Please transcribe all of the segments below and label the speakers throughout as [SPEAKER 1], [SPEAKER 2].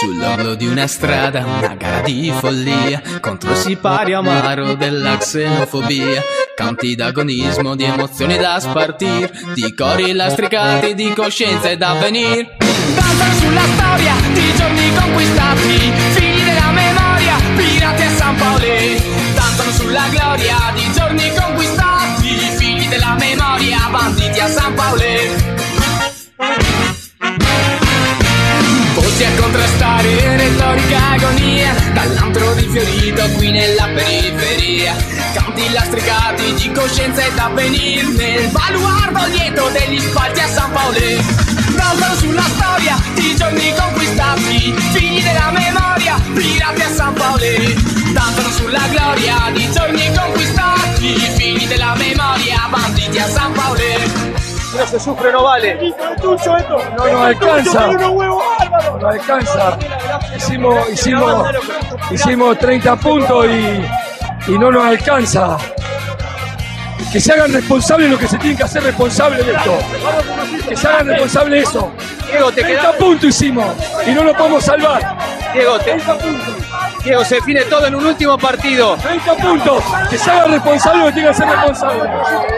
[SPEAKER 1] Sull'orlo di una strada, una gara di follia contro il sipario amaro della xenofobia. Canti d'agonismo, di emozioni da spartir, di cori lastricati, di e coscienze da venir. Danza sulla storia di giorni conquistati, figli della memoria, pirati a San Paoli. Danzano sulla gloria di giorni conquistati, figli della memoria, banditi a San Paoli. Voci a contrastare retorica agonia Dall'antro di Fiorito qui nella periferia Canti lastricati di coscienza ed avvenir Nel baluardo dietro degli spalti a San Paolo Danzano sulla storia di giorni conquistati Figli della memoria, pirati a San Paolo Danzano sulla gloria di giorni conquistati Figli della memoria, banditi a San Paolo
[SPEAKER 2] No se sufre, no vale.
[SPEAKER 3] No nos alcanza. No nos alcanza. Hicimos, hicimos, hicimos 30 puntos y, y no nos alcanza. Que se hagan responsables lo que se tienen que hacer responsables de esto. Que se hagan responsables de eso.
[SPEAKER 2] Diego, te
[SPEAKER 3] 30
[SPEAKER 2] quedaste.
[SPEAKER 3] puntos hicimos y no lo podemos salvar.
[SPEAKER 2] Diego, te- Diego, se define todo en un último partido.
[SPEAKER 3] 30 puntos. Que se hagan responsables lo que tienen que ser responsables.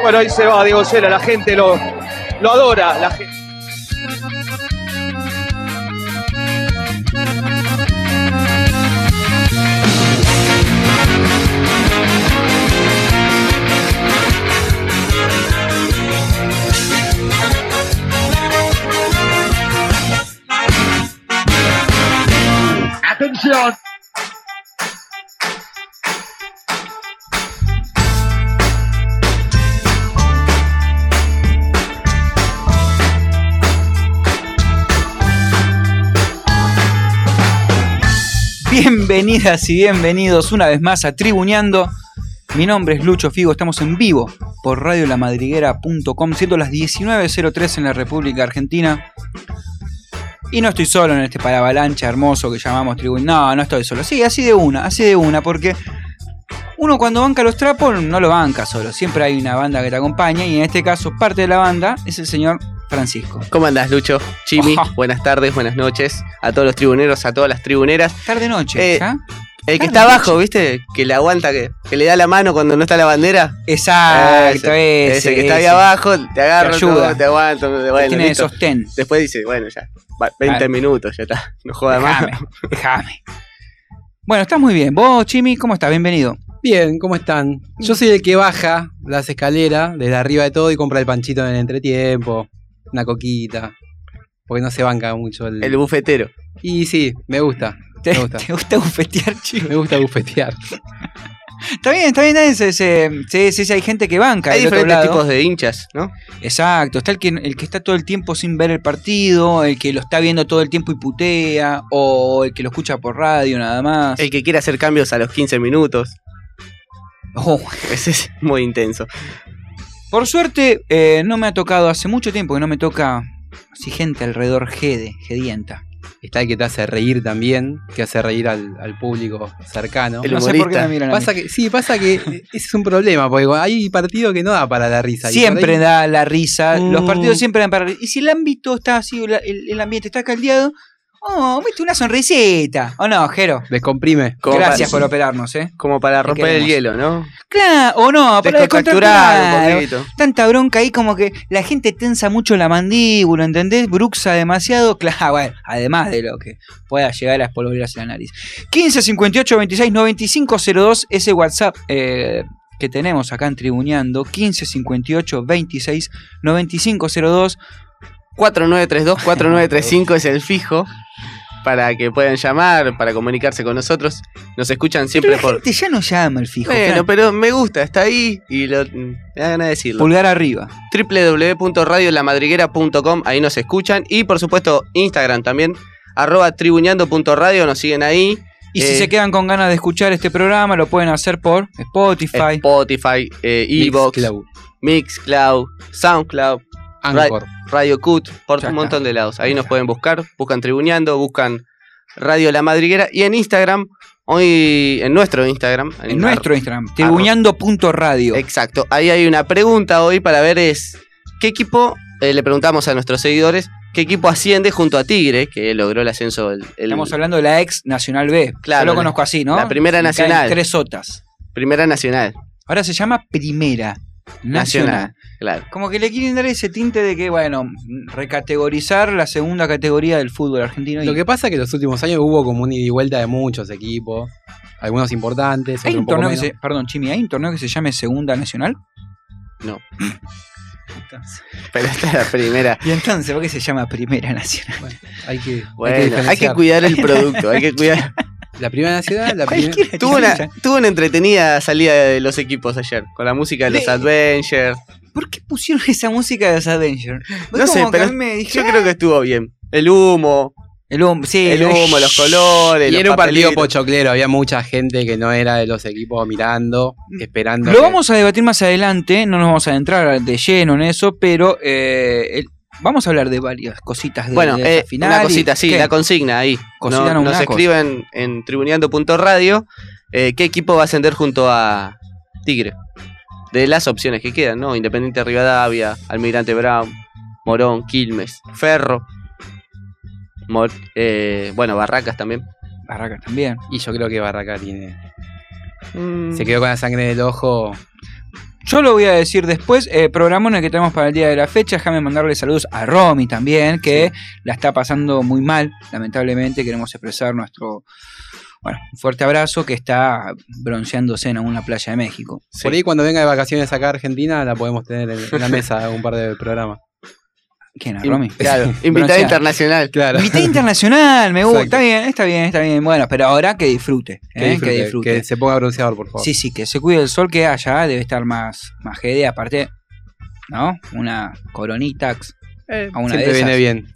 [SPEAKER 2] Bueno, ahí se va Diego Sela, la gente lo, lo adora. La gente.
[SPEAKER 4] Atención.
[SPEAKER 5] Bienvenidas y bienvenidos una vez más a Tribuneando. Mi nombre es Lucho Figo, estamos en vivo por radiolamadriguera.com, siendo las 19.03 en la República Argentina. Y no estoy solo en este parabalancha hermoso que llamamos Tribuneando. No, no estoy solo. Sí, así de una, así de una, porque uno cuando banca los trapos no lo banca solo. Siempre hay una banda que te acompaña y en este caso parte de la banda es el señor Francisco.
[SPEAKER 6] ¿Cómo andás, Lucho? Chimi,
[SPEAKER 5] Ojo.
[SPEAKER 6] buenas tardes, buenas noches a todos los tribuneros, a todas las tribuneras.
[SPEAKER 5] Tarde-noche,
[SPEAKER 6] Eh,
[SPEAKER 5] ¿ya?
[SPEAKER 6] El que
[SPEAKER 5] Tarde,
[SPEAKER 6] está
[SPEAKER 5] noche.
[SPEAKER 6] abajo, ¿viste? Que le aguanta, que, que le da la mano cuando no está la bandera. Ah,
[SPEAKER 5] Exacto,
[SPEAKER 6] ese,
[SPEAKER 5] ese,
[SPEAKER 6] ese que está ahí
[SPEAKER 5] ese.
[SPEAKER 6] abajo, te agarra,
[SPEAKER 5] Te
[SPEAKER 6] te,
[SPEAKER 5] ayuda.
[SPEAKER 6] te aguanta, bueno,
[SPEAKER 5] tiene de
[SPEAKER 6] listo.
[SPEAKER 5] sostén.
[SPEAKER 6] Después dice, bueno, ya, va, 20
[SPEAKER 5] Claro.
[SPEAKER 6] minutos, ya está, no joda más.
[SPEAKER 5] Déjame, déjame. Bueno, estás muy bien. Vos, Chimi, ¿cómo estás? Bienvenido.
[SPEAKER 7] Bien, ¿cómo están? Yo soy el que baja las escaleras desde arriba de todo y compra el panchito en el entretiempo, una coquita, porque no se banca mucho el...
[SPEAKER 6] El bufetero.
[SPEAKER 7] Y sí, me gusta,
[SPEAKER 5] ¿Te,
[SPEAKER 7] Me gusta.
[SPEAKER 5] te gusta bufetear, Chimi?
[SPEAKER 7] me gusta bufetear.
[SPEAKER 5] Está bien, está bien. está bien, se- se- se- se- se- hay gente que banca.
[SPEAKER 6] Hay
[SPEAKER 5] del otro
[SPEAKER 6] diferentes
[SPEAKER 5] lado.
[SPEAKER 6] tipos de hinchas, ¿no?
[SPEAKER 5] Exacto. Está el que, el que está todo el tiempo sin ver el partido, el que lo está viendo todo el tiempo y putea, o el que lo escucha por radio nada más.
[SPEAKER 6] El que quiere hacer cambios a los 15 minutos.
[SPEAKER 5] Oh,
[SPEAKER 6] Ese es muy intenso.
[SPEAKER 5] Por suerte, eh, no me ha tocado hace mucho tiempo que no me toca así gente alrededor Gede, Gedienta.
[SPEAKER 7] Está el que te hace reír también, que hace reír al, al público cercano.
[SPEAKER 6] El
[SPEAKER 5] no sé por qué
[SPEAKER 6] humorista.
[SPEAKER 5] me miran a mí.
[SPEAKER 7] Pasa que, sí, pasa que ese es un problema, porque hay partido que no da para la risa. y por
[SPEAKER 5] Siempre
[SPEAKER 7] ahí-
[SPEAKER 5] da la risa. Los
[SPEAKER 7] Mm.
[SPEAKER 5] partidos siempre dan para risa. Y si el ámbito está así, o la- el, el ambiente está caldeado, oh, viste una sonrisita. ¿O Oh, no, Jero?
[SPEAKER 7] Descomprime.
[SPEAKER 6] Como
[SPEAKER 5] Gracias por
[SPEAKER 6] para,
[SPEAKER 5] operarnos, ¿eh?
[SPEAKER 6] Como para
[SPEAKER 5] Te
[SPEAKER 6] romper el
[SPEAKER 5] queremos.
[SPEAKER 6] hielo, ¿no?
[SPEAKER 5] Claro, o no, para
[SPEAKER 6] Descontracturar un
[SPEAKER 5] descontracturar.
[SPEAKER 6] poquito.
[SPEAKER 5] Tanta bronca ahí como que la gente tensa mucho la mandíbula, ¿entendés? Bruxa demasiado. Claro, bueno, además de lo que pueda llegar a espolvorearse la nariz. 15 58 26 95 02 ese WhatsApp eh, que tenemos acá en Tribuneando. 15 58 26 95 02
[SPEAKER 6] 4932-4935 es el fijo para que puedan llamar, para comunicarse con nosotros. Nos escuchan
[SPEAKER 5] Pero
[SPEAKER 6] siempre
[SPEAKER 5] la
[SPEAKER 6] por...
[SPEAKER 5] gente ya no llama el fijo.
[SPEAKER 6] Bueno,
[SPEAKER 5] Fran.
[SPEAKER 6] pero me gusta, está ahí y lo, me da ganas de decirlo.
[SPEAKER 5] Pulgar arriba.
[SPEAKER 6] www.radiolamadriguera.com, ahí nos escuchan. Y por supuesto Instagram también, arroba tribuñando.radio, nos siguen ahí.
[SPEAKER 5] Y si
[SPEAKER 6] Eh,
[SPEAKER 5] se quedan con ganas de escuchar este programa, lo pueden hacer por Spotify.
[SPEAKER 6] Spotify, eh, Evox,
[SPEAKER 7] Mixcloud,
[SPEAKER 6] Mixcloud, Soundcloud,
[SPEAKER 7] Anchor.
[SPEAKER 6] Radio Cut, por
[SPEAKER 5] Ya
[SPEAKER 6] un
[SPEAKER 5] está.
[SPEAKER 6] montón de lados. Ahí
[SPEAKER 5] Ya
[SPEAKER 6] nos
[SPEAKER 5] está.
[SPEAKER 6] pueden buscar, buscan Tribuneando, buscan Radio La Madriguera y en Instagram, hoy en nuestro Instagram.
[SPEAKER 5] en nuestro Instagram, tribuñando.radio.
[SPEAKER 6] Exacto, ahí hay una pregunta hoy para ver es, ¿qué equipo, eh, le preguntamos a nuestros seguidores, qué qué equipo asciende junto a Tigre, que logró el ascenso el, el-
[SPEAKER 5] Estamos hablando de la ex Nacional B.
[SPEAKER 6] Claro,
[SPEAKER 5] Yo lo
[SPEAKER 6] la-
[SPEAKER 5] conozco así, ¿no?
[SPEAKER 6] la primera
[SPEAKER 5] Me caen
[SPEAKER 6] nacional.
[SPEAKER 5] Tres sotas.
[SPEAKER 6] Primera Nacional.
[SPEAKER 5] Ahora se llama Primera
[SPEAKER 6] Nacional.
[SPEAKER 5] Nacional.
[SPEAKER 6] Claro.
[SPEAKER 5] Como que le quieren dar ese tinte de que, bueno, recategorizar la segunda categoría del fútbol argentino.
[SPEAKER 7] Lo que pasa es que en los últimos años hubo como un ida y vuelta de muchos equipos, algunos importantes,
[SPEAKER 5] hay
[SPEAKER 7] otros
[SPEAKER 5] un
[SPEAKER 7] un poco
[SPEAKER 5] torneo que
[SPEAKER 7] menos.
[SPEAKER 5] se, perdón, Chimi, ¿hay un torneo que se llame Segunda Nacional?
[SPEAKER 6] Pero esta es la primera.
[SPEAKER 5] Y entonces, ¿por qué se llama Primera Nacional?
[SPEAKER 7] Hay que, hay que
[SPEAKER 6] Bueno, hay que,
[SPEAKER 7] diferenciar.
[SPEAKER 6] cuidar el producto, hay que cuidar.
[SPEAKER 7] La primera nacional, la primera.
[SPEAKER 5] Cualquiera
[SPEAKER 6] tuvo,
[SPEAKER 5] que
[SPEAKER 6] una,
[SPEAKER 5] sea.
[SPEAKER 6] tuvo una entretenida salida de los equipos ayer, con la música de los
[SPEAKER 5] Sí.
[SPEAKER 6] Adventures.
[SPEAKER 5] ¿Por qué pusieron esa música de los Avengers?
[SPEAKER 6] No sé, pero Yo creo
[SPEAKER 5] "Ah".
[SPEAKER 6] que estuvo bien. El humo,
[SPEAKER 5] El humo, sí,
[SPEAKER 6] el
[SPEAKER 5] lo-
[SPEAKER 6] humo, los colores.
[SPEAKER 7] Y
[SPEAKER 6] los
[SPEAKER 7] era un partido
[SPEAKER 6] papelitos.
[SPEAKER 7] pochoclero, había mucha gente que no era de los equipos mirando,
[SPEAKER 5] Mm.
[SPEAKER 7] esperando.
[SPEAKER 5] Lo
[SPEAKER 7] que-
[SPEAKER 5] vamos a debatir más adelante, no nos vamos a entrar de lleno en eso, pero eh, el- vamos a hablar de varias cositas de,
[SPEAKER 6] Bueno,
[SPEAKER 5] de esa
[SPEAKER 6] eh, una cosita, sí,
[SPEAKER 5] ¿Qué?
[SPEAKER 6] la consigna ahí.
[SPEAKER 5] Cosita
[SPEAKER 6] No-
[SPEAKER 5] no
[SPEAKER 6] nos
[SPEAKER 5] una cosa.
[SPEAKER 6] escriben en tribuneando.radio eh, qué equipo va a ascender junto a Tigre. De las opciones que quedan, ¿no? Independiente Rivadavia, Almirante Brown, Morón, Quilmes, Ferro. Mor- eh, bueno, Barracas también.
[SPEAKER 5] Barracas también.
[SPEAKER 7] Y yo creo que Barraca tiene.
[SPEAKER 5] Mm.
[SPEAKER 7] Se quedó con la sangre del ojo.
[SPEAKER 5] Yo lo voy a decir después. Eh, programón el que tenemos para el día de la fecha. Déjame mandarle saludos a Romy también, que la está pasando muy mal, lamentablemente. Queremos expresar nuestro bueno, un fuerte abrazo que está bronceándose en alguna playa de México.
[SPEAKER 7] Por ahí cuando venga de vacaciones acá a Argentina la podemos tener en, en la mesa un par de programas.
[SPEAKER 5] ¿Quién es
[SPEAKER 6] In-
[SPEAKER 5] Romy?
[SPEAKER 6] Claro, invitada
[SPEAKER 5] Bronceada.
[SPEAKER 6] internacional.
[SPEAKER 7] Claro.
[SPEAKER 5] Invité internacional, me gusta.
[SPEAKER 7] Exacto.
[SPEAKER 5] Está bien, está bien, está bien. Bueno, pero ahora que disfrute. ¿eh?
[SPEAKER 7] Que disfrute, que, se ponga bronceador, por favor.
[SPEAKER 5] Sí, sí, que se cuide el sol que haya, debe estar más, más GD, aparte, ¿no? Una coronita,
[SPEAKER 7] Eh,
[SPEAKER 5] a una
[SPEAKER 7] siempre
[SPEAKER 5] de
[SPEAKER 7] viene
[SPEAKER 5] esas.
[SPEAKER 7] bien.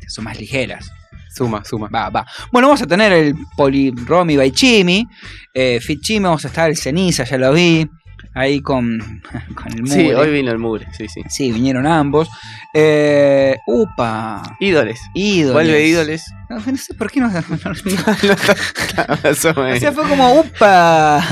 [SPEAKER 5] que son más ligeras.
[SPEAKER 7] Suma, suma.
[SPEAKER 5] Va, va. Bueno, vamos a tener el Poliromi by Chimi, eh, Fit Chimi, vamos a estar el Ceniza, ya lo vi, ahí con, con el muro.
[SPEAKER 6] Sí, hoy vino el Mugre, sí, sí.
[SPEAKER 5] Sí, vinieron ambos. Eh, upa,
[SPEAKER 6] Ídoles.
[SPEAKER 5] ídoles.
[SPEAKER 6] Vuelve ídoles.
[SPEAKER 5] No, no sé por qué nos...
[SPEAKER 6] Más o
[SPEAKER 5] o
[SPEAKER 6] menos.
[SPEAKER 5] sea, fue como, upa.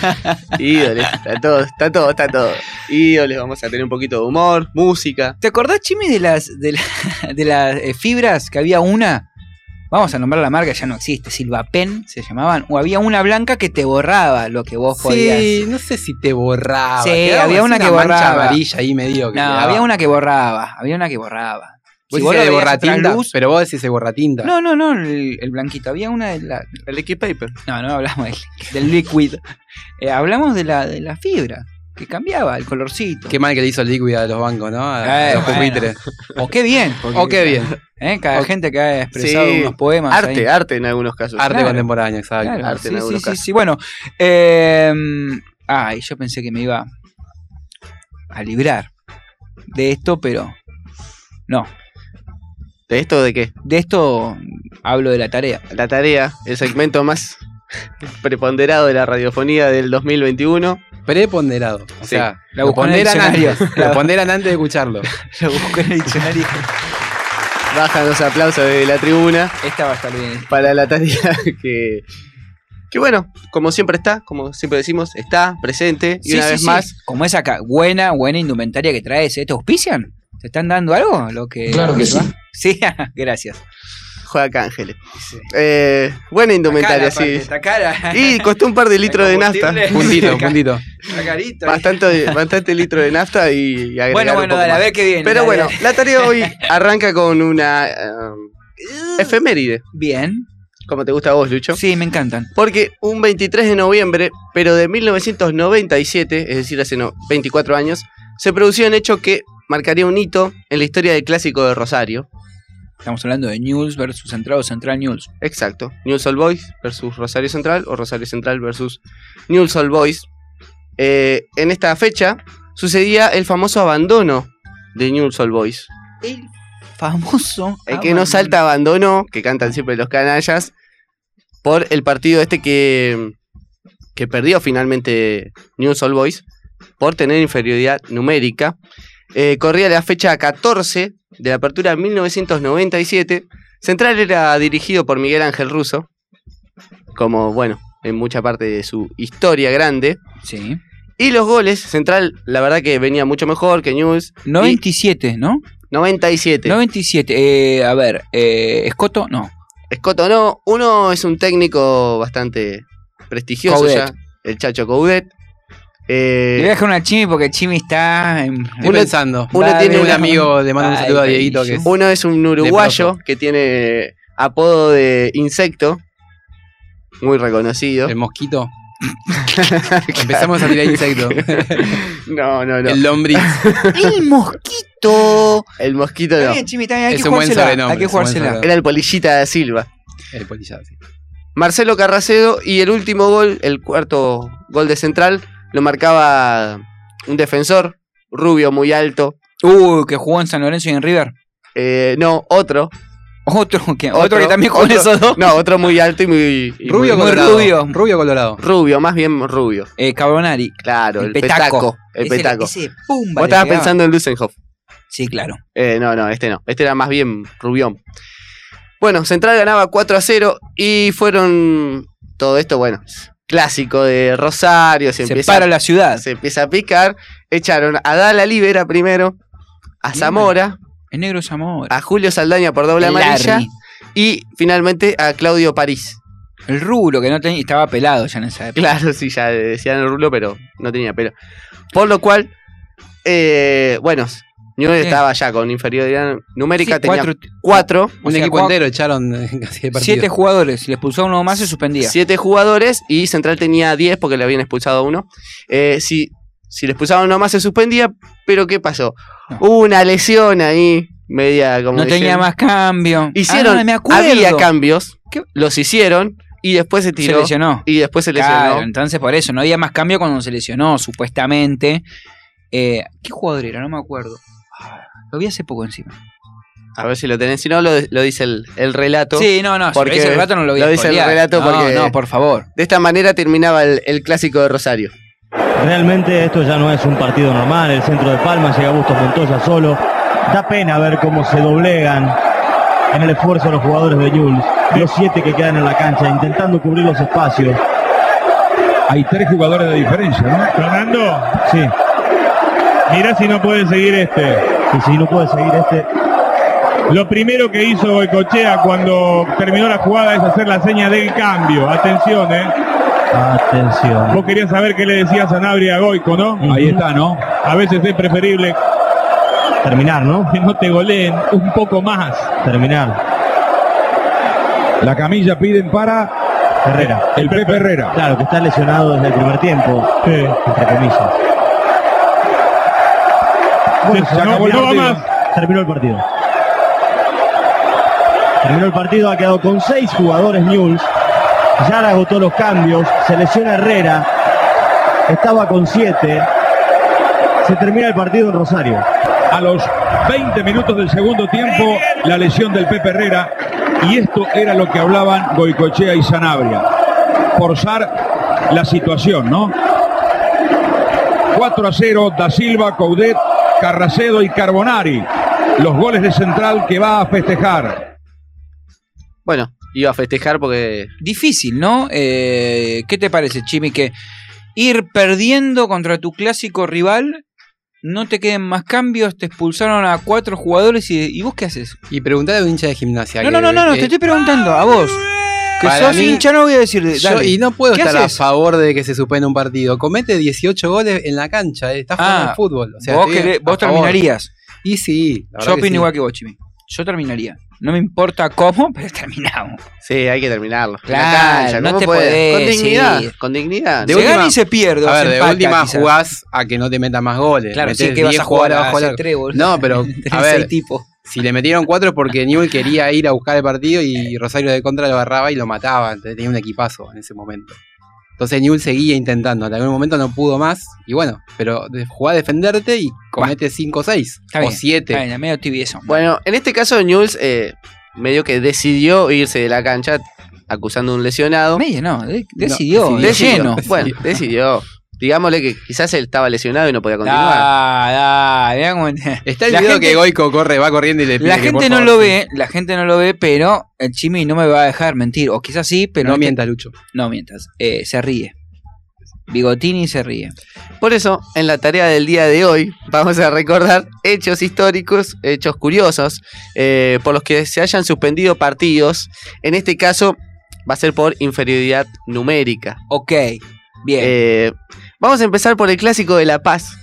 [SPEAKER 6] Ídoles, está todo, está todo, está todo. Ídoles, vamos a tener un poquito de humor, música.
[SPEAKER 5] ¿Te acordás, Chimi, de las, de la- de las eh, fibras que había una? Vamos a nombrar la marca, ya no existe. Silvapen se llamaban. O había una blanca que te borraba lo que vos podías.
[SPEAKER 7] Sí, no sé si te borraba.
[SPEAKER 5] Sí,
[SPEAKER 7] Ah, quedaba
[SPEAKER 5] había
[SPEAKER 7] así
[SPEAKER 5] una que
[SPEAKER 7] mancha
[SPEAKER 5] borraba.
[SPEAKER 7] amarilla ahí medio. que
[SPEAKER 5] No,
[SPEAKER 7] quedaba.
[SPEAKER 5] había una que borraba. Había una que borraba.
[SPEAKER 7] Vos
[SPEAKER 5] vos
[SPEAKER 7] decís
[SPEAKER 5] lo
[SPEAKER 7] de
[SPEAKER 5] veías a
[SPEAKER 7] borratinta,
[SPEAKER 5] trasluz-
[SPEAKER 7] pero vos decís de borratinta.
[SPEAKER 5] No, no, no, el, el blanquito. Había una de la.
[SPEAKER 6] El Liquid Paper.
[SPEAKER 5] No, no hablamos del, del liquid. Eh, hablamos de la, de la fibra que cambiaba el colorcito.
[SPEAKER 7] Qué mal que le hizo el líquido a los bancos, ¿no? A,
[SPEAKER 5] Eh,
[SPEAKER 7] a los
[SPEAKER 5] bueno.
[SPEAKER 7] pupitres.
[SPEAKER 5] O qué bien. porque-
[SPEAKER 7] Oh, qué bien.
[SPEAKER 5] eh, cada
[SPEAKER 7] O-
[SPEAKER 5] gente que ha expresado
[SPEAKER 6] Sí,
[SPEAKER 5] unos poemas. ahí.
[SPEAKER 6] Arte, arte en algunos casos.
[SPEAKER 7] Arte
[SPEAKER 5] Claro.
[SPEAKER 7] contemporáneo, exacto.
[SPEAKER 5] Claro,
[SPEAKER 6] arte en
[SPEAKER 5] sí, sí,
[SPEAKER 6] algunos
[SPEAKER 5] sí,
[SPEAKER 6] casos.
[SPEAKER 5] sí. Bueno, eh, ay, yo pensé que me iba a librar de esto, pero no.
[SPEAKER 6] ¿De esto de qué?
[SPEAKER 5] De esto hablo de la tarea.
[SPEAKER 6] La tarea, el segmento más preponderado de la radiofonía del 2021.
[SPEAKER 7] Preponderado. O
[SPEAKER 6] Sí.
[SPEAKER 7] sea,
[SPEAKER 5] La
[SPEAKER 7] lo,
[SPEAKER 5] buscó en el
[SPEAKER 7] ponderan
[SPEAKER 5] diccionario.
[SPEAKER 7] antes, lo ponderan antes de escucharlo.
[SPEAKER 5] Lo busco en el diccionario.
[SPEAKER 6] Bajan los aplausos de la tribuna
[SPEAKER 5] Esta va a estar bien.
[SPEAKER 6] para la tarea que. Que bueno, como siempre está, como siempre decimos, está presente. Y
[SPEAKER 5] Sí,
[SPEAKER 6] una
[SPEAKER 5] sí,
[SPEAKER 6] vez
[SPEAKER 5] sí.
[SPEAKER 6] más,
[SPEAKER 5] Como esa ca- buena, buena indumentaria que traes, ¿eh? ¿te auspician? ¿Te están dando algo? Lo que,
[SPEAKER 8] Claro que sí.
[SPEAKER 5] Sí, gracias.
[SPEAKER 6] juega Ángeles. Eh, buena indumentaria,
[SPEAKER 5] Tacala,
[SPEAKER 6] sí.
[SPEAKER 5] aparte, tacala.
[SPEAKER 6] Y costó un par de litros de nafta.
[SPEAKER 5] combustible.
[SPEAKER 7] Puntito, puntito.
[SPEAKER 5] Tacarito.
[SPEAKER 6] Bastante, bastante litro de nafta y, y agregar
[SPEAKER 5] eh. Bueno,
[SPEAKER 6] un
[SPEAKER 5] bueno,
[SPEAKER 6] poco
[SPEAKER 5] dale, a
[SPEAKER 6] más.
[SPEAKER 5] ver qué viene.
[SPEAKER 6] Pero
[SPEAKER 5] dale,
[SPEAKER 6] bueno,
[SPEAKER 5] dale. Uh.
[SPEAKER 6] la tarea hoy arranca con una em, efeméride,
[SPEAKER 5] Bien.
[SPEAKER 6] como te gusta a vos, Lucho.
[SPEAKER 5] Sí, me encantan.
[SPEAKER 6] Porque un 23 de noviembre, pero de 1997, es decir, hace no- 24 años, se producía un hecho que marcaría un hito en la historia del clásico de Rosario.
[SPEAKER 5] Estamos hablando de News versus Central o Central News.
[SPEAKER 6] Exacto. News All Boys versus Rosario Central o Rosario Central versus News All Boys. Eh, en esta fecha sucedía el famoso abandono de News All Boys.
[SPEAKER 5] El famoso. Ah,
[SPEAKER 6] El que no salta abandono, que cantan siempre los canallas, por el partido este que, que perdió finalmente News All Boys, por tener inferioridad numérica. Eh, corría la fecha 14 de la apertura de 1997. Central era dirigido por Miguel Ángel Russo, como bueno, en mucha parte de su historia grande.
[SPEAKER 5] Sí.
[SPEAKER 6] Y los goles, Central, la verdad que venía mucho mejor que News.
[SPEAKER 5] 97, ¿no?
[SPEAKER 6] 97, 97.
[SPEAKER 5] 97. eh, a ver, eh, Escoto, no.
[SPEAKER 6] Escoto no. Uno es un técnico bastante prestigioso
[SPEAKER 5] Coudet.
[SPEAKER 6] ya. El Chacho Coudet. Eh,
[SPEAKER 5] Le voy a dejar una Chimi porque Chimi está. En...
[SPEAKER 7] Estoy pensando.
[SPEAKER 6] uno
[SPEAKER 7] Uno
[SPEAKER 6] tiene
[SPEAKER 7] tiene un
[SPEAKER 6] una-
[SPEAKER 7] amigo, le mando un
[SPEAKER 5] Ay,
[SPEAKER 7] saludo a
[SPEAKER 5] Bello.
[SPEAKER 7] Dieguito que es-
[SPEAKER 6] Uno es un uruguayo que tiene apodo de insecto. Muy reconocido.
[SPEAKER 7] el mosquito. Empezamos a tirar insectos.
[SPEAKER 6] No, no, no.
[SPEAKER 7] El
[SPEAKER 6] El,
[SPEAKER 7] lombriz.
[SPEAKER 5] El mosquito.
[SPEAKER 6] mosquito
[SPEAKER 5] Está
[SPEAKER 6] no.
[SPEAKER 5] bien, Chimi, está bien. Hay
[SPEAKER 7] Es
[SPEAKER 5] que
[SPEAKER 7] un buen
[SPEAKER 5] jugársela.
[SPEAKER 7] sobrenombre,
[SPEAKER 5] Hay que
[SPEAKER 7] es un buen
[SPEAKER 5] jugársela.
[SPEAKER 7] sobrenombre.
[SPEAKER 6] Era el polillita da Silva.
[SPEAKER 7] El polillado, sí.
[SPEAKER 6] Marcelo Carracedo y el último gol, el cuarto gol de central, lo marcaba un defensor, rubio, muy alto.
[SPEAKER 5] Uh, que jugó en San Lorenzo y en River.
[SPEAKER 6] Eh, no, otro.
[SPEAKER 5] Otro que, otro,
[SPEAKER 6] Otro,
[SPEAKER 5] que también jugó en
[SPEAKER 6] otro.
[SPEAKER 5] esos dos.
[SPEAKER 6] No, otro muy alto y muy. y
[SPEAKER 7] Rubio
[SPEAKER 5] muy
[SPEAKER 6] muy-
[SPEAKER 7] colorado.
[SPEAKER 5] rubio.
[SPEAKER 7] Rubio colorado.
[SPEAKER 6] Rubio, más bien rubio.
[SPEAKER 5] Eh, Cabronari.
[SPEAKER 6] Claro, el,
[SPEAKER 5] El
[SPEAKER 6] petaco.
[SPEAKER 5] petaco.
[SPEAKER 6] El
[SPEAKER 5] Ese era-
[SPEAKER 6] petaco.
[SPEAKER 5] Ese,
[SPEAKER 6] Vos
[SPEAKER 5] pumba. le
[SPEAKER 6] estabas
[SPEAKER 5] pegaba.
[SPEAKER 6] pensando en Lusenhoff.
[SPEAKER 5] Sí, claro.
[SPEAKER 6] Eh, no, no, este no. Este era más bien rubión. Bueno, Central ganaba 4 a 0 y fueron. Todo esto, bueno, clásico de Rosario. Se,
[SPEAKER 5] Se,
[SPEAKER 6] empieza,
[SPEAKER 5] para la ciudad.
[SPEAKER 6] se empieza a picar. Echaron a Dala Libera primero, a
[SPEAKER 5] Bien.
[SPEAKER 6] Zamora,
[SPEAKER 5] El negro Zamora.
[SPEAKER 6] a Julio Saldaña por doble
[SPEAKER 5] el
[SPEAKER 6] amarilla
[SPEAKER 5] Larry.
[SPEAKER 6] y finalmente a Claudio París.
[SPEAKER 5] El rulo que no tenía. Estaba pelado ya en esa época.
[SPEAKER 6] Claro, sí, ya decían el rulo, pero no tenía pelo. Por lo cual, eh, bueno, Newell
[SPEAKER 5] Sí.
[SPEAKER 6] estaba ya con inferioridad numérica,
[SPEAKER 5] Sí,
[SPEAKER 6] tenía
[SPEAKER 5] cuatro-
[SPEAKER 6] 4
[SPEAKER 5] O
[SPEAKER 7] Un
[SPEAKER 5] sea,
[SPEAKER 7] equipo
[SPEAKER 5] jugaba-
[SPEAKER 7] entero echaron en casi de partido.
[SPEAKER 5] Siete jugadores. Si le expulsaba uno más, se suspendía.
[SPEAKER 6] Siete jugadores y Central tenía 10 porque le habían expulsado a uno. Eh, si, si le expulsaban nomás se suspendía, pero ¿qué pasó?
[SPEAKER 5] No.
[SPEAKER 6] Hubo una lesión ahí, media como.
[SPEAKER 5] No tenía
[SPEAKER 6] diciendo.
[SPEAKER 5] más cambio.
[SPEAKER 6] Hicieron,
[SPEAKER 5] Ah, me acuerdo.
[SPEAKER 6] había cambios,
[SPEAKER 5] ¿Qué?
[SPEAKER 6] los hicieron y después se
[SPEAKER 5] Se
[SPEAKER 6] tiró.
[SPEAKER 5] lesionó.
[SPEAKER 6] y después se lesionó.
[SPEAKER 5] Claro, entonces por eso. No había más cambio cuando se lesionó, supuestamente. Eh, ¿Qué jugador era? No me acuerdo. Ah, Lo vi hace poco encima.
[SPEAKER 6] A ver si lo tenés, si no lo, lo dice el, el relato.
[SPEAKER 5] Sí, no, no.
[SPEAKER 6] Porque
[SPEAKER 5] si lo dice el relato no lo vi
[SPEAKER 6] lo dice el relato
[SPEAKER 5] no,
[SPEAKER 6] porque-
[SPEAKER 5] No, por favor.
[SPEAKER 6] De esta manera terminaba el, el clásico de Rosario.
[SPEAKER 9] Realmente esto ya no es un partido normal. El centro de Palma llega Bustos Montoya solo. Da pena ver cómo se doblegan en el esfuerzo los jugadores de Jules. Los siete que quedan en la cancha intentando cubrir los espacios.
[SPEAKER 10] Hay tres jugadores de diferencia, ¿no?
[SPEAKER 11] Fernando,
[SPEAKER 9] Sí,
[SPEAKER 11] mirá si no puede seguir este.
[SPEAKER 9] y si no puede seguir este.
[SPEAKER 11] Lo primero que hizo Goicochea cuando terminó la jugada es hacer la seña del cambio. Atención, ¿eh?
[SPEAKER 9] Atención.
[SPEAKER 11] Vos querías saber qué le decía Sanabria a Goico, ¿no?
[SPEAKER 9] Ahí
[SPEAKER 11] está, ¿no? A veces es preferible
[SPEAKER 9] Terminar, ¿no?
[SPEAKER 11] que no te goleen un poco más.
[SPEAKER 9] Terminar.
[SPEAKER 11] La camilla piden para
[SPEAKER 9] Herrera.
[SPEAKER 11] el Pepe Herrera.
[SPEAKER 9] Claro, que está lesionado desde el primer tiempo, entre comillas.
[SPEAKER 11] Se- no, no va
[SPEAKER 9] partido.
[SPEAKER 11] más.
[SPEAKER 9] Terminó el partido. Terminó el partido, ha quedado con seis jugadores News. Ya le agotó los cambios. Se lesiona Herrera. Estaba con siete. Se termina el partido en Rosario.
[SPEAKER 11] A los 20 minutos del segundo tiempo, la lesión del Pepe Herrera. Y esto era lo que hablaban Goicochea y Sanabria. Forzar la situación, ¿no? 4 a 0, Da Silva, Coudet, Carracedo y Carbonari. Los goles de Central que va a festejar.
[SPEAKER 6] Bueno, iba a festejar porque
[SPEAKER 5] Difícil, ¿no? Eh, ¿Qué te parece, Chimi? Que ir perdiendo contra tu clásico rival, no te queden más cambios, te expulsaron a cuatro jugadores y, ¿y vos qué haces?
[SPEAKER 7] Y preguntale a un hincha de gimnasia.
[SPEAKER 5] No,
[SPEAKER 7] que-
[SPEAKER 5] no, no, no, no,
[SPEAKER 7] que-
[SPEAKER 5] te estoy preguntando a vos. Que
[SPEAKER 7] Para
[SPEAKER 5] sos
[SPEAKER 7] mí-
[SPEAKER 5] hincha, no voy a decir.
[SPEAKER 7] Yo-
[SPEAKER 5] Eh, dale.
[SPEAKER 7] y no puedo
[SPEAKER 5] ¿Qué
[SPEAKER 7] estar
[SPEAKER 5] haces?
[SPEAKER 7] a favor de que se suspenda un partido. Comete 18 goles en la cancha, eh, estás jugando
[SPEAKER 5] Ah,
[SPEAKER 7] al fútbol. O sea,
[SPEAKER 5] vos
[SPEAKER 7] estoy
[SPEAKER 5] querés-
[SPEAKER 7] a favor.
[SPEAKER 5] vos terminarías.
[SPEAKER 7] Y sí, la verdad
[SPEAKER 5] Yo
[SPEAKER 7] que
[SPEAKER 5] opino
[SPEAKER 7] sí.
[SPEAKER 5] igual que vos, Chimi. Yo terminaría. No me importa cómo, pero terminamos.
[SPEAKER 6] sí, hay que terminarlo. En la
[SPEAKER 5] Claro, no
[SPEAKER 6] ¿cómo
[SPEAKER 5] te
[SPEAKER 6] podés? Con
[SPEAKER 5] podés,
[SPEAKER 6] dignidad,
[SPEAKER 5] sí.
[SPEAKER 6] con dignidad.
[SPEAKER 7] De
[SPEAKER 5] se
[SPEAKER 7] última-
[SPEAKER 5] gana y se pierde. o
[SPEAKER 7] A
[SPEAKER 5] se
[SPEAKER 7] ver, de
[SPEAKER 5] empata,
[SPEAKER 7] última
[SPEAKER 5] quizás.
[SPEAKER 7] jugás a que no te metan más goles.
[SPEAKER 5] Claro,
[SPEAKER 7] Metés
[SPEAKER 5] sí, que vas
[SPEAKER 7] 10
[SPEAKER 5] a jugar
[SPEAKER 7] goles
[SPEAKER 5] abajo del
[SPEAKER 7] arco.
[SPEAKER 5] trébol.
[SPEAKER 7] No, pero a
[SPEAKER 5] Tenés seis
[SPEAKER 7] ver,
[SPEAKER 5] tipos.
[SPEAKER 7] si le metieron 4 es porque Newell quería ir a buscar el partido y Rosario de contra lo agarraba y lo mataba. Entonces tenía un equipazo en ese momento. Entonces Newell seguía intentando. Hasta algún momento no pudo más. Y bueno, pero de- jugá a defenderte y comete 5 o 6.
[SPEAKER 5] Está
[SPEAKER 7] O
[SPEAKER 5] bien, Está
[SPEAKER 7] 7.
[SPEAKER 5] bien, medio tibieso.
[SPEAKER 6] Bueno, en este caso Newell's eh, medio que decidió irse de la cancha acusando un lesionado.
[SPEAKER 5] Medio no, de- decidió, de lleno.
[SPEAKER 6] Bueno, decidió. Digámosle que quizás él estaba lesionado y no podía continuar.
[SPEAKER 5] Da, da, mirá cómo-
[SPEAKER 7] Está el
[SPEAKER 5] La
[SPEAKER 7] video
[SPEAKER 5] gente-
[SPEAKER 7] que Goico corre, va corriendo y le pide
[SPEAKER 5] La
[SPEAKER 7] que,
[SPEAKER 5] gente
[SPEAKER 7] por
[SPEAKER 5] no
[SPEAKER 7] favor,
[SPEAKER 5] lo
[SPEAKER 7] sí.
[SPEAKER 5] ve, la gente no lo ve, pero eh, el Chimi no me va a dejar mentir. O quizás sí, pero
[SPEAKER 7] No
[SPEAKER 5] este-
[SPEAKER 7] mientas, Lucho.
[SPEAKER 5] no mientas. Eh, se ríe. Bigotini se ríe.
[SPEAKER 6] Por eso, en la tarea del día de hoy, vamos a recordar hechos históricos, hechos curiosos, eh, por los que se hayan suspendido partidos. En este caso, va a ser por inferioridad numérica.
[SPEAKER 5] Ok, bien.
[SPEAKER 6] Eh, vamos a empezar por el clásico de La Paz.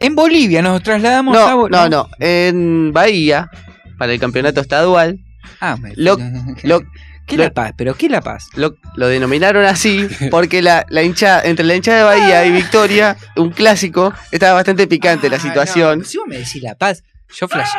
[SPEAKER 5] en Bolivia nos trasladamos a
[SPEAKER 6] No,
[SPEAKER 5] Bo-
[SPEAKER 6] no, no. En Bahía, para el campeonato estadual,
[SPEAKER 5] Ah, me-
[SPEAKER 6] Lo- lo,
[SPEAKER 5] ¿Qué
[SPEAKER 6] lo-
[SPEAKER 5] La Paz? ¿Pero qué La Paz?
[SPEAKER 6] lo, lo denominaron así porque la, la hincha, entre la hinchada de Bahía y Victoria, un clásico, estaba bastante picante la
[SPEAKER 5] Ah,
[SPEAKER 6] situación.
[SPEAKER 5] no, si vos me decís La Paz, yo flash.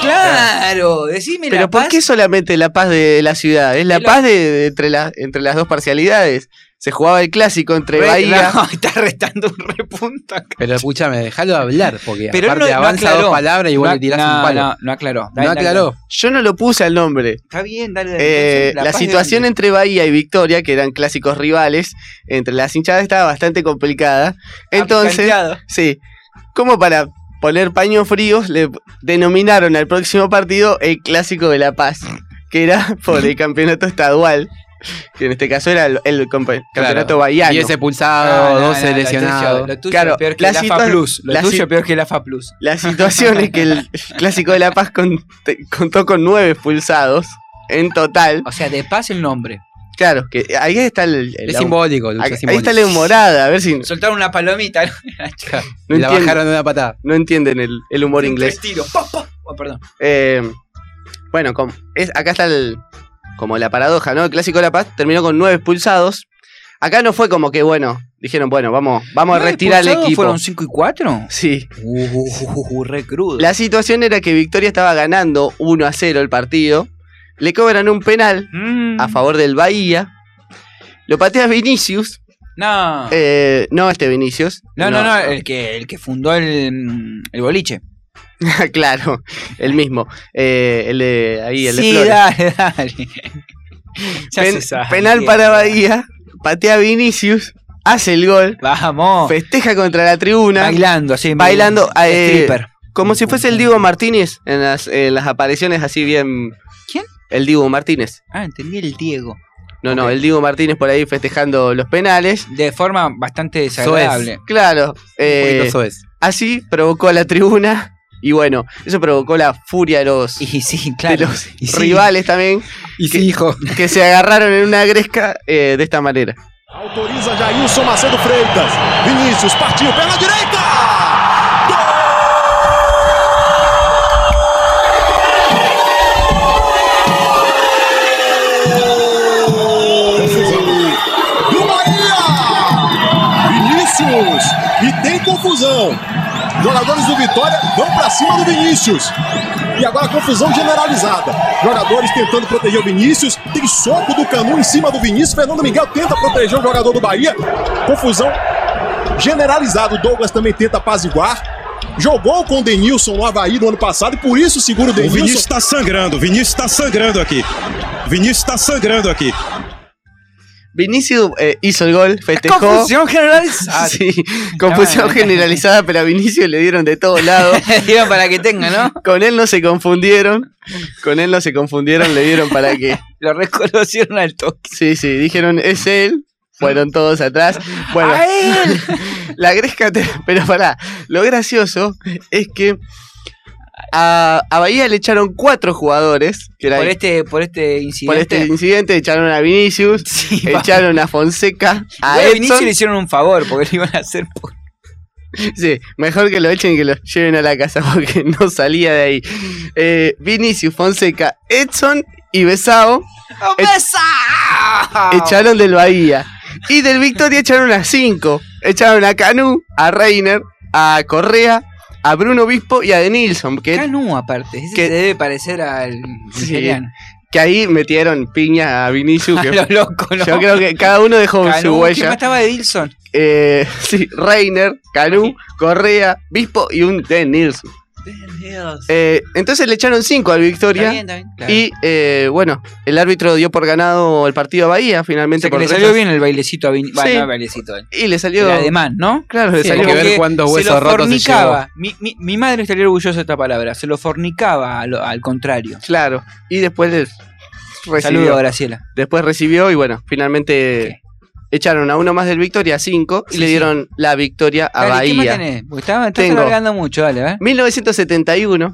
[SPEAKER 5] Claro, decime
[SPEAKER 6] Pero
[SPEAKER 5] La
[SPEAKER 6] ¿por
[SPEAKER 5] Paz.
[SPEAKER 6] qué solamente la paz de la ciudad? Es la
[SPEAKER 5] De la-
[SPEAKER 6] paz de, de- entre, la- entre las dos parcialidades. Se jugaba el clásico entre
[SPEAKER 5] Re-
[SPEAKER 6] Bahía.
[SPEAKER 5] no, está restando un repunto acá.
[SPEAKER 7] Pero escúchame, déjalo hablar, porque
[SPEAKER 5] Pero
[SPEAKER 7] aparte
[SPEAKER 5] no- no
[SPEAKER 7] avanza
[SPEAKER 5] aclaró.
[SPEAKER 7] dos palabras y vos
[SPEAKER 5] No,
[SPEAKER 7] le tirás
[SPEAKER 5] no,
[SPEAKER 7] un palo.
[SPEAKER 5] No, no aclaró.
[SPEAKER 7] No,
[SPEAKER 5] Dale, dale,
[SPEAKER 7] aclaró.
[SPEAKER 5] dale.
[SPEAKER 6] Yo no lo puse al nombre.
[SPEAKER 5] Está bien, dale.
[SPEAKER 6] Eh,
[SPEAKER 5] dale, entonces,
[SPEAKER 6] la
[SPEAKER 5] Paz de
[SPEAKER 6] situación
[SPEAKER 5] dónde?
[SPEAKER 6] entre Bahía y Victoria, que eran clásicos rivales, entre las hinchadas estaba bastante complicada. Entonces,
[SPEAKER 5] Apicanteado.
[SPEAKER 6] sí, como para poner paños fríos, le denominaron al próximo partido el clásico de la paz, que era por el campeonato estadual, que en este caso era el, el compa- campeonato bahiano.
[SPEAKER 7] 10
[SPEAKER 5] No, no,
[SPEAKER 7] expulsados,
[SPEAKER 5] no,
[SPEAKER 7] 12
[SPEAKER 5] lo
[SPEAKER 7] lesionados.
[SPEAKER 5] tuyo- Lo tuyo
[SPEAKER 6] Claro,
[SPEAKER 5] es peor que
[SPEAKER 6] la
[SPEAKER 5] la, FA
[SPEAKER 6] situa-
[SPEAKER 5] Plus. Lo
[SPEAKER 6] la
[SPEAKER 5] tuyo
[SPEAKER 6] si-
[SPEAKER 5] es peor que la FA Plus.
[SPEAKER 6] La situación es que el Clásico de La Paz con- te- contó con nueve expulsados en total.
[SPEAKER 5] O sea, de paz el nombre.
[SPEAKER 6] Claro, que ahí está el. el-
[SPEAKER 7] Es simbólico, Lucho,
[SPEAKER 6] ahí,
[SPEAKER 7] es
[SPEAKER 6] ahí
[SPEAKER 7] simbólico.
[SPEAKER 6] está la humorada, a ver si.
[SPEAKER 5] Soltaron una palomita. ¿no?
[SPEAKER 6] No,
[SPEAKER 7] Le la
[SPEAKER 6] entienden-
[SPEAKER 7] bajaron de una patada.
[SPEAKER 6] no entienden el, el humor inglés.
[SPEAKER 5] Tres tiros. Pa, pa. Oh, perdón.
[SPEAKER 6] Eh, bueno, com- es, acá está el, como la paradoja, ¿no? El Clásico de La Paz terminó con nueve expulsados. Acá no fue como que, bueno, dijeron, bueno, vamos, vamos a
[SPEAKER 5] ¿Nueve
[SPEAKER 6] retirar al
[SPEAKER 5] expulsados
[SPEAKER 6] equipo.
[SPEAKER 5] ¿Fueron 5 y 4?
[SPEAKER 6] Sí.
[SPEAKER 5] Uh, re crudo.
[SPEAKER 6] La situación era que Victoria estaba ganando 1 a 0 el partido. Le cobran un penal
[SPEAKER 5] Mm.
[SPEAKER 6] a favor del Bahía. Lo patea Vinicius.
[SPEAKER 5] No.
[SPEAKER 6] eh, no este Vinicius.
[SPEAKER 5] Ah. no, no, no, el que, el que fundó el, mm, el boliche.
[SPEAKER 6] claro, el mismo. Eh, el de ahí, el de
[SPEAKER 5] sí,
[SPEAKER 6] Flores.
[SPEAKER 5] dale, dale. Ya
[SPEAKER 6] Pen-
[SPEAKER 5] se sabe.
[SPEAKER 6] penal para Bahía. Patea Vinicius. Hace el gol.
[SPEAKER 5] Vamos.
[SPEAKER 6] Festeja contra la tribuna.
[SPEAKER 5] Bailando, así.
[SPEAKER 6] Bailando, eh,
[SPEAKER 5] stripper.
[SPEAKER 6] Como si fuese el Diego Martínez en las, en las apariciones así bien.
[SPEAKER 5] ¿Quién?
[SPEAKER 6] El Diego Martínez.
[SPEAKER 5] Ah, entendí el Diego.
[SPEAKER 6] No, no, el Diego Martínez por ahí festejando los penales.
[SPEAKER 5] De forma bastante desagradable.
[SPEAKER 6] Claro. eh,
[SPEAKER 7] Bueno, eso es.
[SPEAKER 6] Así provocó a la tribuna y bueno, eso provocó la furia de los,
[SPEAKER 5] Y sí,
[SPEAKER 6] de
[SPEAKER 5] claro.
[SPEAKER 6] los
[SPEAKER 5] Y sí.
[SPEAKER 6] rivales también,
[SPEAKER 7] Y
[SPEAKER 6] ¿Qué?
[SPEAKER 7] sí, hijo.
[SPEAKER 6] que se agarraron en una gresca eh, de esta manera.
[SPEAKER 12] Autoriza Jailson Macedo Freitas. Vinícius partiu pela direita. Gol! Do Bahia! Vinícius! E tem confusão. Jogadores do Vitória vão pra cima do Vinícius. E agora confusão generalizada. Jogadores tentando proteger o Vinícius. Tem soco do Canu em cima do Vinícius. Fernando Miguel tenta proteger o jogador do Bahia. Confusão generalizada. O Douglas também tenta apaziguar. Jogou com o Denilson no Havaí no ano passado e por isso segura o
[SPEAKER 2] O
[SPEAKER 12] Denilson.
[SPEAKER 2] Vinícius está sangrando, o Vinícius está sangrando aqui. O Vinícius está sangrando aqui.
[SPEAKER 6] Vinicius eh, hizo el gol, festejó.
[SPEAKER 5] Confusión Ah, generalizada.
[SPEAKER 6] Sí, confusión
[SPEAKER 5] Claro.
[SPEAKER 6] generalizada, pero a Vinicius le dieron de todos lados.
[SPEAKER 5] Digo, para que tenga, ¿no?
[SPEAKER 6] Con él no se confundieron. Con él no se confundieron, le dieron para que.
[SPEAKER 5] Lo reconocieron al toque.
[SPEAKER 6] Sí, sí, dijeron es él. Fueron todos atrás. Bueno,
[SPEAKER 5] ¡A él!
[SPEAKER 6] La gresca, te- pero pará, lo gracioso es que a, a Bahía le echaron cuatro jugadores, que era
[SPEAKER 5] Por este, por este
[SPEAKER 6] por
[SPEAKER 5] incidente.
[SPEAKER 6] este incidente, echaron a Vinicius,
[SPEAKER 5] Sí, va.
[SPEAKER 6] echaron a Fonseca, a
[SPEAKER 5] Igual Vinicius
[SPEAKER 6] Edson.
[SPEAKER 5] le hicieron un favor porque le iban a hacer. por-
[SPEAKER 6] Sí, mejor que lo echen que lo lleven a la casa porque no salía de ahí. Eh, Vinicius, Fonseca, Edson y Besao
[SPEAKER 5] ¡Oh,
[SPEAKER 6] Ech-
[SPEAKER 5] pesado!
[SPEAKER 6] echaron del Bahía. Y del Victoria echaron a cinco. Echaron a Canu, a Reiner, a Correa, a Bruno Obispo y a Denilson, que
[SPEAKER 5] Canu, aparte. Ese
[SPEAKER 6] que-
[SPEAKER 5] se debe parecer al
[SPEAKER 6] Sí.
[SPEAKER 5] nigeriano.
[SPEAKER 6] Que ahí metieron piña a Vinicius.
[SPEAKER 5] A
[SPEAKER 6] que-
[SPEAKER 5] lo loco, ¿no?
[SPEAKER 6] Yo creo que cada uno dejó
[SPEAKER 5] Canu,
[SPEAKER 6] su
[SPEAKER 5] ¿Quién más
[SPEAKER 6] huella.
[SPEAKER 5] estaba de Dilson?
[SPEAKER 6] Eh, sí, Reiner, Canú, Correa, Bispo y un Denilson. Eh, entonces le echaron 5 al
[SPEAKER 5] Está
[SPEAKER 6] Victoria.
[SPEAKER 5] bien, está bien, claro.
[SPEAKER 6] Y eh, bueno, el árbitro dio por ganado el partido a Bahía
[SPEAKER 5] O
[SPEAKER 6] finalmente.
[SPEAKER 5] sea que
[SPEAKER 6] por
[SPEAKER 5] le
[SPEAKER 6] rechaz-
[SPEAKER 5] salió bien el bailecito a Vin... Bueno,
[SPEAKER 6] Sí.
[SPEAKER 5] no el bailecito. El
[SPEAKER 6] Y le salió.
[SPEAKER 5] el ademán, ¿no?
[SPEAKER 6] Claro, le
[SPEAKER 7] Sí,
[SPEAKER 6] salió.
[SPEAKER 7] hay que ver
[SPEAKER 5] Porque
[SPEAKER 7] cuántos
[SPEAKER 5] se
[SPEAKER 7] huesos
[SPEAKER 5] lo
[SPEAKER 7] rotos se
[SPEAKER 5] fornicaba. mi, mi- mi madre estaría orgullosa de esta palabra. Se lo fornicaba al, al contrario.
[SPEAKER 6] Claro. Y después le- recibió.
[SPEAKER 5] Saludos, Graciela.
[SPEAKER 6] Después recibió y bueno, finalmente Echaron a uno más del Victoria, cinco, y
[SPEAKER 5] Sí,
[SPEAKER 6] le
[SPEAKER 5] sí.
[SPEAKER 6] dieron la victoria a
[SPEAKER 5] Dale, ¿Qué más
[SPEAKER 6] Bahía.
[SPEAKER 5] tenés? Porque estás, estás
[SPEAKER 6] Tengo.
[SPEAKER 5] alargando mucho, dale, ¿eh?
[SPEAKER 6] 1971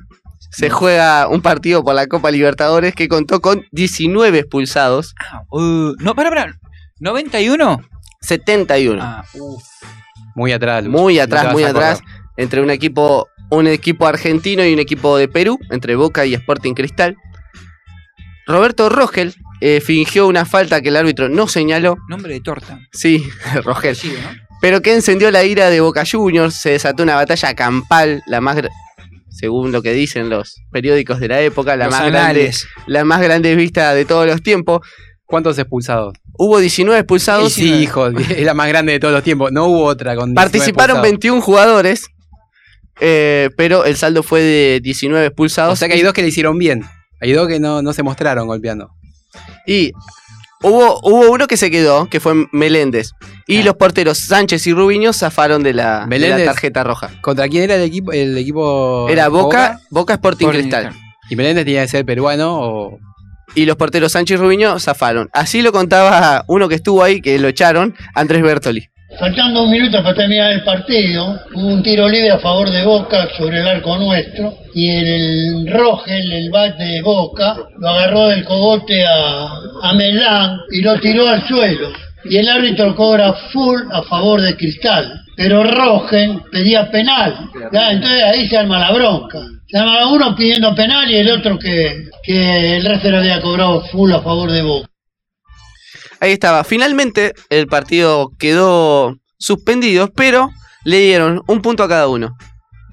[SPEAKER 6] se juega un partido por la Copa Libertadores que contó con 19 expulsados.
[SPEAKER 5] Uh, no, pará, pará. ¿91?
[SPEAKER 6] 71.
[SPEAKER 5] Ah, uf.
[SPEAKER 7] Muy atrás. Lucho.
[SPEAKER 6] muy
[SPEAKER 7] No te
[SPEAKER 6] atrás,
[SPEAKER 7] vas
[SPEAKER 6] muy
[SPEAKER 7] a acordar.
[SPEAKER 6] atrás. Entre un equipo, un equipo argentino y un equipo de Perú, entre Boca y Sporting Cristal. Roberto Rogel eh, fingió una falta que el árbitro no señaló.
[SPEAKER 5] Nombre de torta.
[SPEAKER 6] Sí, Rogel.
[SPEAKER 5] Sigue, ¿no?
[SPEAKER 6] Pero que encendió la ira de Boca Juniors, se desató una batalla campal, la más, gr- según lo que dicen los periódicos de la época, la
[SPEAKER 5] Los
[SPEAKER 6] más grande,
[SPEAKER 5] anales.
[SPEAKER 6] la más grande vista de todos los tiempos.
[SPEAKER 7] ¿Cuántos expulsados?
[SPEAKER 6] Hubo 19 expulsados.
[SPEAKER 7] sí, hijo, es la más grande de todos los tiempos. No hubo otra con 19
[SPEAKER 6] Participaron
[SPEAKER 7] expulsados.
[SPEAKER 6] 21 jugadores, eh, pero el saldo fue de 19 expulsados.
[SPEAKER 7] O sea que hay dos que le hicieron bien. Hay dos que no, no se mostraron golpeando.
[SPEAKER 6] Y hubo, hubo uno que se quedó, que fue Meléndez. Y los porteros Sánchez y Rubiño zafaron de la, de la
[SPEAKER 7] Ah. Meléndez.
[SPEAKER 6] tarjeta roja.
[SPEAKER 7] ¿Contra quién era el equipo? El equipo
[SPEAKER 6] Era Boca, Boca Sporting
[SPEAKER 5] Por
[SPEAKER 6] Cristal.
[SPEAKER 7] Y Meléndez tenía que ser peruano o.
[SPEAKER 6] Y los porteros Sánchez y Rubiño zafaron. Así lo contaba uno que estuvo ahí, que lo echaron, Andrés Bertoli.
[SPEAKER 13] Faltando un minuto para terminar el partido, hubo un tiro libre a favor de Boca sobre el arco nuestro y el Rogel, el bate de Boca, lo agarró del cogote a, a Melán y lo tiró al suelo. Y el árbitro cobra full a favor de Cristal, pero Rogel pedía penal. Ya, Entonces ahí se arma la bronca. Se arma uno pidiendo penal y el otro que, que el referee había cobrado full a favor de Boca.
[SPEAKER 6] Ahí estaba. Finalmente el partido quedó suspendido, pero le dieron un punto a cada uno.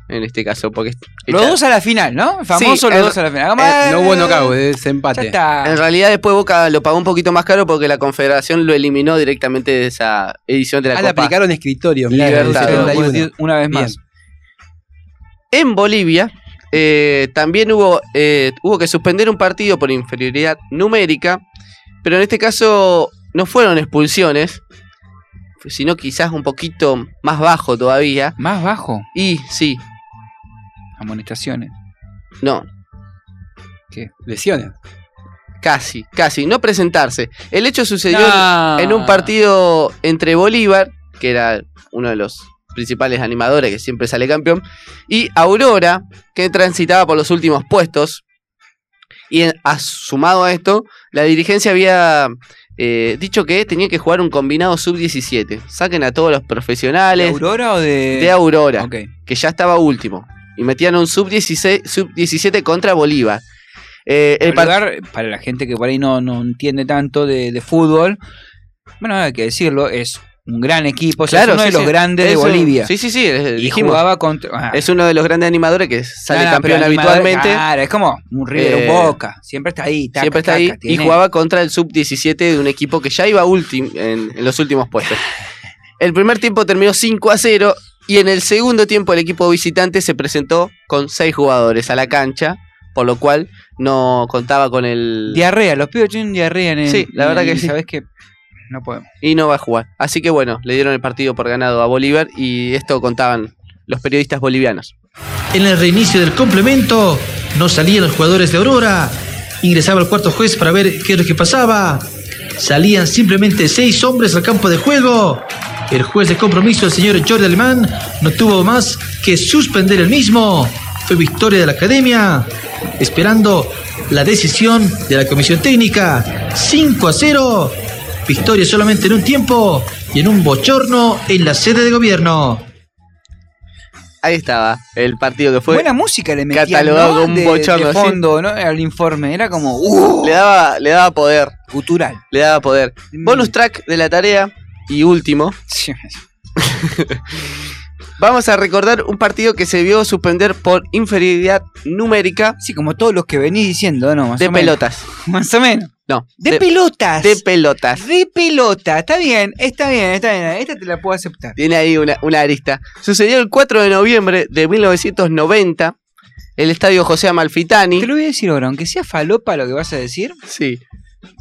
[SPEAKER 6] En este caso, porque...
[SPEAKER 5] Los dos a la final, ¿no? El famoso
[SPEAKER 6] Sí,
[SPEAKER 5] los
[SPEAKER 6] el-
[SPEAKER 5] dos a la final.
[SPEAKER 6] Eh,
[SPEAKER 7] No hubo knockout,
[SPEAKER 5] cago.
[SPEAKER 7] es
[SPEAKER 5] Ya
[SPEAKER 7] empate.
[SPEAKER 5] está.
[SPEAKER 6] En realidad después Boca lo pagó un poquito más caro porque la Confederación lo eliminó directamente de esa edición de la
[SPEAKER 7] Ah, le
[SPEAKER 6] Copa.
[SPEAKER 7] aplicaron escritorio, mirá, en el
[SPEAKER 6] Libertad.
[SPEAKER 5] Libertadores,
[SPEAKER 7] 71.
[SPEAKER 5] decir Una vez
[SPEAKER 7] Bien.
[SPEAKER 5] más.
[SPEAKER 6] En Bolivia eh, también hubo, eh, hubo que suspender un partido por inferioridad numérica, pero en este caso no fueron expulsiones, sino quizás un poquito más bajo todavía.
[SPEAKER 5] Más bajo.
[SPEAKER 6] Y sí,
[SPEAKER 5] Amonestaciones.
[SPEAKER 6] no,
[SPEAKER 7] Lesiones.
[SPEAKER 6] casi, casi, no presentarse. El hecho sucedió en-
[SPEAKER 5] No.
[SPEAKER 6] en un partido entre Bolívar, que era uno de los principales animadores que siempre sale campeón, y Aurora, que transitaba por los últimos puestos. Y en- a- sumado a esto, la dirigencia había eh, dicho que tenía que jugar un combinado sub-17. Saquen a todos los
[SPEAKER 5] ¿De
[SPEAKER 6] profesionales
[SPEAKER 5] Aurora o de.?
[SPEAKER 6] de Aurora,
[SPEAKER 5] Ok.
[SPEAKER 6] que ya estaba último. Y metían un sub-16 sub-17 contra Bolívar. Eh, el
[SPEAKER 5] El
[SPEAKER 6] partido
[SPEAKER 5] para la gente que por ahí no, no entiende tanto de, de fútbol, bueno, hay que decirlo, es un gran equipo, o sea, es uno de los grandes de Bolivia.
[SPEAKER 6] Sí, sí, sí. eh,
[SPEAKER 5] y
[SPEAKER 6] dijimos.
[SPEAKER 5] jugaba contra. ah,
[SPEAKER 6] Es uno de los grandes animadores que sale
[SPEAKER 5] nada,
[SPEAKER 6] campeón
[SPEAKER 5] pero animador,
[SPEAKER 6] habitualmente.
[SPEAKER 5] Claro, es como un River
[SPEAKER 6] Eh,
[SPEAKER 5] un Boca, siempre está ahí, taca,
[SPEAKER 6] siempre está
[SPEAKER 5] taca,
[SPEAKER 6] ahí.
[SPEAKER 5] tiene-
[SPEAKER 6] Y jugaba contra el sub-17 de un equipo que ya iba último en, en los últimos puestos. El primer tiempo terminó 5 a 0. Y en el segundo tiempo el equipo visitante se presentó con 6 jugadores a la cancha. Por lo cual no contaba con el...
[SPEAKER 5] Diarrea, los pibes tienen diarrea en el-
[SPEAKER 6] Sí, la verdad
[SPEAKER 5] en-
[SPEAKER 6] que
[SPEAKER 5] y
[SPEAKER 6] sí.
[SPEAKER 5] Sabes que no podemos.
[SPEAKER 6] Y no va a jugar. Así que bueno, le dieron el partido por ganado a Bolívar. Y esto contaban los periodistas bolivianos.
[SPEAKER 14] En el reinicio del complemento no salían los jugadores de Aurora. Ingresaba el cuarto juez para ver qué es lo que pasaba. Salían simplemente seis hombres al campo de juego. El juez de compromiso, el señor Jordi Alemán, no tuvo más que suspender el mismo. Fue victoria de la academia, esperando la decisión de la comisión técnica. 5 a 0. Victoria solamente en un tiempo y en un bochorno en la sede de gobierno.
[SPEAKER 6] Ahí estaba el partido que fue.
[SPEAKER 5] Buena música le metían,
[SPEAKER 6] catalogado
[SPEAKER 5] ¿no?
[SPEAKER 6] como un
[SPEAKER 5] de,
[SPEAKER 6] bochorno,
[SPEAKER 5] de
[SPEAKER 6] sí.
[SPEAKER 5] fondo, ¿no? Al informe, era como uh,
[SPEAKER 6] Le daba, le daba poder.
[SPEAKER 5] cultural.
[SPEAKER 6] Le daba poder.
[SPEAKER 5] Mm.
[SPEAKER 6] Bonus track de la tarea y último.
[SPEAKER 5] Sí.
[SPEAKER 6] Vamos a recordar un partido que se vio suspender por inferioridad numérica
[SPEAKER 5] Sí, como todos los que venís diciendo, ¿no? Más
[SPEAKER 6] de
[SPEAKER 5] o menos.
[SPEAKER 6] pelotas.
[SPEAKER 5] Más o menos.
[SPEAKER 6] No,
[SPEAKER 5] De,
[SPEAKER 6] de,
[SPEAKER 5] pelotas.
[SPEAKER 6] de pelotas.
[SPEAKER 5] de pelota. Está bien, está bien, está bien. Esta te la puedo aceptar.
[SPEAKER 6] Tiene ahí una, una arista. Sucedió el 4 de noviembre de 1990. El estadio José Amalfitani.
[SPEAKER 5] Te lo voy a decir ahora, aunque sea falopa lo que vas a decir,
[SPEAKER 6] Sí,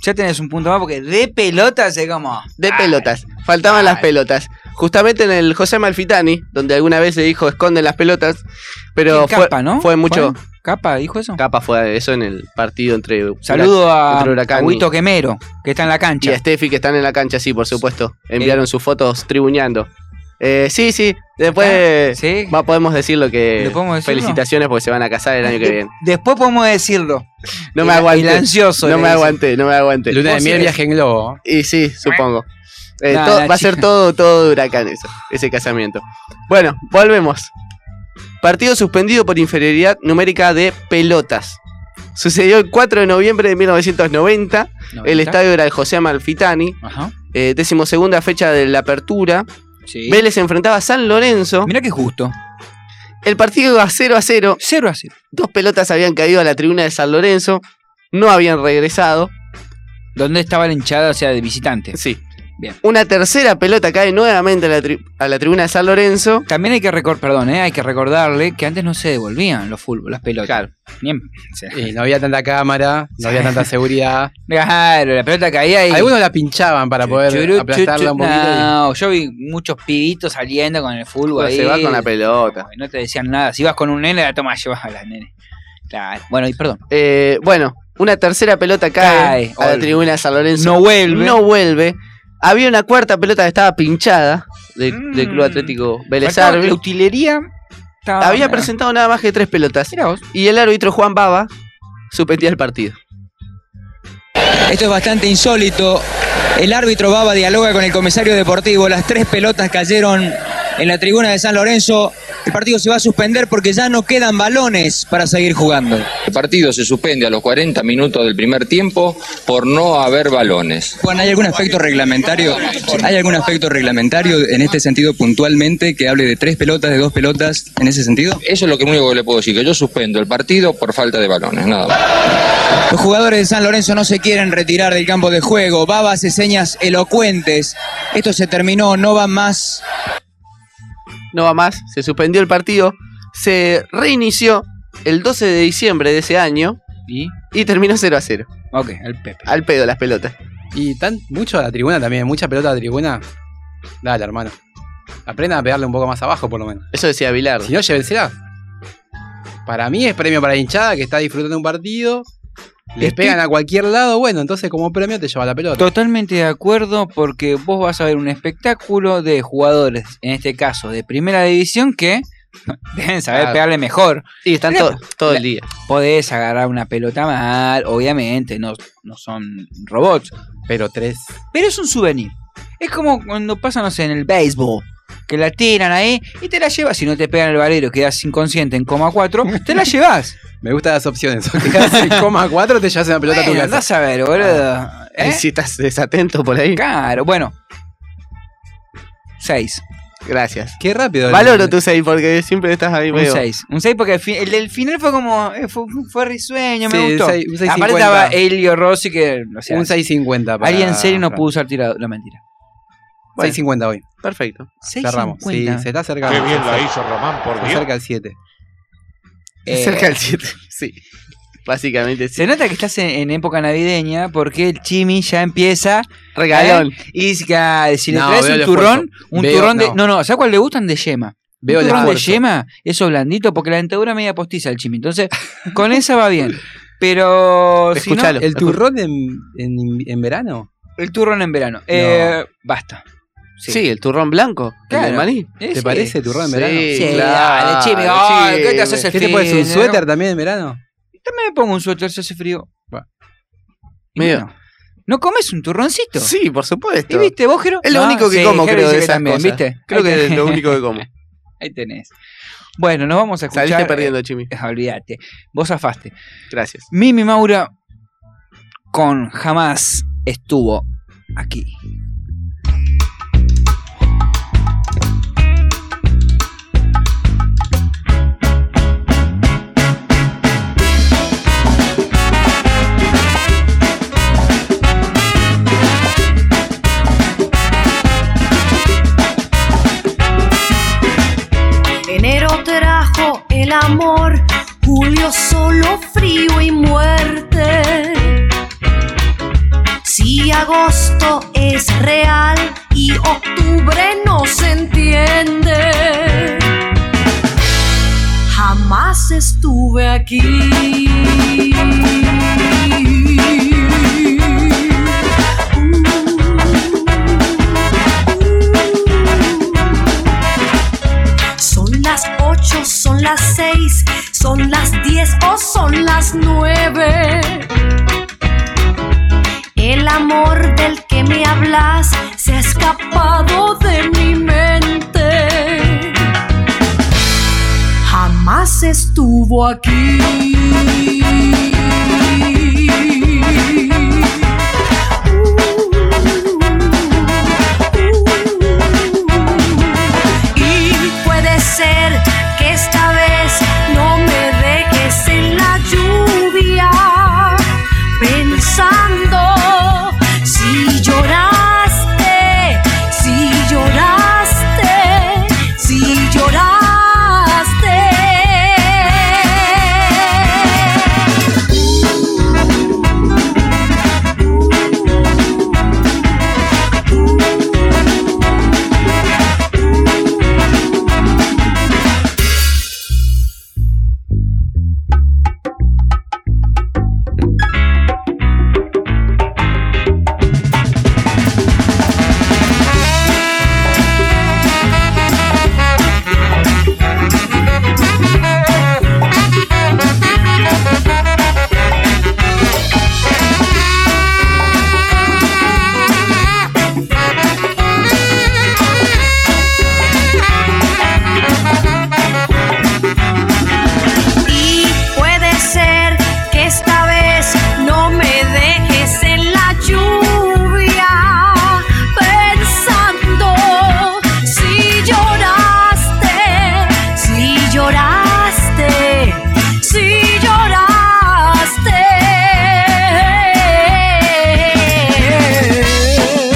[SPEAKER 5] ya tenés un punto más porque de pelotas es como.
[SPEAKER 6] de pelotas. Faltaban las pelotas. Justamente en el José Malfitani, donde alguna vez se dijo esconden las pelotas, pero
[SPEAKER 5] ¿Quién?
[SPEAKER 6] fue,
[SPEAKER 5] Capa, ¿no?
[SPEAKER 6] fue mucho.
[SPEAKER 5] ¿Fue? ¿Capa dijo eso?
[SPEAKER 6] Capa fue eso en el partido entre.
[SPEAKER 5] Saludo a-
[SPEAKER 6] entre Huracán
[SPEAKER 5] a
[SPEAKER 6] y-
[SPEAKER 5] Huito Quemero, que está en la
[SPEAKER 6] y
[SPEAKER 5] cancha. Eh.
[SPEAKER 6] a Steffi que están en la cancha, sí, por supuesto. Enviaron sus fotos tribuñando. Eh, sí, sí. Después va- podemos decir lo que.
[SPEAKER 5] ¿Le podemos decirlo?
[SPEAKER 6] Felicitaciones porque se van a casar el año que viene.
[SPEAKER 5] Después podemos decirlo.
[SPEAKER 6] No
[SPEAKER 5] El-
[SPEAKER 6] me aguanté.
[SPEAKER 5] el ansioso,
[SPEAKER 6] No
[SPEAKER 5] le
[SPEAKER 6] me
[SPEAKER 5] dicen.
[SPEAKER 6] aguanté, no me aguanté.
[SPEAKER 5] Luna de
[SPEAKER 6] Vos
[SPEAKER 5] miel,
[SPEAKER 6] eres-
[SPEAKER 5] viaje en globo.
[SPEAKER 6] Y sí, supongo. Eh,
[SPEAKER 5] No,
[SPEAKER 6] todo-
[SPEAKER 5] la
[SPEAKER 6] va a ser
[SPEAKER 5] chica.
[SPEAKER 6] todo, todo de huracán eso, ese casamiento. Bueno, volvemos. Partido suspendido por inferioridad numérica de pelotas. Sucedió el 4 de noviembre de 1990. El
[SPEAKER 5] ¿Noventa?
[SPEAKER 6] estadio era el José Amalfitani.
[SPEAKER 5] Ajá.
[SPEAKER 6] Eh, decimosegunda fecha de la apertura.
[SPEAKER 5] Sí.
[SPEAKER 6] Vélez se enfrentaba a San Lorenzo.
[SPEAKER 5] Mirá que justo.
[SPEAKER 6] El partido iba 0 a 0.
[SPEAKER 5] 0 a 0.
[SPEAKER 6] Dos pelotas habían caído a la tribuna de San Lorenzo. No habían regresado.
[SPEAKER 5] ¿Dónde estaba la hinchada, o sea, de visitante?
[SPEAKER 6] Sí.
[SPEAKER 5] Bien.
[SPEAKER 6] Una tercera pelota cae nuevamente a la, tri- a la tribuna de San Lorenzo.
[SPEAKER 5] También hay que recordar, perdón, eh, hay que recordarle que antes no se devolvían los fútbol, las pelotas. Claro.
[SPEAKER 7] Y no había tanta cámara, no había tanta seguridad.
[SPEAKER 5] Claro, la pelota caía y.
[SPEAKER 7] Algunos la pinchaban
[SPEAKER 5] Este,
[SPEAKER 7] para poder
[SPEAKER 5] Churu,
[SPEAKER 7] aplastarla
[SPEAKER 5] chu,
[SPEAKER 7] un
[SPEAKER 5] chu.
[SPEAKER 7] poquito. y-
[SPEAKER 5] No, yo vi muchos pibitos saliendo con el fútbol.
[SPEAKER 6] se
[SPEAKER 5] ahí.
[SPEAKER 6] va con la pelota.
[SPEAKER 5] No te decían nada. Si ibas con un nene, la toma, llevas a las nene. Claro. Bueno, y perdón.
[SPEAKER 6] Eh, bueno, una tercera pelota cae,
[SPEAKER 5] Cae,
[SPEAKER 6] a la
[SPEAKER 5] ol-
[SPEAKER 6] tribuna de San Lorenzo.
[SPEAKER 5] No vuelve.
[SPEAKER 6] No vuelve. Había una cuarta pelota que estaba pinchada de- del Club Atlético Vélez
[SPEAKER 5] Mm. Faltaba
[SPEAKER 6] Arbe.
[SPEAKER 5] La utilería estaba-
[SPEAKER 6] Había presentado nada más que tres pelotas. Y el árbitro Juan Baba suspendía el partido.
[SPEAKER 15] Esto es bastante insólito. El árbitro Baba dialoga con el comisario deportivo. Las tres pelotas cayeron en la tribuna de San Lorenzo. El partido se va a suspender porque ya no quedan balones para seguir jugando.
[SPEAKER 16] El partido se suspende a los 40 minutos del primer tiempo por no haber balones.
[SPEAKER 15] Juan, ¿hay algún aspecto reglamentario? ¿Hay algún aspecto reglamentario en este sentido puntualmente que hable de tres pelotas, de dos pelotas, en ese sentido?
[SPEAKER 16] Eso es lo que único que le puedo decir, que yo suspendo el partido por falta de balones, nada más.
[SPEAKER 15] Los jugadores de San Lorenzo no se quieren retirar del campo de juego. Baba hace señas elocuentes. Esto se terminó, no va más.
[SPEAKER 6] No va más. Se suspendió el partido. Se reinició el 12 de diciembre de ese año.
[SPEAKER 5] Y,
[SPEAKER 6] terminó 0 a 0.
[SPEAKER 5] Ok, al Pepe.
[SPEAKER 6] Al pedo las pelotas.
[SPEAKER 7] Y tan mucho a la tribuna también, mucha pelota a la tribuna. Dale, hermano. Aprendan a pegarle un poco más abajo, por lo menos.
[SPEAKER 6] Eso decía Vilar.
[SPEAKER 7] Si no, llévensela. Para mí es premio para la hinchada que está disfrutando un partido. Le
[SPEAKER 5] Estoy-
[SPEAKER 7] pegan a cualquier lado, bueno, entonces como premio te lleva la pelota.
[SPEAKER 5] Totalmente de acuerdo porque vos vas a ver un espectáculo de jugadores, en este caso de primera división, que deben saber
[SPEAKER 6] Claro.
[SPEAKER 5] pegarle mejor.
[SPEAKER 6] Y están to- todo el día.
[SPEAKER 5] Podés agarrar una pelota mal, obviamente, no, no son robots.
[SPEAKER 7] Pero tres.
[SPEAKER 5] Pero es un souvenir. Es como cuando pasa, no sé, en el béisbol. Que la tiran ahí y te la llevas. Si no te pegan el valero, quedas inconsciente en coma 4, te la llevas.
[SPEAKER 7] Me gustan las opciones. O quedás en coma 4 te llevas una pelota
[SPEAKER 5] Bueno,
[SPEAKER 7] a tu
[SPEAKER 5] andás
[SPEAKER 7] casa. Ah,
[SPEAKER 5] a ver, boludo. ¿Eh?
[SPEAKER 6] Si estás desatento por ahí.
[SPEAKER 5] Claro, bueno. 6.
[SPEAKER 6] Gracias.
[SPEAKER 7] Qué rápido.
[SPEAKER 6] Valoro tu 6 porque siempre estás ahí
[SPEAKER 5] Un
[SPEAKER 6] medio-
[SPEAKER 5] 6. Un 6 porque el, fi- el del final fue como. eh, Fue, fue risueño,
[SPEAKER 7] Sí,
[SPEAKER 5] me
[SPEAKER 7] un
[SPEAKER 5] gustó.
[SPEAKER 7] seis- un seis
[SPEAKER 5] Aparte
[SPEAKER 7] cincuenta.
[SPEAKER 5] estaba Elio Rossi que. O sea,
[SPEAKER 7] Un 6.50. para-
[SPEAKER 5] Alguien serio no
[SPEAKER 7] para-
[SPEAKER 5] pudo usar tirado. No, mentira.
[SPEAKER 7] Bueno, 6.50 hoy.
[SPEAKER 6] Perfecto.
[SPEAKER 7] Cerramos. Sí, se está cerca.
[SPEAKER 17] Qué bien la
[SPEAKER 7] se-
[SPEAKER 17] hizo Román, por
[SPEAKER 7] se
[SPEAKER 17] Dios.
[SPEAKER 7] Cerca el 7.
[SPEAKER 5] Eh,
[SPEAKER 6] Cerca del 7. Sí. Básicamente sí.
[SPEAKER 5] Se nota que estás en, en época navideña porque el chimi ya empieza.
[SPEAKER 6] Regalón.
[SPEAKER 5] ¿eh? Y si, ah, si le
[SPEAKER 6] No,
[SPEAKER 5] traes
[SPEAKER 6] veo
[SPEAKER 5] un
[SPEAKER 6] el
[SPEAKER 5] turrón,
[SPEAKER 6] esfuerzo.
[SPEAKER 5] un
[SPEAKER 6] Veo-
[SPEAKER 5] turrón de.
[SPEAKER 6] no.
[SPEAKER 5] No, no, ¿sabes cuál le gustan? De yema.
[SPEAKER 7] Veo el
[SPEAKER 5] un turrón de
[SPEAKER 7] esfuerzo.
[SPEAKER 5] yema, eso blandito, porque la dentadura media postiza el chimi. Entonces, con esa va bien. Pero. si no-
[SPEAKER 7] ¿El turrón en, en, en verano?
[SPEAKER 5] El turrón en verano. Eh, basta.
[SPEAKER 6] Sí. el turrón blanco. El de
[SPEAKER 5] Claro.
[SPEAKER 6] maní.
[SPEAKER 5] Eh, sí.
[SPEAKER 6] Sí,
[SPEAKER 5] Sí,
[SPEAKER 6] claro,
[SPEAKER 5] dale, chimi. Ay, ¿Qué te
[SPEAKER 6] chimi.
[SPEAKER 5] haces el
[SPEAKER 7] te pones
[SPEAKER 5] fin, eh?
[SPEAKER 7] un
[SPEAKER 5] no?
[SPEAKER 7] suéter también en verano?
[SPEAKER 5] También me pongo un suéter si hace frío. Y
[SPEAKER 6] Medio-
[SPEAKER 5] bueno, ¿No comes un turroncito?
[SPEAKER 6] Sí, por supuesto.
[SPEAKER 5] ¿Y viste, vos, Jero?
[SPEAKER 6] Es lo
[SPEAKER 5] Ah,
[SPEAKER 6] único que
[SPEAKER 5] sí,
[SPEAKER 6] como,
[SPEAKER 5] Jero
[SPEAKER 6] creo,
[SPEAKER 5] dice
[SPEAKER 6] de
[SPEAKER 5] que
[SPEAKER 6] esas
[SPEAKER 5] también,
[SPEAKER 6] cosas.
[SPEAKER 5] ¿viste?
[SPEAKER 6] Creo
[SPEAKER 5] Ahí
[SPEAKER 6] que es
[SPEAKER 5] tenés.
[SPEAKER 6] lo único que como.
[SPEAKER 5] Ahí tenés. Bueno, nos vamos a escuchar. eh,
[SPEAKER 6] Saliste perdiendo, Chimi.
[SPEAKER 5] Olvídate. Vos zafaste.
[SPEAKER 6] Gracias.
[SPEAKER 5] Mimi Maura con Jamás estuvo aquí.
[SPEAKER 1] Enero trajo el amor, Julio solo frío y muerte. Si agosto es real y octubre no se entiende. Jamás estuve aquí. Son las ocho, son las seis, son las diez o son las nueve. El amor del que me hablas se ha escapado de mi mente. Jamás estuvo aquí. Y puede ser que esta vez no me dejes en la lluvia pensando si lloraste, si lloraste, si lloraste. Y puede ser que esta vez no me dejes en la lluvia pensando si lloraste, si lloraste, si lloraste.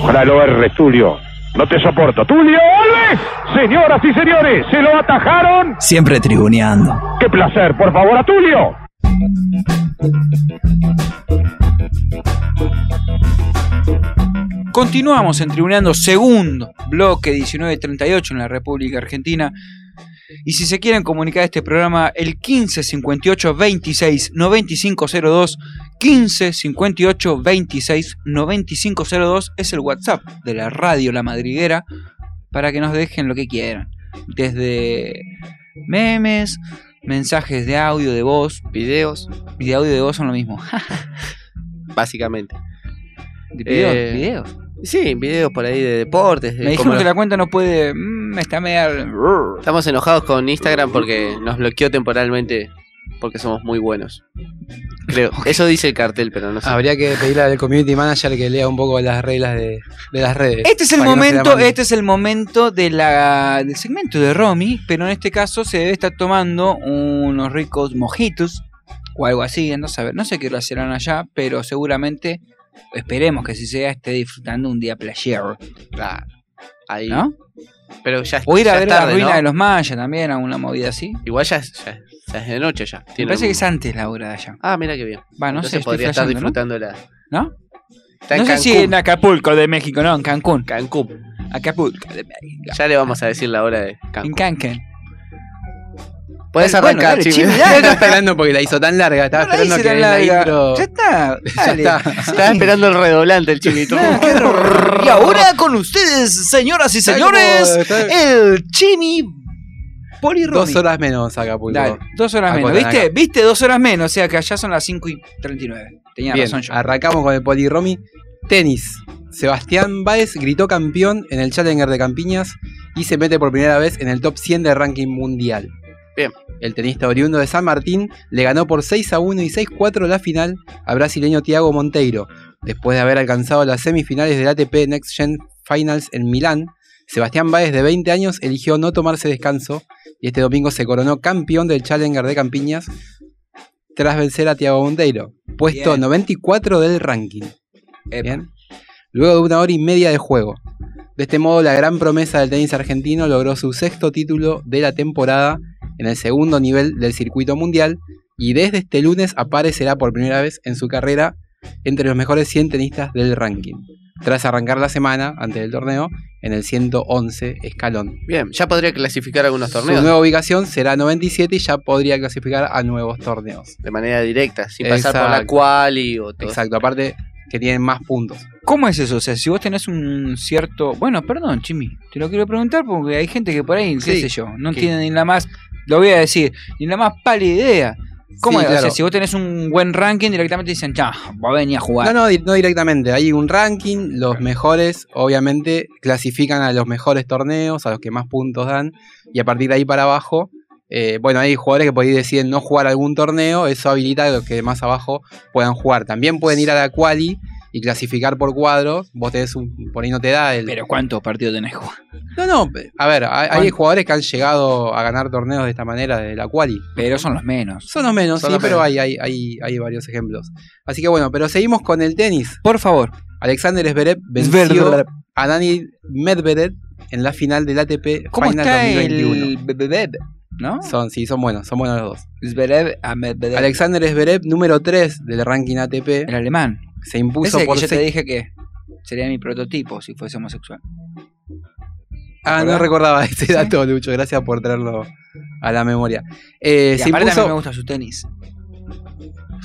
[SPEAKER 18] Ojalá lo erres, Tulio. No te soporto. ¡Tulio, ole! Señoras y señores, se lo atajaron.
[SPEAKER 14] Siempre tribuneando.
[SPEAKER 18] ¡Qué placer! Por favor, a Tulio.
[SPEAKER 5] Continuamos en Tribuneando, segundo bloque 1938 en la República Argentina. Y si se quieren comunicar a este programa, el 1558 26 9502, 1558 26 9502 es el WhatsApp de la radio La Madriguera para que nos dejen lo que quieran. Desde memes, mensajes de audio, de voz, videos. Y de audio y de voz son lo mismo.
[SPEAKER 6] Básicamente.
[SPEAKER 5] ¿Videos?
[SPEAKER 6] Eh,
[SPEAKER 5] ¿Videos?
[SPEAKER 6] Sí, videos por ahí de deportes. de
[SPEAKER 5] Me dijeron
[SPEAKER 6] cómo
[SPEAKER 5] que
[SPEAKER 6] nos-
[SPEAKER 5] la cuenta no puede. mm, está media.
[SPEAKER 6] Estamos enojados con Instagram porque nos bloqueó temporalmente porque somos muy buenos. Creo. Eso dice el cartel, pero no sé.
[SPEAKER 7] Habría que pedirle al community manager que lea un poco las reglas de, de las redes.
[SPEAKER 5] Este es el
[SPEAKER 7] para que no se la
[SPEAKER 5] momento,
[SPEAKER 7] manden.
[SPEAKER 5] este es el momento de la, del segmento de Romy, pero en este caso se debe estar tomando unos ricos mojitos o algo así, no saber, no sé qué lo harán allá, pero seguramente esperemos que si sea esté disfrutando un día playero.
[SPEAKER 6] Claro. Ahí.
[SPEAKER 5] ¿No?
[SPEAKER 6] Pero ya
[SPEAKER 5] O ir a
[SPEAKER 6] ya
[SPEAKER 5] ver
[SPEAKER 6] es tarde,
[SPEAKER 5] la ruina
[SPEAKER 6] ¿no?
[SPEAKER 5] de los mayas también, a una movida así.
[SPEAKER 6] Igual ya es, ya es- ya es de noche ya.
[SPEAKER 5] Me
[SPEAKER 6] Tiene
[SPEAKER 5] parece
[SPEAKER 6] un-
[SPEAKER 5] que es antes la hora de allá.
[SPEAKER 6] Ah, mira qué bien.
[SPEAKER 5] Va, no
[SPEAKER 6] Entonces
[SPEAKER 5] sé, estoy
[SPEAKER 6] podría estar
[SPEAKER 5] flasheando, ¿no?
[SPEAKER 6] disfrutando la.
[SPEAKER 5] ¿No?
[SPEAKER 6] Está en
[SPEAKER 5] no sé si
[SPEAKER 6] Cancún.
[SPEAKER 5] en Acapulco de México, no, en Cancún.
[SPEAKER 6] Cancún.
[SPEAKER 5] Acapulco de México.
[SPEAKER 6] Ya le vamos a decir la hora de
[SPEAKER 5] En
[SPEAKER 6] Cancún.
[SPEAKER 5] Cancún.
[SPEAKER 6] Puedes
[SPEAKER 5] Dale,
[SPEAKER 6] arrancar,
[SPEAKER 5] bueno,
[SPEAKER 6] Chimi.
[SPEAKER 5] dale, Chimi,
[SPEAKER 7] Yo
[SPEAKER 5] dale.
[SPEAKER 7] estaba esperando porque la hizo tan larga. Estaba
[SPEAKER 5] No la
[SPEAKER 7] esperando
[SPEAKER 5] hice
[SPEAKER 7] que
[SPEAKER 5] tan
[SPEAKER 7] la
[SPEAKER 5] larga.
[SPEAKER 7] intro-
[SPEAKER 5] Ya está.
[SPEAKER 7] Ya
[SPEAKER 5] dale.
[SPEAKER 7] está.
[SPEAKER 6] Estaba esperando el redoblante, el chimito.
[SPEAKER 14] Y ahora con ustedes, señoras y
[SPEAKER 6] Está como-
[SPEAKER 5] Eh.
[SPEAKER 14] señores,
[SPEAKER 6] está-
[SPEAKER 14] el Chimi
[SPEAKER 5] Poli Romy.
[SPEAKER 7] Dos horas menos Acapulco.
[SPEAKER 5] Dale, dos horas menos.
[SPEAKER 7] Acotan
[SPEAKER 5] ¿Viste?
[SPEAKER 7] acá.
[SPEAKER 5] ¿Viste? Dos horas menos. O sea que allá son las 5 y 39. Tenía
[SPEAKER 7] Bien,
[SPEAKER 5] razón yo.
[SPEAKER 7] arrancamos con el poliromi. Tenis. Sebastián Báez gritó campeón en el Challenger de Campiñas y se mete por primera vez en el top 100 del ranking mundial.
[SPEAKER 6] Bien.
[SPEAKER 7] El tenista oriundo de San Martín le ganó por 6 a 1 y 6 a 4 la final al brasileño Thiago Monteiro. Después de haber alcanzado las semifinales del ATP Next Gen Finals en Milán, Sebastián Báez, de 20 años, eligió no tomarse descanso y este domingo se coronó campeón del Challenger de Campiñas tras vencer a Thiago Monteiro, puesto
[SPEAKER 5] Bien.
[SPEAKER 7] 94 del ranking. Bien. Luego de una hora y media de juego. De este modo, la gran promesa del tenis argentino logró su sexto título de la temporada en el segundo nivel del circuito mundial y desde este lunes aparecerá por primera vez en su carrera entre los mejores 100 tenistas del ranking, tras arrancar la semana antes del torneo en el 111 escalón.
[SPEAKER 6] Bien, ya podría clasificar algunos torneos.
[SPEAKER 7] Su nueva ubicación será 97 y ya podría clasificar a nuevos torneos.
[SPEAKER 6] De manera directa, sin pasar por la
[SPEAKER 7] Exacto.
[SPEAKER 6] quali o todo.
[SPEAKER 7] Exacto, aparte que tienen más puntos.
[SPEAKER 5] ¿Cómo es eso? O sea, si vos tenés un cierto. Bueno, perdón, Chimi, te lo quiero preguntar porque hay gente que por ahí, qué
[SPEAKER 7] Sí.
[SPEAKER 5] sé yo, no
[SPEAKER 7] ¿Qué?
[SPEAKER 5] tiene ni la más. Lo voy a decir, ni la más pálida idea. ¿Cómo
[SPEAKER 7] Sí,
[SPEAKER 5] es? O sea,
[SPEAKER 7] claro.
[SPEAKER 5] si vos tenés un buen ranking, directamente dicen, chá, va a venir a jugar.
[SPEAKER 7] No, no, di- no directamente. Hay un ranking, los mejores, obviamente, clasifican a los mejores torneos, a los que más puntos dan, y a partir de ahí para abajo, eh, bueno, hay jugadores que por ahí deciden no jugar algún torneo, eso habilita a los que más abajo puedan jugar. También pueden ir a la quali y clasificar por cuadros, vos tenés un, por ahí no te da el...
[SPEAKER 5] Pero ¿cuántos partidos tenés que jugar?
[SPEAKER 7] No, no, a ver, hay, hay jugadores que han llegado a ganar torneos de esta manera, desde la quali.
[SPEAKER 5] Pero son los menos.
[SPEAKER 7] Son los menos,
[SPEAKER 5] Son
[SPEAKER 7] sí,
[SPEAKER 5] los
[SPEAKER 7] pero
[SPEAKER 5] menos.
[SPEAKER 7] hay, hay, hay, hay varios ejemplos. Así que bueno, pero seguimos con el tenis.
[SPEAKER 5] Por favor.
[SPEAKER 7] Alexander Zverev venció
[SPEAKER 5] Zverev.
[SPEAKER 7] a Dani Medvedev en la final del ATP
[SPEAKER 5] ¿Cómo
[SPEAKER 7] Final
[SPEAKER 5] está
[SPEAKER 7] 2021.
[SPEAKER 5] el Bebeb? ¿No?
[SPEAKER 7] Son, sí, son buenos, son buenos los dos.
[SPEAKER 5] Zverev a Medvedev.
[SPEAKER 7] Alexander Zverev, número 3 del ranking ATP. El
[SPEAKER 5] alemán.
[SPEAKER 7] Se impuso
[SPEAKER 5] Ese que
[SPEAKER 7] por
[SPEAKER 5] yo te
[SPEAKER 7] seis-
[SPEAKER 5] dije que sería mi prototipo si fuese homosexual.
[SPEAKER 7] Ah, no
[SPEAKER 5] ¿Verdad?
[SPEAKER 7] recordaba ese
[SPEAKER 5] Sí.
[SPEAKER 7] dato, Lucho. Gracias por traerlo a la memoria. Eh,
[SPEAKER 5] y
[SPEAKER 7] se
[SPEAKER 5] aparte a mí
[SPEAKER 7] impuso-
[SPEAKER 5] me gusta su tenis.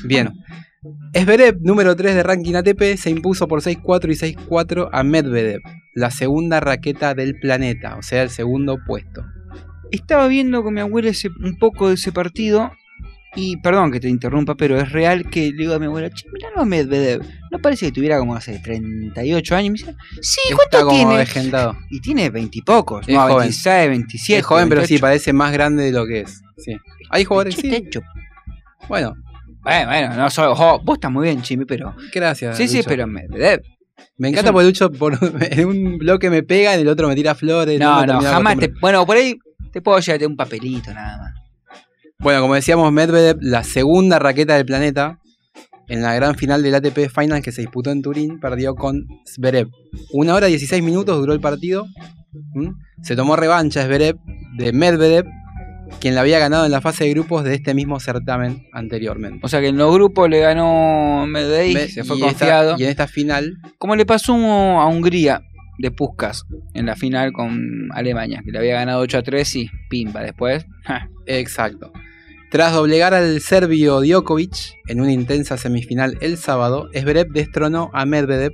[SPEAKER 7] Bien. Zverev, número 3 de ranking ATP, se impuso por 6-4 y 6-4 a Medvedev, la segunda raqueta del planeta, o sea, el segundo puesto.
[SPEAKER 5] Estaba viendo con mi abuela ese- un poco de ese partido. Y perdón que te interrumpa, pero es real que le digo a mi abuela, che, mirá a Medvedev. No parece que tuviera como hace 38 años. Y me dice, sí, ¿cuánto
[SPEAKER 7] Está como
[SPEAKER 5] tiene?
[SPEAKER 7] avejentado.
[SPEAKER 5] Y tiene 20 y pocos.
[SPEAKER 7] Es
[SPEAKER 5] Pues no,
[SPEAKER 7] joven.
[SPEAKER 5] 26, 27.
[SPEAKER 7] es joven, pero sí,
[SPEAKER 5] 28.
[SPEAKER 7] parece más grande de lo que es. Sí. Hay jugadores, sí. Bueno.
[SPEAKER 5] Bueno, bueno, no soy. ojo, vos estás muy bien, Chimi, pero.
[SPEAKER 7] Gracias.
[SPEAKER 5] Sí, sí,
[SPEAKER 7] Lucho.
[SPEAKER 5] pero Medvedev.
[SPEAKER 7] Me
[SPEAKER 5] es
[SPEAKER 7] encanta
[SPEAKER 5] un-
[SPEAKER 7] porque Lucho por, en un bloque me pega, en el otro me tira flores.
[SPEAKER 5] No,
[SPEAKER 7] me
[SPEAKER 5] no,
[SPEAKER 7] termina de
[SPEAKER 5] jamás te.
[SPEAKER 7] acostumbrar.
[SPEAKER 5] Bueno, por ahí te puedo llevarte un papelito nada más.
[SPEAKER 7] Bueno, como decíamos, Medvedev, la segunda raqueta del planeta, en la gran final del ATP Finals que se disputó en Turín, perdió con Zverev. Una hora y 16 minutos duró el partido. ¿m? Se tomó revancha Zverev de Medvedev, quien la había ganado en la fase de grupos de este mismo certamen anteriormente.
[SPEAKER 5] O sea que en los grupos le ganó Medvedev,
[SPEAKER 7] Me-
[SPEAKER 5] se fue
[SPEAKER 7] y esta-
[SPEAKER 5] confiado.
[SPEAKER 7] y en esta final.
[SPEAKER 5] Como le pasó a Hungría de Puskas en la final con Alemania, que le había ganado 8 a 3 y pimba después. ja.
[SPEAKER 7] Exacto. Tras doblegar al serbio Djokovic en una intensa semifinal el sábado, Zverev destronó a Medvedev,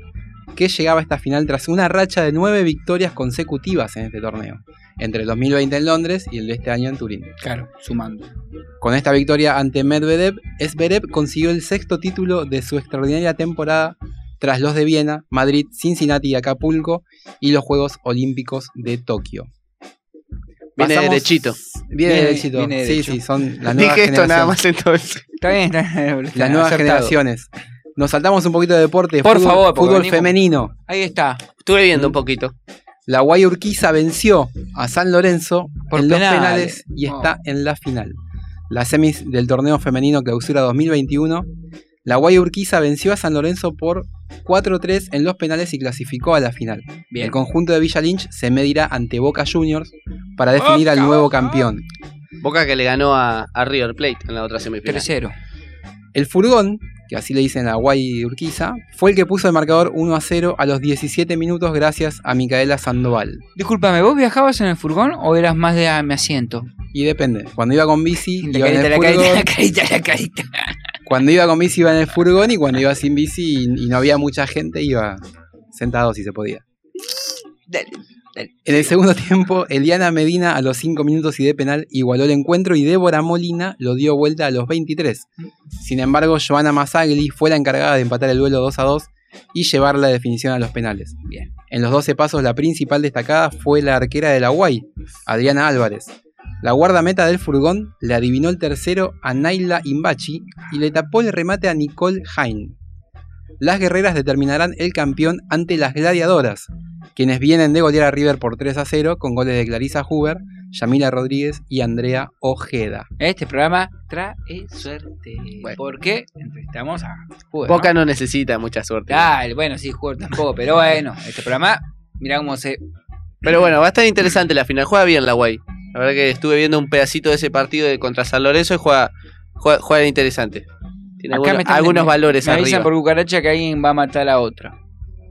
[SPEAKER 7] que llegaba a esta final tras una racha de nueve victorias consecutivas en este torneo, entre el 2020 en Londres y el de este año en Turín.
[SPEAKER 5] Claro, sumando.
[SPEAKER 7] Con esta victoria ante Medvedev, Zverev consiguió el sexto título de su extraordinaria temporada tras los de Viena, Madrid, Cincinnati y Acapulco y los Juegos Olímpicos de Tokio.
[SPEAKER 6] Viene
[SPEAKER 7] Pasamos-
[SPEAKER 6] derechito.
[SPEAKER 7] Viene,
[SPEAKER 6] Viene-
[SPEAKER 7] derechito.
[SPEAKER 6] viene
[SPEAKER 7] sí,
[SPEAKER 6] derecho.
[SPEAKER 7] sí, son las nuevas
[SPEAKER 6] Dije esto nada
[SPEAKER 7] generaciones.
[SPEAKER 6] más entonces.
[SPEAKER 5] Está bien, está bien.
[SPEAKER 7] Las nuevas
[SPEAKER 5] acertado.
[SPEAKER 7] generaciones. Nos saltamos un poquito de deporte.
[SPEAKER 5] Por
[SPEAKER 7] fútbol,
[SPEAKER 5] favor, porque
[SPEAKER 7] fútbol
[SPEAKER 5] venimos-
[SPEAKER 7] femenino.
[SPEAKER 5] Ahí está.
[SPEAKER 6] Estuve viendo un poquito.
[SPEAKER 7] La Guayurquiza venció a San Lorenzo
[SPEAKER 5] Por
[SPEAKER 7] en los
[SPEAKER 5] penales. Oh.
[SPEAKER 7] penales y está en la final. Las semis del torneo femenino Clausura 2021. La Guayurquiza venció a San Lorenzo por 4-3 en los penales y clasificó a la final.
[SPEAKER 5] Bien.
[SPEAKER 7] El conjunto de Villa Lynch se medirá ante Boca Juniors para definir al nuevo campeón.
[SPEAKER 6] Boca que le ganó a, a River Plate en la otra semifinal.
[SPEAKER 5] 3-0.
[SPEAKER 7] El furgón, que así le dicen a Guay Urquiza, fue el que puso el marcador 1 a 0 a los 17 minutos gracias a Micaela Sandoval.
[SPEAKER 5] Disculpame, ¿vos viajabas en el furgón o eras más de ah, mi asiento?
[SPEAKER 7] Y depende, cuando iba con bici,
[SPEAKER 5] La
[SPEAKER 7] iba en
[SPEAKER 5] carita,
[SPEAKER 7] el
[SPEAKER 5] la carita, la
[SPEAKER 7] furgón,
[SPEAKER 5] carita, la carita.
[SPEAKER 7] cuando iba con bici iba en el furgón y cuando iba sin bici y, y no había mucha gente iba sentado si se podía. En el segundo tiempo, Eliana Medina a los 5 minutos y de penal igualó el encuentro y Débora Molina lo dio vuelta a los 23. Sin embargo, Joana Mazzagli fue la encargada de empatar el duelo 2 a 2 y llevar la definición a los penales. Bien. En los 12 pasos, la principal destacada fue la arquera de la UAI, Adriana Álvarez. La guardameta del furgón le adivinó el tercero a Naila Imbachi y le tapó el remate a Nicole Hain. Las guerreras determinarán el campeón ante las gladiadoras, quienes vienen de golear a River por 3 a 0 con goles de Clarisa Huber, Yamila Rodríguez y Andrea Ojeda.
[SPEAKER 5] Este programa trae suerte. Porque entrevistamos a Juve,
[SPEAKER 6] Boca no necesita mucha suerte.
[SPEAKER 5] Dale, bueno, sí, Juve tampoco, pero bueno, este programa, mirá cómo se.
[SPEAKER 6] Pero bueno, va a estar interesante la final. Juega bien la Guay. La verdad que estuve viendo un pedacito de ese partido de contra San Lorenzo y juega, juega, juega interesante. Tiene
[SPEAKER 5] Acá
[SPEAKER 6] algunos,
[SPEAKER 5] me están-
[SPEAKER 6] algunos
[SPEAKER 5] me-
[SPEAKER 6] valores
[SPEAKER 5] me avisan
[SPEAKER 6] arriba.
[SPEAKER 5] por cucaracha que alguien va a matar a otra.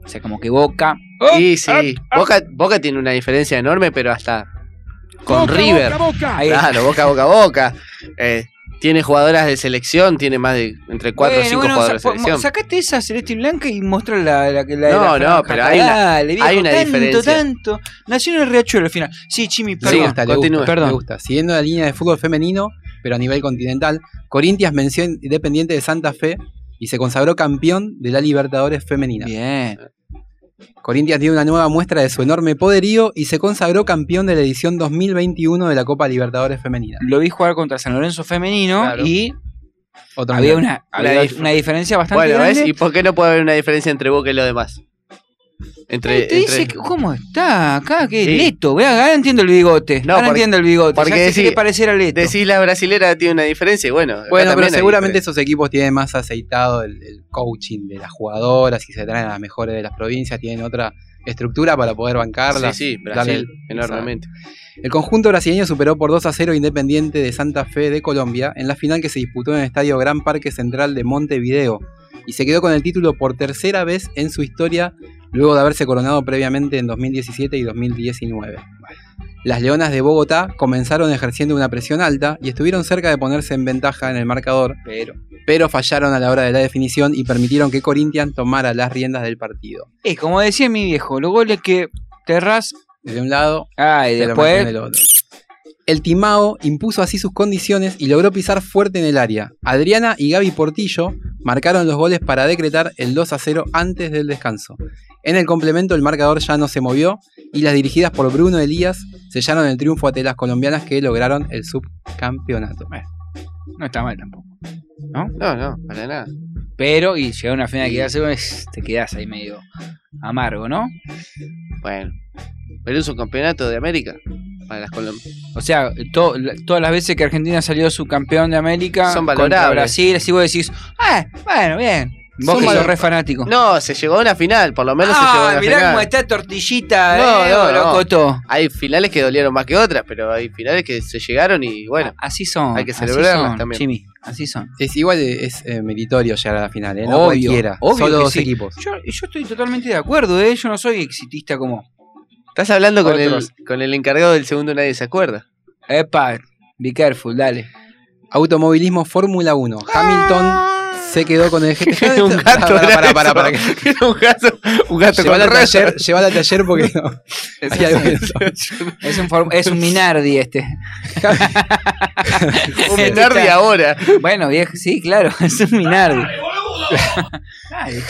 [SPEAKER 5] O sea, como que Boca.
[SPEAKER 6] Sí, sí.
[SPEAKER 5] ah,
[SPEAKER 6] Boca, Boca tiene una diferencia enorme, pero hasta con
[SPEAKER 5] Boca,
[SPEAKER 6] River.
[SPEAKER 5] Boca, Boca. Ahí.
[SPEAKER 6] Claro, boca, boca, boca. Eh, tiene jugadoras de selección, tiene más de entre 4 o
[SPEAKER 5] Bueno,
[SPEAKER 6] 5
[SPEAKER 5] bueno,
[SPEAKER 6] jugadoras
[SPEAKER 5] sa-
[SPEAKER 6] de selección.
[SPEAKER 5] Sacate esa celeste y blanca y muestra la, la que la
[SPEAKER 6] No,
[SPEAKER 5] la
[SPEAKER 6] no,
[SPEAKER 5] franja.
[SPEAKER 6] pero hay una-
[SPEAKER 5] Dale, viejo,
[SPEAKER 6] hay una
[SPEAKER 5] tanto,
[SPEAKER 6] diferencia.
[SPEAKER 5] Tanto, Nació en el Riachuelo al final. Sí, Chimi,
[SPEAKER 7] Le
[SPEAKER 5] perdón.
[SPEAKER 7] gusta, le
[SPEAKER 5] continúe.
[SPEAKER 7] gusta,
[SPEAKER 5] perdón.
[SPEAKER 7] le gusta. Siguiendo la línea de fútbol femenino, pero a nivel continental, Corintias mención independiente de Santa Fe y se consagró campeón de la Libertadores femenina.
[SPEAKER 5] Bien.
[SPEAKER 7] Corintias dio una nueva muestra de su enorme poderío y se consagró campeón de la edición 2021 de la Copa Libertadores femenina.
[SPEAKER 5] Lo vi jugar contra San Lorenzo femenino y
[SPEAKER 7] Otro
[SPEAKER 5] había
[SPEAKER 7] nivel.
[SPEAKER 5] una, había una diferencia bastante
[SPEAKER 6] Bueno,
[SPEAKER 5] grande.
[SPEAKER 6] ¿ves? ¿Y por qué no puede haber una diferencia entre Boca y los demás? Entre,
[SPEAKER 5] Te
[SPEAKER 6] entre-
[SPEAKER 5] dice, que- ¿cómo está? Acá, qué
[SPEAKER 6] Sí.
[SPEAKER 5] leto. mirá, Eh, Ahora entiendo el bigote.
[SPEAKER 6] No,
[SPEAKER 5] ahora
[SPEAKER 6] porque-
[SPEAKER 5] entiendo el bigote.
[SPEAKER 6] porque
[SPEAKER 5] ya sé
[SPEAKER 6] decí-
[SPEAKER 5] que parecer al leto.
[SPEAKER 6] Decís la brasilera tiene una diferencia y bueno. acá
[SPEAKER 7] Bueno, pero
[SPEAKER 6] también hay
[SPEAKER 7] seguramente esos equipos tienen más aceitado el, el coaching de las jugadoras y se traen a las mejores de las provincias, tienen otra estructura para poder bancarlas.
[SPEAKER 6] Sí, sí,
[SPEAKER 7] darle
[SPEAKER 6] Brasil, enormemente.
[SPEAKER 7] El conjunto brasileño superó por 2 a 0 Independiente de Santa Fe de Colombia en la final que se disputó en el Estadio Gran Parque Central de Montevideo y se quedó con el título por tercera vez en su historia luego de haberse coronado previamente en 2017 y 2019. Las Leonas de Bogotá comenzaron ejerciendo una presión alta y estuvieron cerca de ponerse en ventaja en el marcador,
[SPEAKER 5] Pero.
[SPEAKER 7] pero fallaron a la hora de la definición y permitieron que Corinthians tomara las riendas del partido.
[SPEAKER 5] Es como decía mi viejo, los goles que Terras
[SPEAKER 7] de un lado
[SPEAKER 5] ah, y
[SPEAKER 7] te lo
[SPEAKER 5] después
[SPEAKER 7] meten del otro. El Timao impuso así sus condiciones y logró pisar fuerte en el área. Adriana y Gaby Portillo marcaron los goles para decretar el 2 a 0 antes del descanso. En el complemento el marcador ya no se movió y las dirigidas por Bruno Elías sellaron el triunfo ante las colombianas que lograron el subcampeonato.
[SPEAKER 5] no está mal tampoco.
[SPEAKER 6] ¿No? No, no, para nada.
[SPEAKER 5] Pero, y llegar a una final que quedarse con es- te quedás ahí medio amargo, ¿no?
[SPEAKER 6] Bueno. Pero es un campeonato de América para las Colombias.
[SPEAKER 5] O sea, to- la- todas las veces que Argentina salió subcampeón de América
[SPEAKER 6] Son
[SPEAKER 5] contra
[SPEAKER 6] valorables.
[SPEAKER 5] Brasil, así vos decís, ah, bueno, bien. Vos
[SPEAKER 6] Son
[SPEAKER 5] que sos
[SPEAKER 6] valor-
[SPEAKER 5] re fanático.
[SPEAKER 6] No, se llegó a una final, por lo menos se llegó a
[SPEAKER 5] ah,
[SPEAKER 6] una
[SPEAKER 5] mirá
[SPEAKER 6] final.
[SPEAKER 5] cómo está tortillita, eh,
[SPEAKER 6] No, no, no.
[SPEAKER 5] Bolocoto.
[SPEAKER 6] Hay finales que dolieron más que otras, pero hay finales que se llegaron y bueno.
[SPEAKER 5] Ah, Así son.
[SPEAKER 6] Hay que
[SPEAKER 5] así
[SPEAKER 6] celebrarlas
[SPEAKER 5] son,
[SPEAKER 6] también.
[SPEAKER 5] Jimmy, así son.
[SPEAKER 7] Es igual es eh, meritorio llegar a la final, ¿eh? no
[SPEAKER 5] Obvio,
[SPEAKER 7] cualquiera,
[SPEAKER 5] obvio
[SPEAKER 7] solo
[SPEAKER 5] que
[SPEAKER 7] dos
[SPEAKER 5] sí.
[SPEAKER 7] equipos.
[SPEAKER 5] Yo, yo estoy totalmente de acuerdo, ¿eh? Yo no soy exitista como.
[SPEAKER 6] Estás hablando con el,
[SPEAKER 5] Otros.
[SPEAKER 6] con el encargado del segundo Nadie se acuerda.
[SPEAKER 5] Epa, be careful, dale.
[SPEAKER 7] Automovilismo Fórmula 1. Hamilton se quedó con el GT.
[SPEAKER 6] Un gato,
[SPEAKER 7] Pará, pará,
[SPEAKER 6] era
[SPEAKER 7] pará, pará,
[SPEAKER 6] eso. un gato, un gato
[SPEAKER 7] Llévala
[SPEAKER 6] con
[SPEAKER 7] al
[SPEAKER 6] rayas.
[SPEAKER 7] taller, llévala al taller porque no. Hay algo en eso.
[SPEAKER 5] Es un, form- es un Minardi este.
[SPEAKER 6] Un Minardi ahora.
[SPEAKER 5] Bueno, viejo, sí, claro, es un Minardi.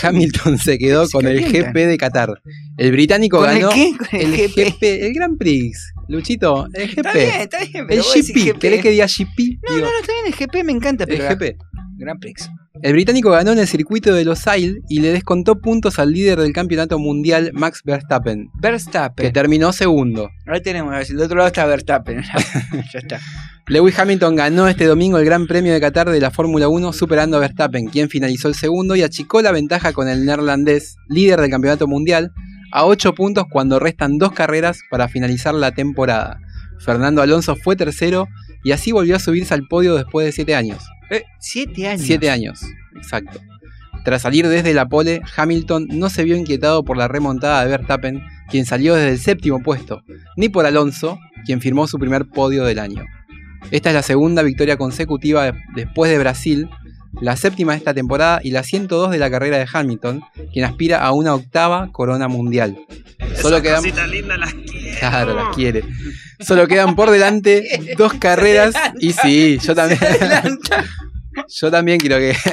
[SPEAKER 7] Hamilton se quedó con el
[SPEAKER 5] calientan.
[SPEAKER 7] GP de Qatar. El británico
[SPEAKER 5] ¿Con el
[SPEAKER 7] ganó
[SPEAKER 5] qué? ¿Con el
[SPEAKER 7] GP? el Grand Prix. Luchito, el GP.
[SPEAKER 5] Está bien, está bien, pero
[SPEAKER 7] el
[SPEAKER 5] vos decís
[SPEAKER 7] GP,
[SPEAKER 5] GP.
[SPEAKER 7] ¿querés que diga GP?
[SPEAKER 5] No, no, no, está bien, el GP me encanta,
[SPEAKER 7] El
[SPEAKER 5] pero.
[SPEAKER 7] GP.
[SPEAKER 5] Gran Prix.
[SPEAKER 7] El británico ganó en el circuito de Los Ailes y le descontó puntos al líder del campeonato mundial, Max Verstappen, que
[SPEAKER 5] Verstappen.
[SPEAKER 7] terminó segundo.
[SPEAKER 5] Ahora tenemos, a ver, del otro lado está Verstappen. ya está.
[SPEAKER 7] Lewis Hamilton ganó este domingo el Gran Premio de Qatar de la Fórmula 1 superando a Verstappen, quien finalizó el segundo y achicó la ventaja con el neerlandés, líder del campeonato mundial, a 8 puntos cuando restan dos carreras para finalizar la temporada. Fernando Alonso fue tercero y así volvió a subirse al podio después de 7 años.
[SPEAKER 5] Eh, siete años.
[SPEAKER 7] 7 años, exacto. Tras salir desde la pole, Hamilton no se vio inquietado por la remontada de Verstappen, quien salió desde el séptimo puesto, ni por Alonso, quien firmó su primer podio del año. Esta es la segunda victoria consecutiva de- después de Brasil, la séptima de esta temporada y la 102 de la carrera de Hamilton, quien aspira a una octava corona mundial. Solo quedan
[SPEAKER 19] Cositas lindas las quiero.
[SPEAKER 7] Claro, las quiere. Solo quedan por delante dos carreras. Y sí, yo también. Yo también quiero que.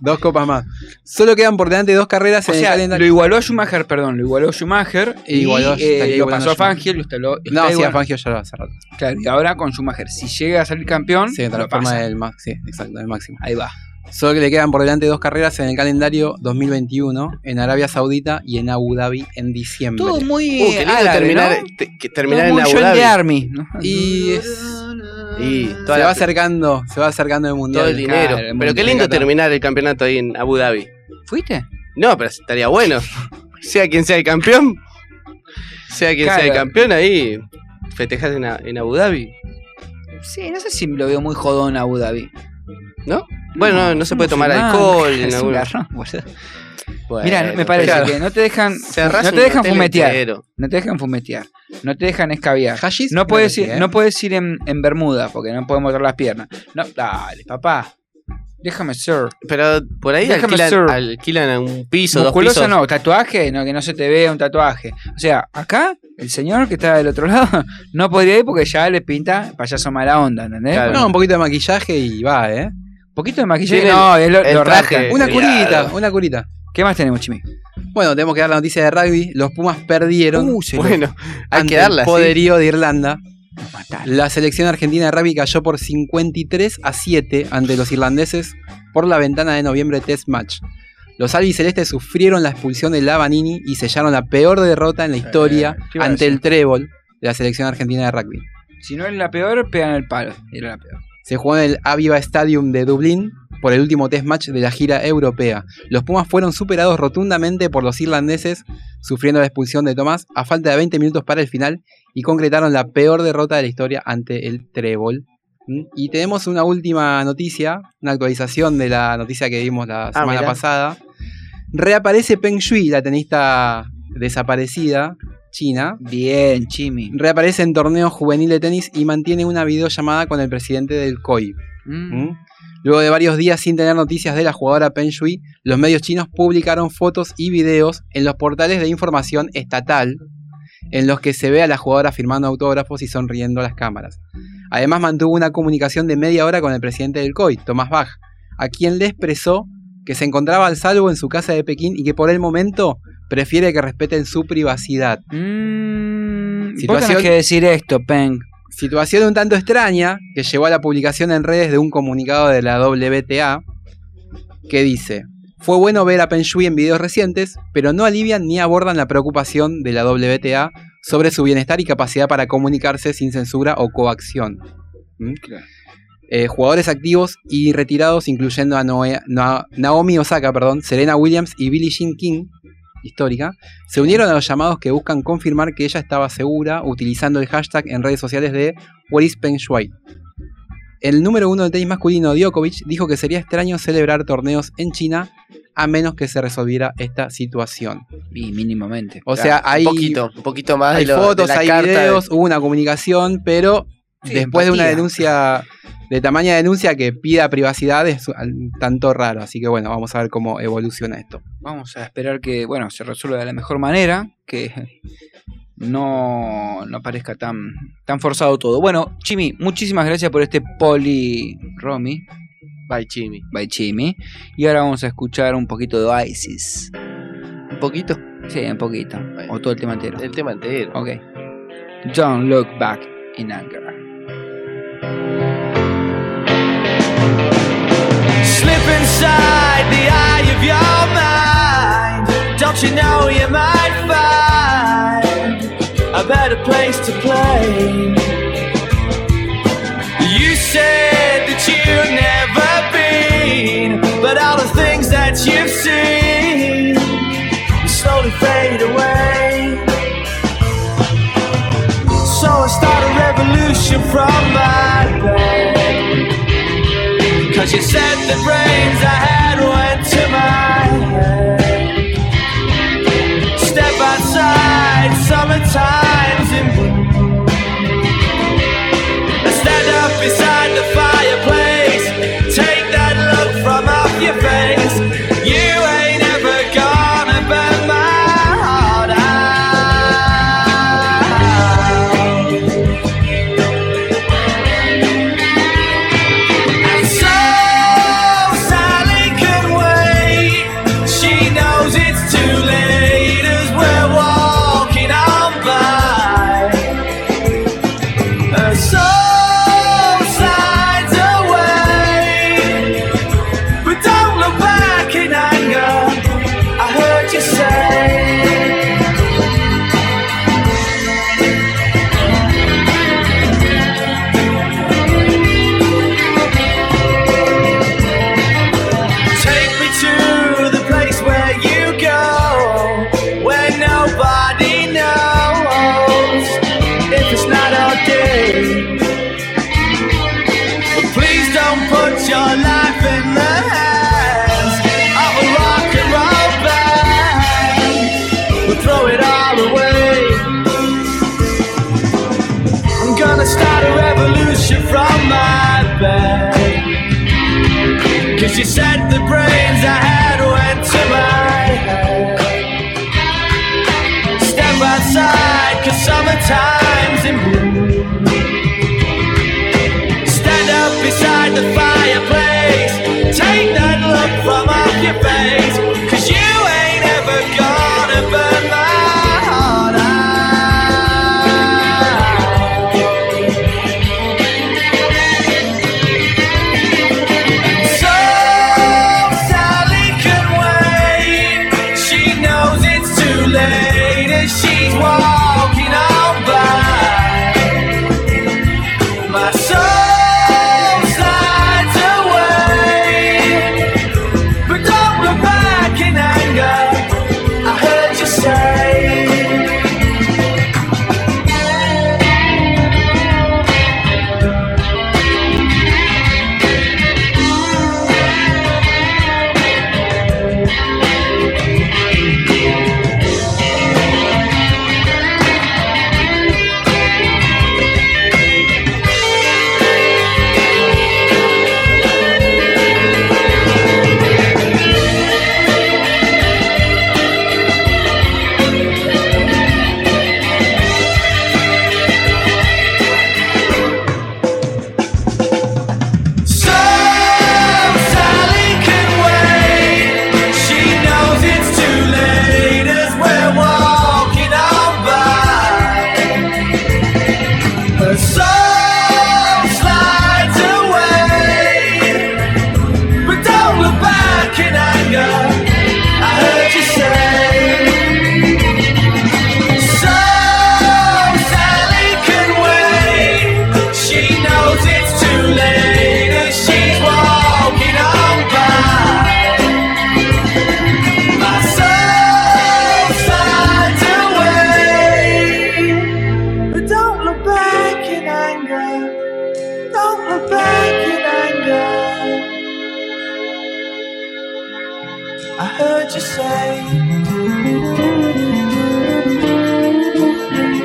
[SPEAKER 7] Dos copas más. Solo quedan por delante dos carreras
[SPEAKER 5] O
[SPEAKER 7] en el
[SPEAKER 5] sea,
[SPEAKER 7] calendario.
[SPEAKER 5] lo igualó a Schumacher, perdón, lo igualó Schumacher
[SPEAKER 7] Y
[SPEAKER 5] y,
[SPEAKER 7] igualó,
[SPEAKER 5] eh,
[SPEAKER 7] está
[SPEAKER 5] lo
[SPEAKER 7] igualando
[SPEAKER 5] pasó a
[SPEAKER 7] Schumacher.
[SPEAKER 5] Fangio, lo instaló.
[SPEAKER 7] No, sí, a
[SPEAKER 5] igual-
[SPEAKER 7] Fangio ya lo hace rato.
[SPEAKER 5] Claro, y ahora con Schumacher, si llega a salir campeón,
[SPEAKER 7] Se
[SPEAKER 5] lo
[SPEAKER 7] transforma
[SPEAKER 5] pasa.
[SPEAKER 7] en el máximo. Ah, Sí, exacto, en el máximo.
[SPEAKER 5] Ahí va.
[SPEAKER 7] Solo que le quedan por delante dos carreras en el calendario 2021, en Arabia Saudita y en Abu Dhabi en diciembre.
[SPEAKER 5] Todo muy,
[SPEAKER 6] Uh, qué lindo
[SPEAKER 5] árabe,
[SPEAKER 6] terminar,
[SPEAKER 5] ¿no?
[SPEAKER 6] te- que terminar
[SPEAKER 7] Todo
[SPEAKER 6] en
[SPEAKER 7] muy
[SPEAKER 6] Abu
[SPEAKER 7] Joel
[SPEAKER 6] Dhabi.
[SPEAKER 7] de Army, ¿no? Y
[SPEAKER 6] Y
[SPEAKER 7] Se
[SPEAKER 6] toda la-
[SPEAKER 7] va acercando, se va acercando el mundial.
[SPEAKER 6] todo el dinero.
[SPEAKER 7] Claro,
[SPEAKER 6] pero
[SPEAKER 7] el
[SPEAKER 6] qué
[SPEAKER 7] Mundial
[SPEAKER 6] lindo
[SPEAKER 7] de Qatar.
[SPEAKER 6] terminar el campeonato ahí en Abu Dhabi.
[SPEAKER 5] ¿Fuiste?
[SPEAKER 6] No, pero estaría bueno. Sea quien sea el campeón. Sea quien sea el
[SPEAKER 5] Claro.
[SPEAKER 6] campeón ahí. Festejas en, A- en Abu Dhabi.
[SPEAKER 5] Sí, no sé si lo veo muy jodón a Abu Dhabi.
[SPEAKER 6] ¿No? Bueno, no, no se puede tomar
[SPEAKER 5] musulmán,
[SPEAKER 6] alcohol en
[SPEAKER 5] es un
[SPEAKER 6] algún-
[SPEAKER 5] garrón, boludo.
[SPEAKER 6] Bueno,
[SPEAKER 5] Mira, me parece
[SPEAKER 6] claro.
[SPEAKER 5] que no te dejan,
[SPEAKER 6] Cerrás
[SPEAKER 5] no te
[SPEAKER 6] un
[SPEAKER 5] dejan
[SPEAKER 6] hotel
[SPEAKER 5] fumetear,
[SPEAKER 6] entero.
[SPEAKER 5] no te dejan fumetear, no te dejan escabiar,
[SPEAKER 7] creo
[SPEAKER 5] no puedes
[SPEAKER 7] que
[SPEAKER 5] ir,
[SPEAKER 7] sí, ¿eh?
[SPEAKER 5] no puedes ir en, en Bermuda porque no podemos mostrar las piernas. No, dale, papá, déjame ser.
[SPEAKER 6] Pero por ahí
[SPEAKER 5] Déjame
[SPEAKER 6] alquilan,
[SPEAKER 5] ser.
[SPEAKER 6] alquilan un piso,
[SPEAKER 5] Musculoso
[SPEAKER 6] dos pisos.
[SPEAKER 5] no, tatuaje, no, que no se te vea un tatuaje. O sea, acá, el señor que está del otro lado, no podría ir porque ya le pinta payaso mala onda, ¿entendés?
[SPEAKER 7] Claro. No, un poquito de maquillaje y va, ¿eh.
[SPEAKER 5] poquito de maquillaje,
[SPEAKER 7] Tiene
[SPEAKER 5] no,
[SPEAKER 7] el-
[SPEAKER 5] es lo,
[SPEAKER 7] el
[SPEAKER 5] lo
[SPEAKER 7] traje.
[SPEAKER 5] rascan.
[SPEAKER 7] Una curita, una curita.
[SPEAKER 5] ¿Qué más tenemos, Chimi?
[SPEAKER 7] Bueno, tenemos que dar la noticia de rugby. Los Pumas perdieron.
[SPEAKER 6] Bueno, hay
[SPEAKER 7] ante
[SPEAKER 6] que darla,
[SPEAKER 7] El
[SPEAKER 6] sí.
[SPEAKER 7] poderío de Irlanda. La selección argentina de rugby cayó por 53 a 7 ante los irlandeses por la ventana de noviembre Test Match. Los albicelestes sufrieron la expulsión de Lavanini y sellaron la peor derrota en la historia
[SPEAKER 5] ¿qué iba a
[SPEAKER 7] ante
[SPEAKER 5] decir?
[SPEAKER 7] el trébol de la selección argentina de rugby.
[SPEAKER 5] Si no es la peor, pegan el palo. Era la peor.
[SPEAKER 7] Se jugó en el Aviva Stadium de Dublín por el último test match de la gira europea. Los Pumas fueron superados rotundamente por los irlandeses, sufriendo la expulsión de Tomás a falta de 20 minutos para el final y concretaron la peor derrota de la historia ante el Trébol. ¿Mm? Y tenemos una última noticia, una actualización de la noticia que vimos la semana
[SPEAKER 6] mirá.
[SPEAKER 7] pasada. Reaparece Peng Shui, la tenista desaparecida china.
[SPEAKER 5] Bien, Chimi.
[SPEAKER 7] Reaparece en torneo juvenil de tenis y mantiene una videollamada con el presidente del COI. ¿Mm? Luego de varios días sin tener noticias de la jugadora Peng Shui, los medios chinos publicaron fotos y videos en los portales de información estatal en los que se ve a la jugadora firmando autógrafos y sonriendo a las cámaras. Además mantuvo una comunicación de media hora con el presidente del COI, Tomás Bach, a quien le expresó que se encontraba al salvo en su casa de Pekín y que por el momento prefiere que respeten su privacidad.
[SPEAKER 5] Mm, Vos tenés que decir esto, Peng.
[SPEAKER 7] Situación un tanto extraña que llevó a la publicación en redes de un comunicado de la WTA que dice: Fue bueno ver a Peng Shui en videos recientes, pero no alivian ni abordan la preocupación de la WTA sobre su bienestar y capacidad para comunicarse sin censura o coacción. ¿Mm? Eh, jugadores activos y retirados, incluyendo a Noe- Na- Naomi Osaka, perdón, Serena Williams y Billie Jean King, histórica, se unieron a los llamados que buscan confirmar que ella estaba segura utilizando el hashtag en redes sociales de What is Peng Shui. El número uno del tenis masculino, Djokovic, dijo que sería extraño celebrar torneos en China a menos que se resolviera esta situación.
[SPEAKER 5] Y mínimamente.
[SPEAKER 7] O
[SPEAKER 6] Claro,
[SPEAKER 7] sea,
[SPEAKER 6] un
[SPEAKER 7] hay,
[SPEAKER 6] poquito, un poquito más de
[SPEAKER 7] hay
[SPEAKER 6] lo- de
[SPEAKER 7] fotos,
[SPEAKER 6] la
[SPEAKER 7] hay
[SPEAKER 6] carta de-
[SPEAKER 7] videos, hubo una comunicación, pero
[SPEAKER 6] Sí,
[SPEAKER 7] después de una
[SPEAKER 6] empatía.
[SPEAKER 7] denuncia de tamaña denuncia que pida privacidad es un tanto raro. Así que bueno, vamos a ver cómo evoluciona esto.
[SPEAKER 5] Vamos a esperar que, bueno, se resuelva de la mejor manera, que no, no parezca tan, tan forzado todo. Bueno, Chimi, muchísimas gracias por este poli Romy.
[SPEAKER 6] Bye, Chimi.
[SPEAKER 5] Bye, Chimi. Y ahora vamos a escuchar un poquito de Isis.
[SPEAKER 6] ¿Un poquito?
[SPEAKER 5] Sí, un poquito. O todo el tema entero.
[SPEAKER 6] El tema entero.
[SPEAKER 5] Ok. Don't look back in anger.
[SPEAKER 19] Slip inside the eye of your mind. Don't you know you might find a better place to play? You said that you've never been, but all the things that you've seen slowly fade away. So I start a revolution from my bed. Cause you said the brains I had went to my head. Step outside, summertime's in bloom. I stand up beside the fireplace, take that look from off your face. You ain't ever gonna burn my heart out. Cause you said the brains I had went to my head. Step outside, cause summertime's in bloom. Stand up beside the fireplace. Take that look from off your face. Cause you ain't ever gonna burn my heart So Sally can wait. She knows it's too late and she's walking on by. My soul slides away, but don't look back in anger. I heard you say. So Sally can wait. She knows it's too late as we're walking on by. Her soul slides away, but don't look back in anger. I heard you say. So Sally can wait. She knows it's too late and she's walking on by. My soul slides away. But don't look back in anger. Don't look back in anger. I heard you say.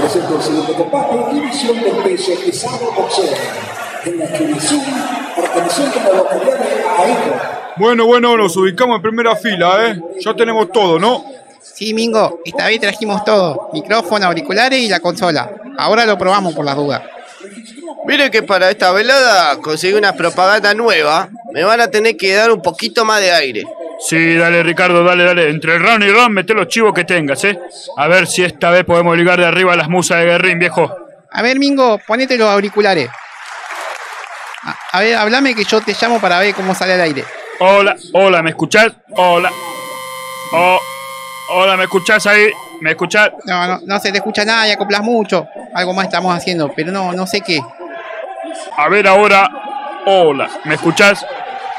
[SPEAKER 20] Presento el segundo combate, división del peso pesado boxeo. En la exhibición, perteneciente a los colombianos Aero.
[SPEAKER 21] Bueno, bueno, nos ubicamos en primera fila, ¿eh? Ya tenemos todo, ¿no?
[SPEAKER 22] Sí, Mingo, esta vez trajimos todo: micrófono, auriculares y la consola. Ahora lo probamos por las dudas.
[SPEAKER 6] Miren que para esta velada conseguí una propaganda nueva. Me van a tener que dar un poquito más de aire.
[SPEAKER 23] Sí, dale Ricardo, dale, dale. Entre round y round, mete los chivos que tengas, ¿eh? A ver si esta vez podemos ligar de arriba a las musas de Guerrín, viejo.
[SPEAKER 22] A ver, Mingo, ponete los auriculares. A, a ver, hablame que yo te llamo para ver cómo sale al aire.
[SPEAKER 23] Hola, hola, ¿me escuchás? Hola. Oh, hola, ¿me escuchás ahí? ¿Me escuchás?
[SPEAKER 22] No, no, no se te escucha nada y acoplas mucho. Algo más estamos haciendo, pero no, no sé qué.
[SPEAKER 23] A ver ahora. Hola, ¿me escuchás?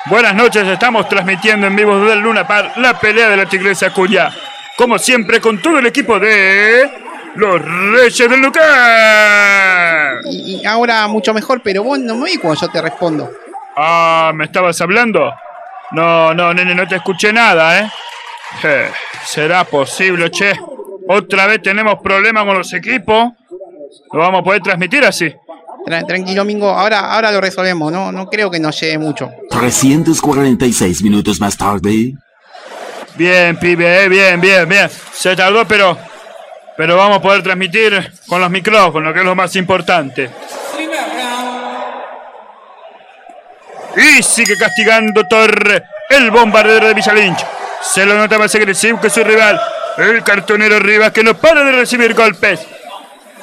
[SPEAKER 23] Buenas noches, estamos transmitiendo en vivo desde el Luna Par la pelea de la tigresa Curia. Como siempre, con todo el equipo de. Los Reyes del Lucar.
[SPEAKER 22] Y, y ahora mucho mejor, pero vos no me oís cuando yo te respondo.
[SPEAKER 23] Ah, ¿me estabas hablando? No, no, nene, no te escuché nada, ¿eh? Je, ¿Será posible, che? ¿Otra vez tenemos problemas con los equipos? ¿Lo vamos a poder transmitir así?
[SPEAKER 22] Tra- tranquilo, Mingo, ahora, ahora lo resolvemos, no, no creo que nos lleve mucho.
[SPEAKER 24] 346 minutos más tarde.
[SPEAKER 23] Bien, pibe, eh, bien, bien, bien. Se tardó, pero. Pero vamos a poder transmitir con los micrófonos, que es lo más importante. Y sigue castigando Torre, el bombardero de Villalinch. Se lo nota más agresivo que su rival, el cartonero Rivas, que no para de recibir golpes.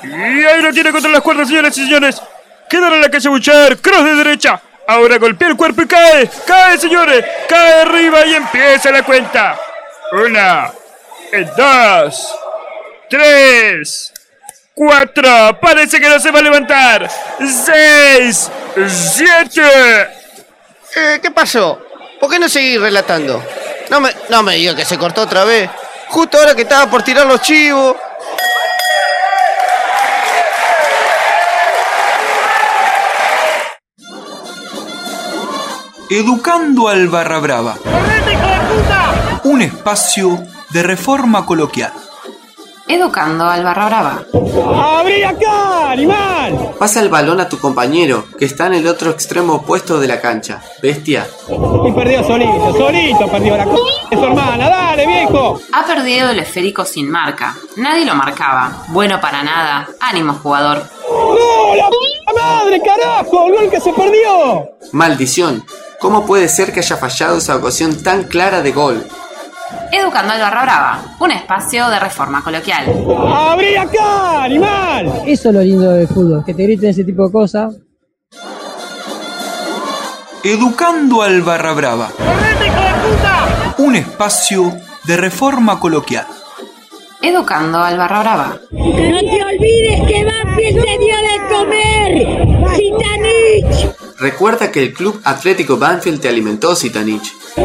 [SPEAKER 23] Y ahí lo tiene contra las cuerdas, señores y señores. Quedará en la calle Buchar, cross de derecha. Ahora golpea el cuerpo y cae, cae, señores. Cae arriba y empieza la cuenta. Una, eh, dos, tres, cuatro. Parece que no se va a levantar. Seis, siete.
[SPEAKER 6] Eh, ¿Qué pasó? ¿Por qué no seguís relatando? No me, no me digas que se cortó otra vez. Justo ahora que estaba por tirar los chivos.
[SPEAKER 5] Educando al Barra Brava. Un espacio de reforma coloquial.
[SPEAKER 25] Educando al barra brava.
[SPEAKER 8] ¡Abrí acá, animal!
[SPEAKER 10] Pasa el balón a tu compañero, que está en el otro extremo opuesto de la cancha. Bestia.
[SPEAKER 8] Y perdió solito, solito perdió la c*** de su hermana. ¡Dale, viejo!
[SPEAKER 25] Ha perdido el esférico sin marca. Nadie lo marcaba. Bueno para nada. Ánimo, jugador.
[SPEAKER 8] ¡No, la p*** madre, carajo! ¡El gol que se perdió!
[SPEAKER 10] Maldición. ¿Cómo puede ser que haya fallado esa ocasión tan clara de gol?
[SPEAKER 25] Educando al barra brava. Un espacio de reforma coloquial.
[SPEAKER 8] ¡Abrí acá, animal!
[SPEAKER 9] Eso es lo lindo del fútbol, que te griten ese tipo de cosas.
[SPEAKER 5] Educando al Barra Brava. Un espacio de reforma coloquial.
[SPEAKER 25] Educando al barra brava.
[SPEAKER 26] No te olvides que Banfield te dio de comer, Gitanich.
[SPEAKER 10] Recuerda que el Club Atlético Banfield te alimentó, Sitanich.
[SPEAKER 26] No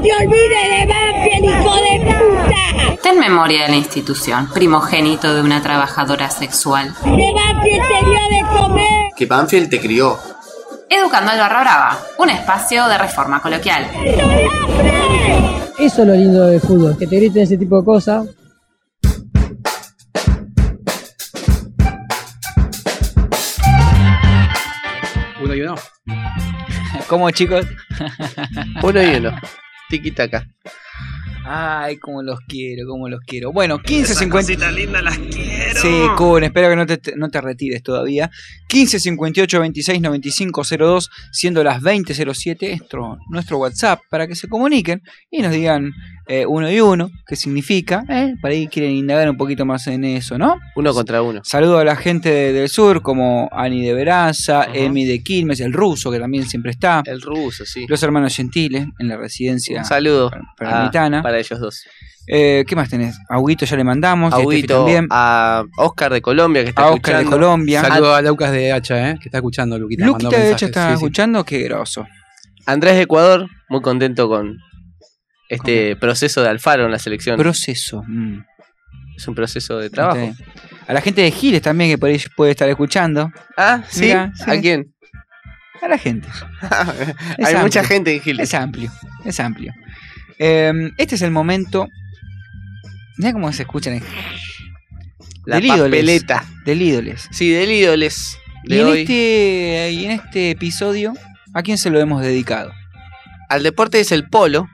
[SPEAKER 26] te olvides de Banfield, hijo de puta.
[SPEAKER 25] Ten memoria de la institución, primogénito de una trabajadora sexual.
[SPEAKER 26] Que Banfield te dio de comer.
[SPEAKER 10] Que Banfield te crió.
[SPEAKER 25] Educando al barra brava. Un espacio de reforma coloquial.
[SPEAKER 9] Eso es lo lindo del fútbol, que te griten ese tipo de cosas.
[SPEAKER 7] Uno y uno.
[SPEAKER 5] ¿Cómo, chicos?
[SPEAKER 6] Uno y uno. Tiquita acá.
[SPEAKER 5] Ay, cómo los quiero, cómo los quiero. Bueno, 15.50.
[SPEAKER 6] Esas cositas lindas las quiero.
[SPEAKER 5] Sí, Kun, espero que no te, no te retires todavía. 1558 26 95 02, siendo las 20.07, nuestro, nuestro WhatsApp, para que se comuniquen y nos digan eh, uno y uno, qué significa. ¿eh? Para ahí quieren indagar un poquito más en eso, ¿no?
[SPEAKER 6] Uno contra uno.
[SPEAKER 5] Saludo a la gente de- del sur, como Ani de Veraza, Emi de Quilmes, el ruso, que también siempre está.
[SPEAKER 6] El ruso, sí.
[SPEAKER 5] Los hermanos Gentiles, en la residencia.
[SPEAKER 6] Un saludo
[SPEAKER 5] palermitana.
[SPEAKER 6] a- para ellos dos.
[SPEAKER 5] Eh, ¿Qué más tenés? A Huguito ya le mandamos. y a Estefi
[SPEAKER 6] Agüito,
[SPEAKER 5] también.
[SPEAKER 6] a Oscar de Colombia que está
[SPEAKER 5] A Oscar de
[SPEAKER 6] escuchando.
[SPEAKER 5] Colombia.
[SPEAKER 7] Saludo a Lucas de Hacha, ¿eh? que está escuchando, Luquita. mandó
[SPEAKER 5] Luquita de hecho
[SPEAKER 7] mensajes,
[SPEAKER 5] está
[SPEAKER 7] sí, sí.
[SPEAKER 5] escuchando, qué groso.
[SPEAKER 6] Andrés de Ecuador, muy contento con este proceso de Alfaro en la selección.
[SPEAKER 5] Proceso.
[SPEAKER 6] Es un proceso de trabajo.
[SPEAKER 5] Ok. A la gente de Giles también que por ahí puede estar escuchando.
[SPEAKER 6] Ah, sí.
[SPEAKER 5] Mirá,
[SPEAKER 6] ¿A
[SPEAKER 5] sí.
[SPEAKER 6] quién?
[SPEAKER 5] A la gente.
[SPEAKER 6] Hay mucha gente en Giles.
[SPEAKER 5] Es amplio, es amplio. Eh, este es el momento. Mira cómo se escuchan. en-
[SPEAKER 6] La
[SPEAKER 5] del ídoles,
[SPEAKER 6] papeleta.
[SPEAKER 5] Del ídoles.
[SPEAKER 6] Sí, del ídoles. de
[SPEAKER 5] Y en,
[SPEAKER 6] hoy.
[SPEAKER 5] este, y en este episodio, ¿a quién se lo hemos dedicado?
[SPEAKER 6] Al deporte es el polo.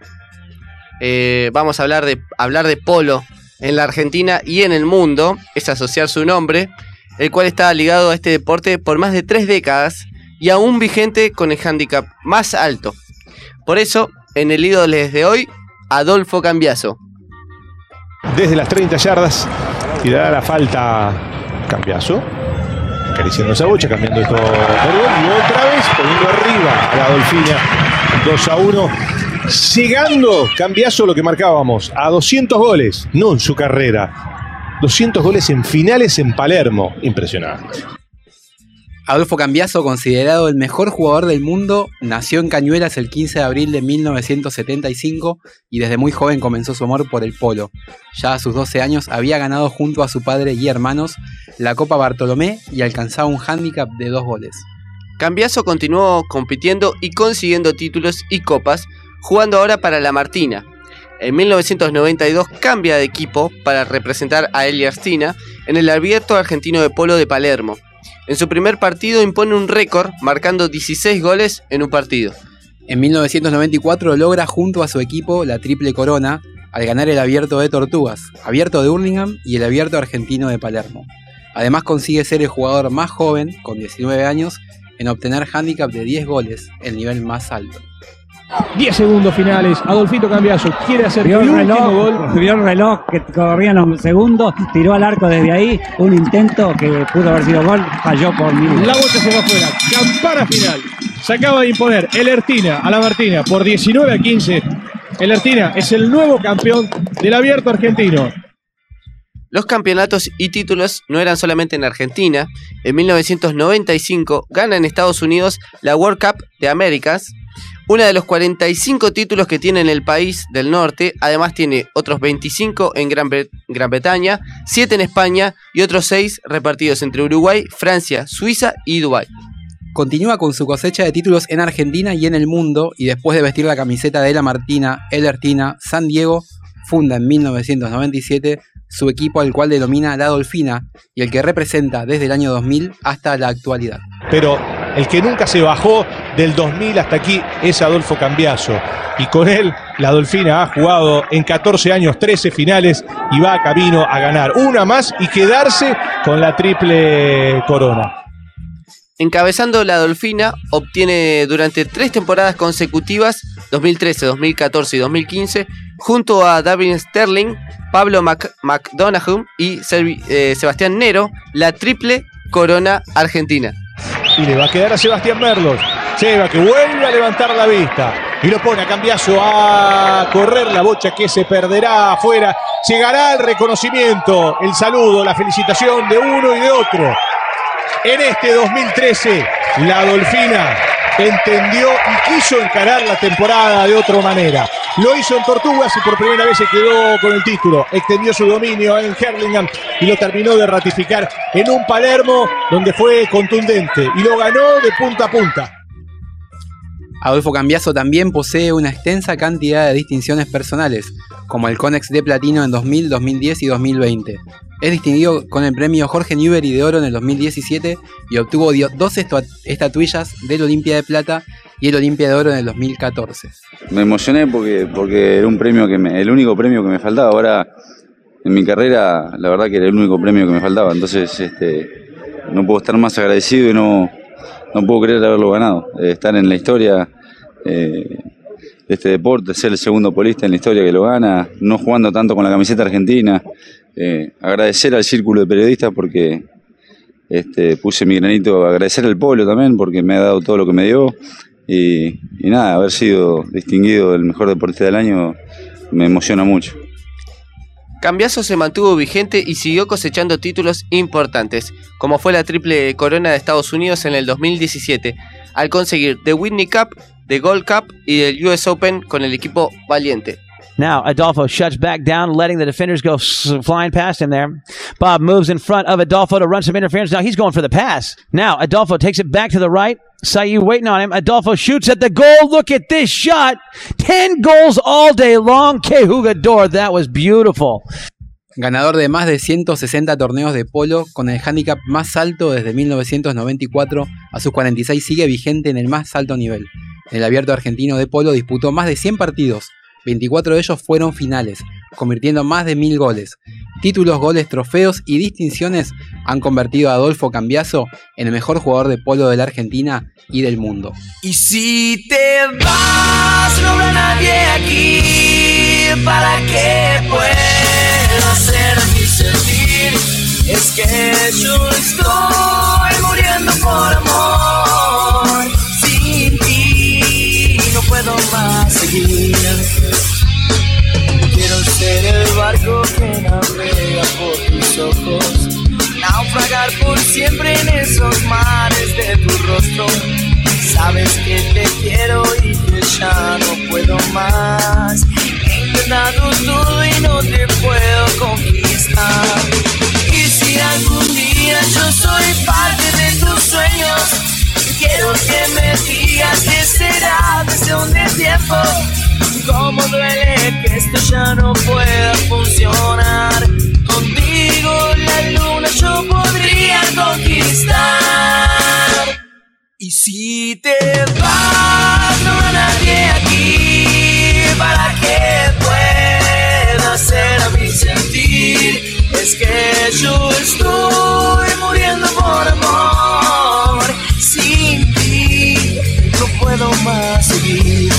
[SPEAKER 6] Eh, vamos a hablar de, hablar de polo en la Argentina y en el mundo. Es asociar su nombre, el cual está ligado a este deporte por más de tres décadas y aún vigente con el hándicap más alto. Por eso, en el ídoles de hoy, Adolfo Cambiaso.
[SPEAKER 2] Desde las 30 yardas tirará la falta Cambiazo. Acariciando esa bocha, cambiando esto por gol. Y otra vez poniendo arriba a la Dolfina. 2 a 1. Llegando Cambiazo lo que marcábamos a 200 goles. No en su carrera. 200 goles en finales en Palermo. Impresionante.
[SPEAKER 7] Adolfo Cambiaso, considerado el mejor jugador del mundo, nació en Cañuelas el 15 de abril de 1975 y desde muy joven comenzó su amor por el polo. Ya a sus 12 años había ganado junto a su padre y hermanos la Copa Bartolomé y alcanzaba un hándicap de dos goles.
[SPEAKER 6] Cambiaso continuó compitiendo y consiguiendo títulos y copas, jugando ahora para la Martina. En 1992 cambia de equipo para representar a Eliastina en el Abierto Argentino de Polo de Palermo. En su primer partido impone un récord, marcando 16 goles en un partido.
[SPEAKER 7] En 1994 logra junto a su equipo la triple corona al ganar el abierto de Tortugas, abierto de Hurlingham y el abierto argentino de Palermo. Además consigue ser el jugador más joven, con 19 años, en obtener handicap de 10 goles, el nivel más alto.
[SPEAKER 21] 10 segundos finales. Adolfito Cambiaso quiere hacer
[SPEAKER 9] Vio
[SPEAKER 21] el
[SPEAKER 9] el,
[SPEAKER 21] último
[SPEAKER 9] reloj,
[SPEAKER 21] gol.
[SPEAKER 9] vio el reloj que corrían los segundos, tiró al arco desde ahí, un intento que pudo haber sido gol, falló por mil.
[SPEAKER 21] La bocha se va afuera. Campana final. Se acaba de imponer el Ertina a la Martina por 19 a 15. El Ertina es el nuevo campeón del abierto argentino.
[SPEAKER 6] Los campeonatos y títulos no eran solamente en Argentina. En 1995 gana en Estados Unidos la World Cup de Américas, una de los 45 títulos que tiene en el país del norte. Además tiene otros 25 en Gran, Bre- Gran Bretaña, 7 en España y otros 6 repartidos entre Uruguay, Francia, Suiza y Dubái.
[SPEAKER 7] Continúa con su cosecha de títulos en Argentina y en el mundo y después de vestir la camiseta de La Martina, Elertina, San Diego, funda en 1997 su equipo al cual denomina La Dolfina y el que representa desde el año 2000 hasta la actualidad.
[SPEAKER 2] Pero el que nunca se bajó del 2000 hasta aquí es Adolfo Cambiaso. Y con él, la Dolfina ha jugado en 14 años 13 finales y va camino a ganar una más y quedarse con la triple corona.
[SPEAKER 6] Encabezando la Dolfina, obtiene durante tres temporadas consecutivas, 2013, 2014 y 2015, junto a David Sterling, Pablo Mac McDonagh y Servi- eh, Sebastián Nero, la triple corona argentina.
[SPEAKER 2] Y le va a quedar a Sebastián Merlos. Seba que vuelve a levantar la vista. Y lo pone a cambiazo a correr la bocha que se perderá afuera. Llegará el reconocimiento, el saludo, la felicitación de uno y de otro. En este 2013, la Dolfina entendió y quiso encarar la temporada de otra manera. Lo hizo en Tortugas y por primera vez se quedó con el título. Extendió su dominio en Herlingham y lo terminó de ratificar en un Palermo donde fue contundente y lo ganó de punta a punta.
[SPEAKER 7] Adolfo Cambiaso también posee una extensa cantidad de distinciones personales, como el Conex de Platino en 2000, 2010 y 2020. Es distinguido con el premio Jorge Newbery de Oro en el 2017 y obtuvo dio- dos estua- estatuillas del Olimpia de Plata y el Olimpia de Oro en el 2014.
[SPEAKER 11] Me emocioné porque, porque era un premio que me, el único premio que me faltaba. Ahora, en mi carrera, la verdad que era el único premio que me faltaba. Entonces, este, no puedo estar más agradecido y no, no puedo creer haberlo ganado. Eh, estar en la historia eh, de este deporte, ser el segundo polista en la historia que lo gana, no jugando tanto con la camiseta argentina. Eh, agradecer al círculo de periodistas porque este, puse mi granito, agradecer al pueblo también porque me ha dado todo lo que me dio y, y nada, haber sido distinguido el mejor deportista del año me emociona mucho.
[SPEAKER 6] Cambiaso se mantuvo vigente y siguió cosechando títulos importantes, como fue la triple corona de Estados Unidos en el 2017, al conseguir The Whitney Cup, The Gold Cup y el US Open con el equipo Valiente.
[SPEAKER 27] Now Adolfo shuts back down, letting the defenders go s- flying past him there. Bob moves in front of Adolfo to run some interference. Now he's going for the pass. Now Adolfo takes it back to the right. Sayu waiting on him. Adolfo shoots at the goal. Look at this shot. 10 goals all day long. Kehugador. That was beautiful.
[SPEAKER 7] Ganador de más de 160 torneos de polo, con el handicap más alto desde 1994, a sus 46 sigue vigente en el más alto nivel. En el abierto argentino de polo disputó más de 100 partidos, 24 de ellos fueron finales, convirtiendo más de 1000 goles. Títulos, goles, trofeos y distinciones han convertido a Adolfo Cambiaso en el mejor jugador de polo de la Argentina y del mundo.
[SPEAKER 1] Y si te vas, no habrá nadie aquí para que pueda hacer mi sentir. Es que yo estoy muriendo por amor. Sin ti no puedo más seguir. Quiero ser el barco que navega por tus ojos. Naufragar por siempre en esos mares de tu rostro. Sabes que te quiero y que ya no puedo más. He intentado todo y no te puedo conquistar. Y si algún día yo soy parte de tus sueños, quiero que me digas que será cuestión de tiempo. Cómo duele que esto ya no pueda funcionar. Contigo la luna yo podría conquistar. Y si te vas, no habrá nadie aquí para que pueda hacer a mí sentir. Es que yo estoy muriendo por amor. Sin ti no puedo más seguir.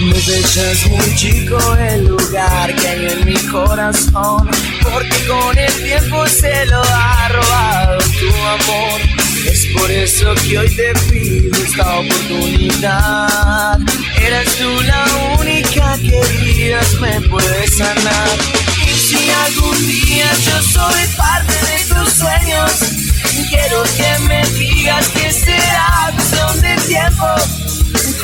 [SPEAKER 1] Me dejas muy chico el lugar que hay en mi corazón, porque con el tiempo se lo ha robado tu amor. Es por eso que hoy te pido esta oportunidad. Eres tú la única que heridas me puede sanar. Y si algún día yo soy parte de tus sueños, quiero que me digas que será cuestión de tiempo.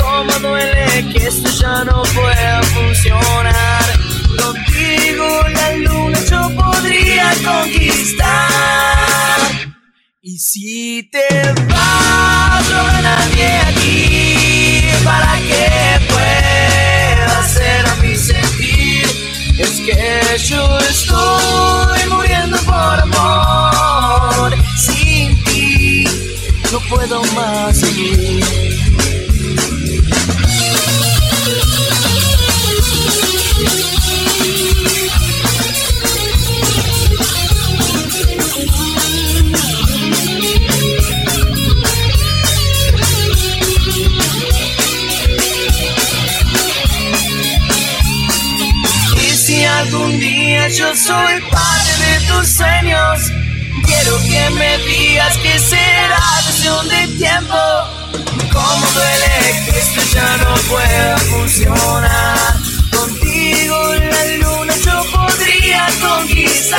[SPEAKER 1] Cómo duele que esto ya no pueda funcionar. Contigo la luna yo podría conquistar. Y si te vas, no hay nadie aquí para que pueda hacer a mi sentir. Es que yo estoy muriendo por amor. Sin ti, no puedo más seguir. Y si algún día yo soy parte de tus sueños, quiero que me digas que será cuestión de tiempo. Como duele que esto ya no pueda funcionar. Contigo en la luna yo podría conquistar.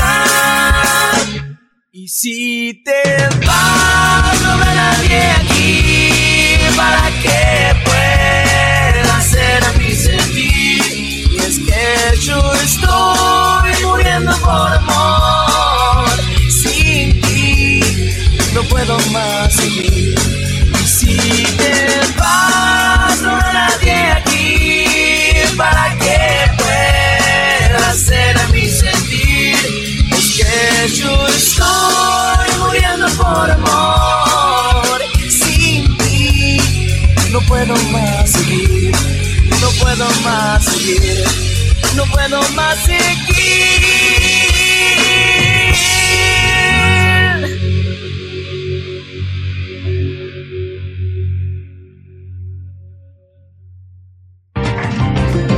[SPEAKER 1] Y si te vas, no habrá nadie aquí para que pueda hacer a mi sentir. Y es que yo estoy muriendo por amor. Sin ti no puedo más seguir. Y si te vas, no habrá nadie aquí para que pueda hacer a mi sentir. Es que yo estoy muriendo por amor. Sin ti no puedo más seguir. No puedo más seguir. No puedo más seguir.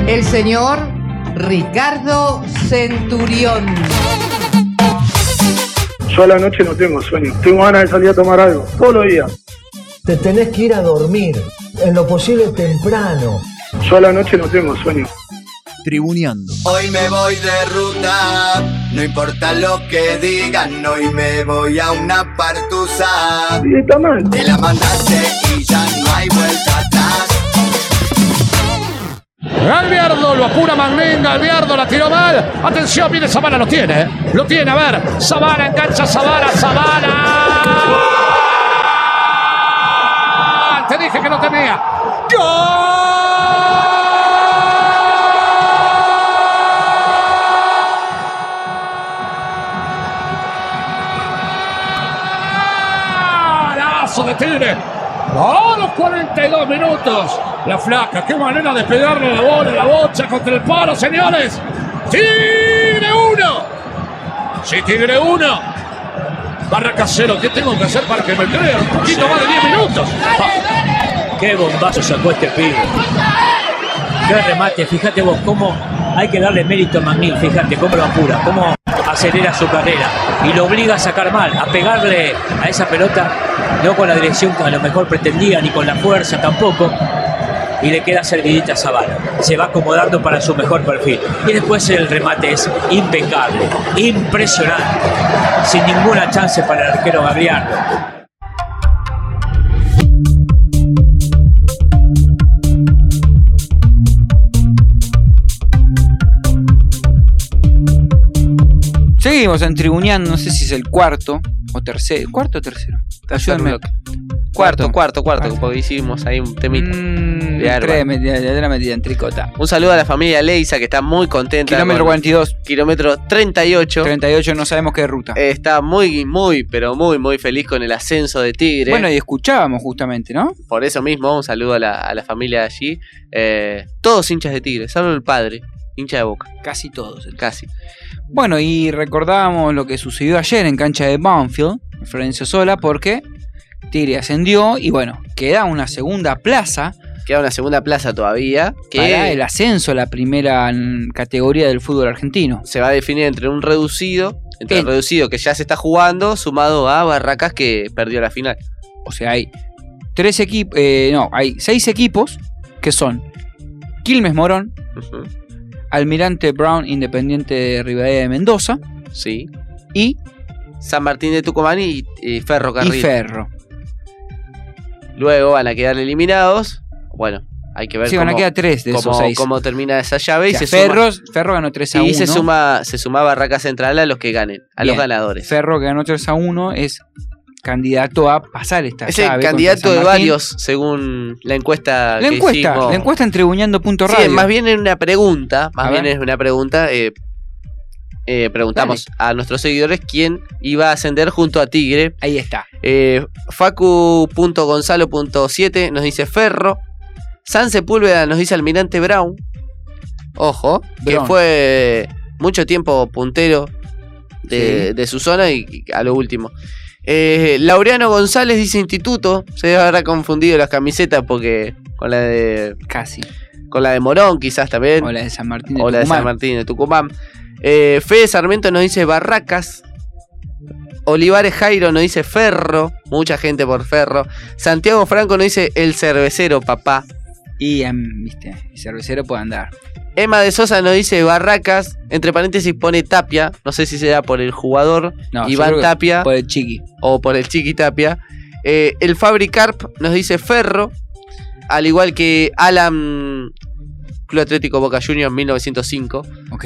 [SPEAKER 28] El señor Ricardo Centurión.
[SPEAKER 17] Yo a la noche no tengo sueño. Tengo ganas de salir a tomar algo. Todos los días.
[SPEAKER 14] Te tenés que ir a dormir, en lo posible temprano.
[SPEAKER 17] Yo a la noche no tengo sueño.
[SPEAKER 19] Tribuneando. Hoy me voy de ruta, no importa lo que digan, hoy me voy a una partusa. Te la mandaste y ya no hay vuelta atrás.
[SPEAKER 3] Galviardo lo apura Magnín, Galviardo la tiró mal. Atención, viene Zavala, lo tiene. eh. Lo tiene, a ver. Zavala engancha, Zavala, Zavala. Te dije que no tenía. ¡Golazo de Tigre! ¡A ¡Oh, los 42 minutos! La flaca, qué manera de pegarle la bola, la bocha contra el paro, señores. Tigre 1. Sí, Tigre 1. Barraca 0. ¿Qué tengo que hacer para que me crean? Un poquito más de 10 minutos.
[SPEAKER 29] Qué bombazo sacó este pibe. Qué remate, fíjate vos cómo hay que darle mérito a Magnil, fíjate cómo lo apura, cómo acelera su carrera y lo obliga a sacar mal, a pegarle a esa pelota, no con la dirección que a lo mejor pretendía, ni con la fuerza tampoco, y le queda servidita a Zavala. Se va acomodando para su mejor perfil. Y después el remate es impecable, impresionante, sin ninguna chance para el arquero Gabriel.
[SPEAKER 5] Seguimos en Tribuneando, no sé si es el cuarto o tercero. ¿Cuarto o tercero? Ayúdame.
[SPEAKER 6] Cuarto, cuarto, cuarto, porque hicimos ahí un temita.
[SPEAKER 5] Mm, tres metidas, ya te la metida en tricota.
[SPEAKER 6] Un saludo a la familia Leisa que está muy contenta.
[SPEAKER 5] Kilómetro
[SPEAKER 6] 42. Kilómetro 38.
[SPEAKER 5] 38, no sabemos qué ruta.
[SPEAKER 6] Está muy, muy, pero muy, muy feliz con el ascenso de Tigre.
[SPEAKER 5] Bueno, y escuchábamos justamente, ¿no?
[SPEAKER 6] Por eso mismo, un saludo a la, a la familia de allí. Eh, todos hinchas de Tigre, salvo el padre, hincha de boca.
[SPEAKER 5] Casi todos.
[SPEAKER 6] Casi.
[SPEAKER 5] Bueno, y recordábamos lo que sucedió ayer en cancha de Banfield, Florencio Sola, porque Tigre ascendió y bueno, queda una segunda plaza.
[SPEAKER 6] Queda una segunda plaza todavía. Que
[SPEAKER 5] Para el ascenso a la primera mm, categoría del fútbol argentino.
[SPEAKER 6] se va a definir entre un reducido, entre el reducido que ya se está jugando, sumado a Barracas que perdió la final.
[SPEAKER 5] O sea, hay tres equipos, eh, no, hay seis equipos que son Quilmes Morón, Almirante Brown Independiente de Rivadavia de Mendoza,
[SPEAKER 6] sí,
[SPEAKER 5] y
[SPEAKER 6] San Martín de Tucumán y, y Ferro Carril.
[SPEAKER 5] y Ferro.
[SPEAKER 6] Luego van a quedar eliminados. Bueno, hay que ver
[SPEAKER 5] Sí, van a
[SPEAKER 6] cómo-
[SPEAKER 5] quedar tres de esos
[SPEAKER 6] cómo-
[SPEAKER 5] seis.
[SPEAKER 6] cómo termina esa llave
[SPEAKER 5] O sea,
[SPEAKER 6] y se suma-
[SPEAKER 5] Ferros- Ferro ganó 3 a 1.
[SPEAKER 6] y se suma, se suma Barraca Central a los que ganen, a los
[SPEAKER 5] Bien.
[SPEAKER 6] ganadores.
[SPEAKER 5] Ferro que ganó 3 a 1 es candidato a pasar esta
[SPEAKER 6] Es el
[SPEAKER 5] llave contra
[SPEAKER 6] candidato
[SPEAKER 5] San
[SPEAKER 6] de
[SPEAKER 5] Martín.
[SPEAKER 6] varios, según la encuesta
[SPEAKER 5] La
[SPEAKER 6] que
[SPEAKER 5] encuesta,
[SPEAKER 6] hicimos.
[SPEAKER 5] la encuesta en
[SPEAKER 6] Sí,
[SPEAKER 5] tribuñando.radio.
[SPEAKER 6] más bien es una pregunta, más
[SPEAKER 5] A
[SPEAKER 6] bien
[SPEAKER 5] ver.
[SPEAKER 6] es una pregunta. eh, eh, preguntamos a nuestros seguidores quién iba a ascender junto a Tigre. Eh,
[SPEAKER 5] Ahí está.
[SPEAKER 6] Facu.gonzalo.7 nos dice Ferro. San Sepúlveda nos dice Almirante Brown. Ojo,
[SPEAKER 5] Brown.
[SPEAKER 6] que fue mucho tiempo puntero de, de su zona y, y a lo último. Eh, Laureano González dice Instituto. Se habrá confundido las camisetas porque con la de.
[SPEAKER 5] Casi.
[SPEAKER 6] Con la de Morón, quizás también. O
[SPEAKER 5] la de San Martín
[SPEAKER 6] de Tucumán. Eh, Fede Sarmiento nos dice Barracas. Olivares Jairo nos dice Ferro. Mucha gente por Ferro. Santiago Franco nos dice El Cervecero, papá.
[SPEAKER 5] Y, em, viste, el cervecero puede andar.
[SPEAKER 6] Emma de Sosa nos dice Barracas. Entre paréntesis pone Tapia. No sé si será por el jugador
[SPEAKER 5] No, yo creo
[SPEAKER 6] Iván
[SPEAKER 5] que
[SPEAKER 6] Tapia.
[SPEAKER 5] Por el chiqui.
[SPEAKER 6] o por el Chiqui Tapia. Eh, el Fabricarp nos dice Ferro, al igual que Alan Club Atlético Boca Juniors 1905.
[SPEAKER 5] Ok.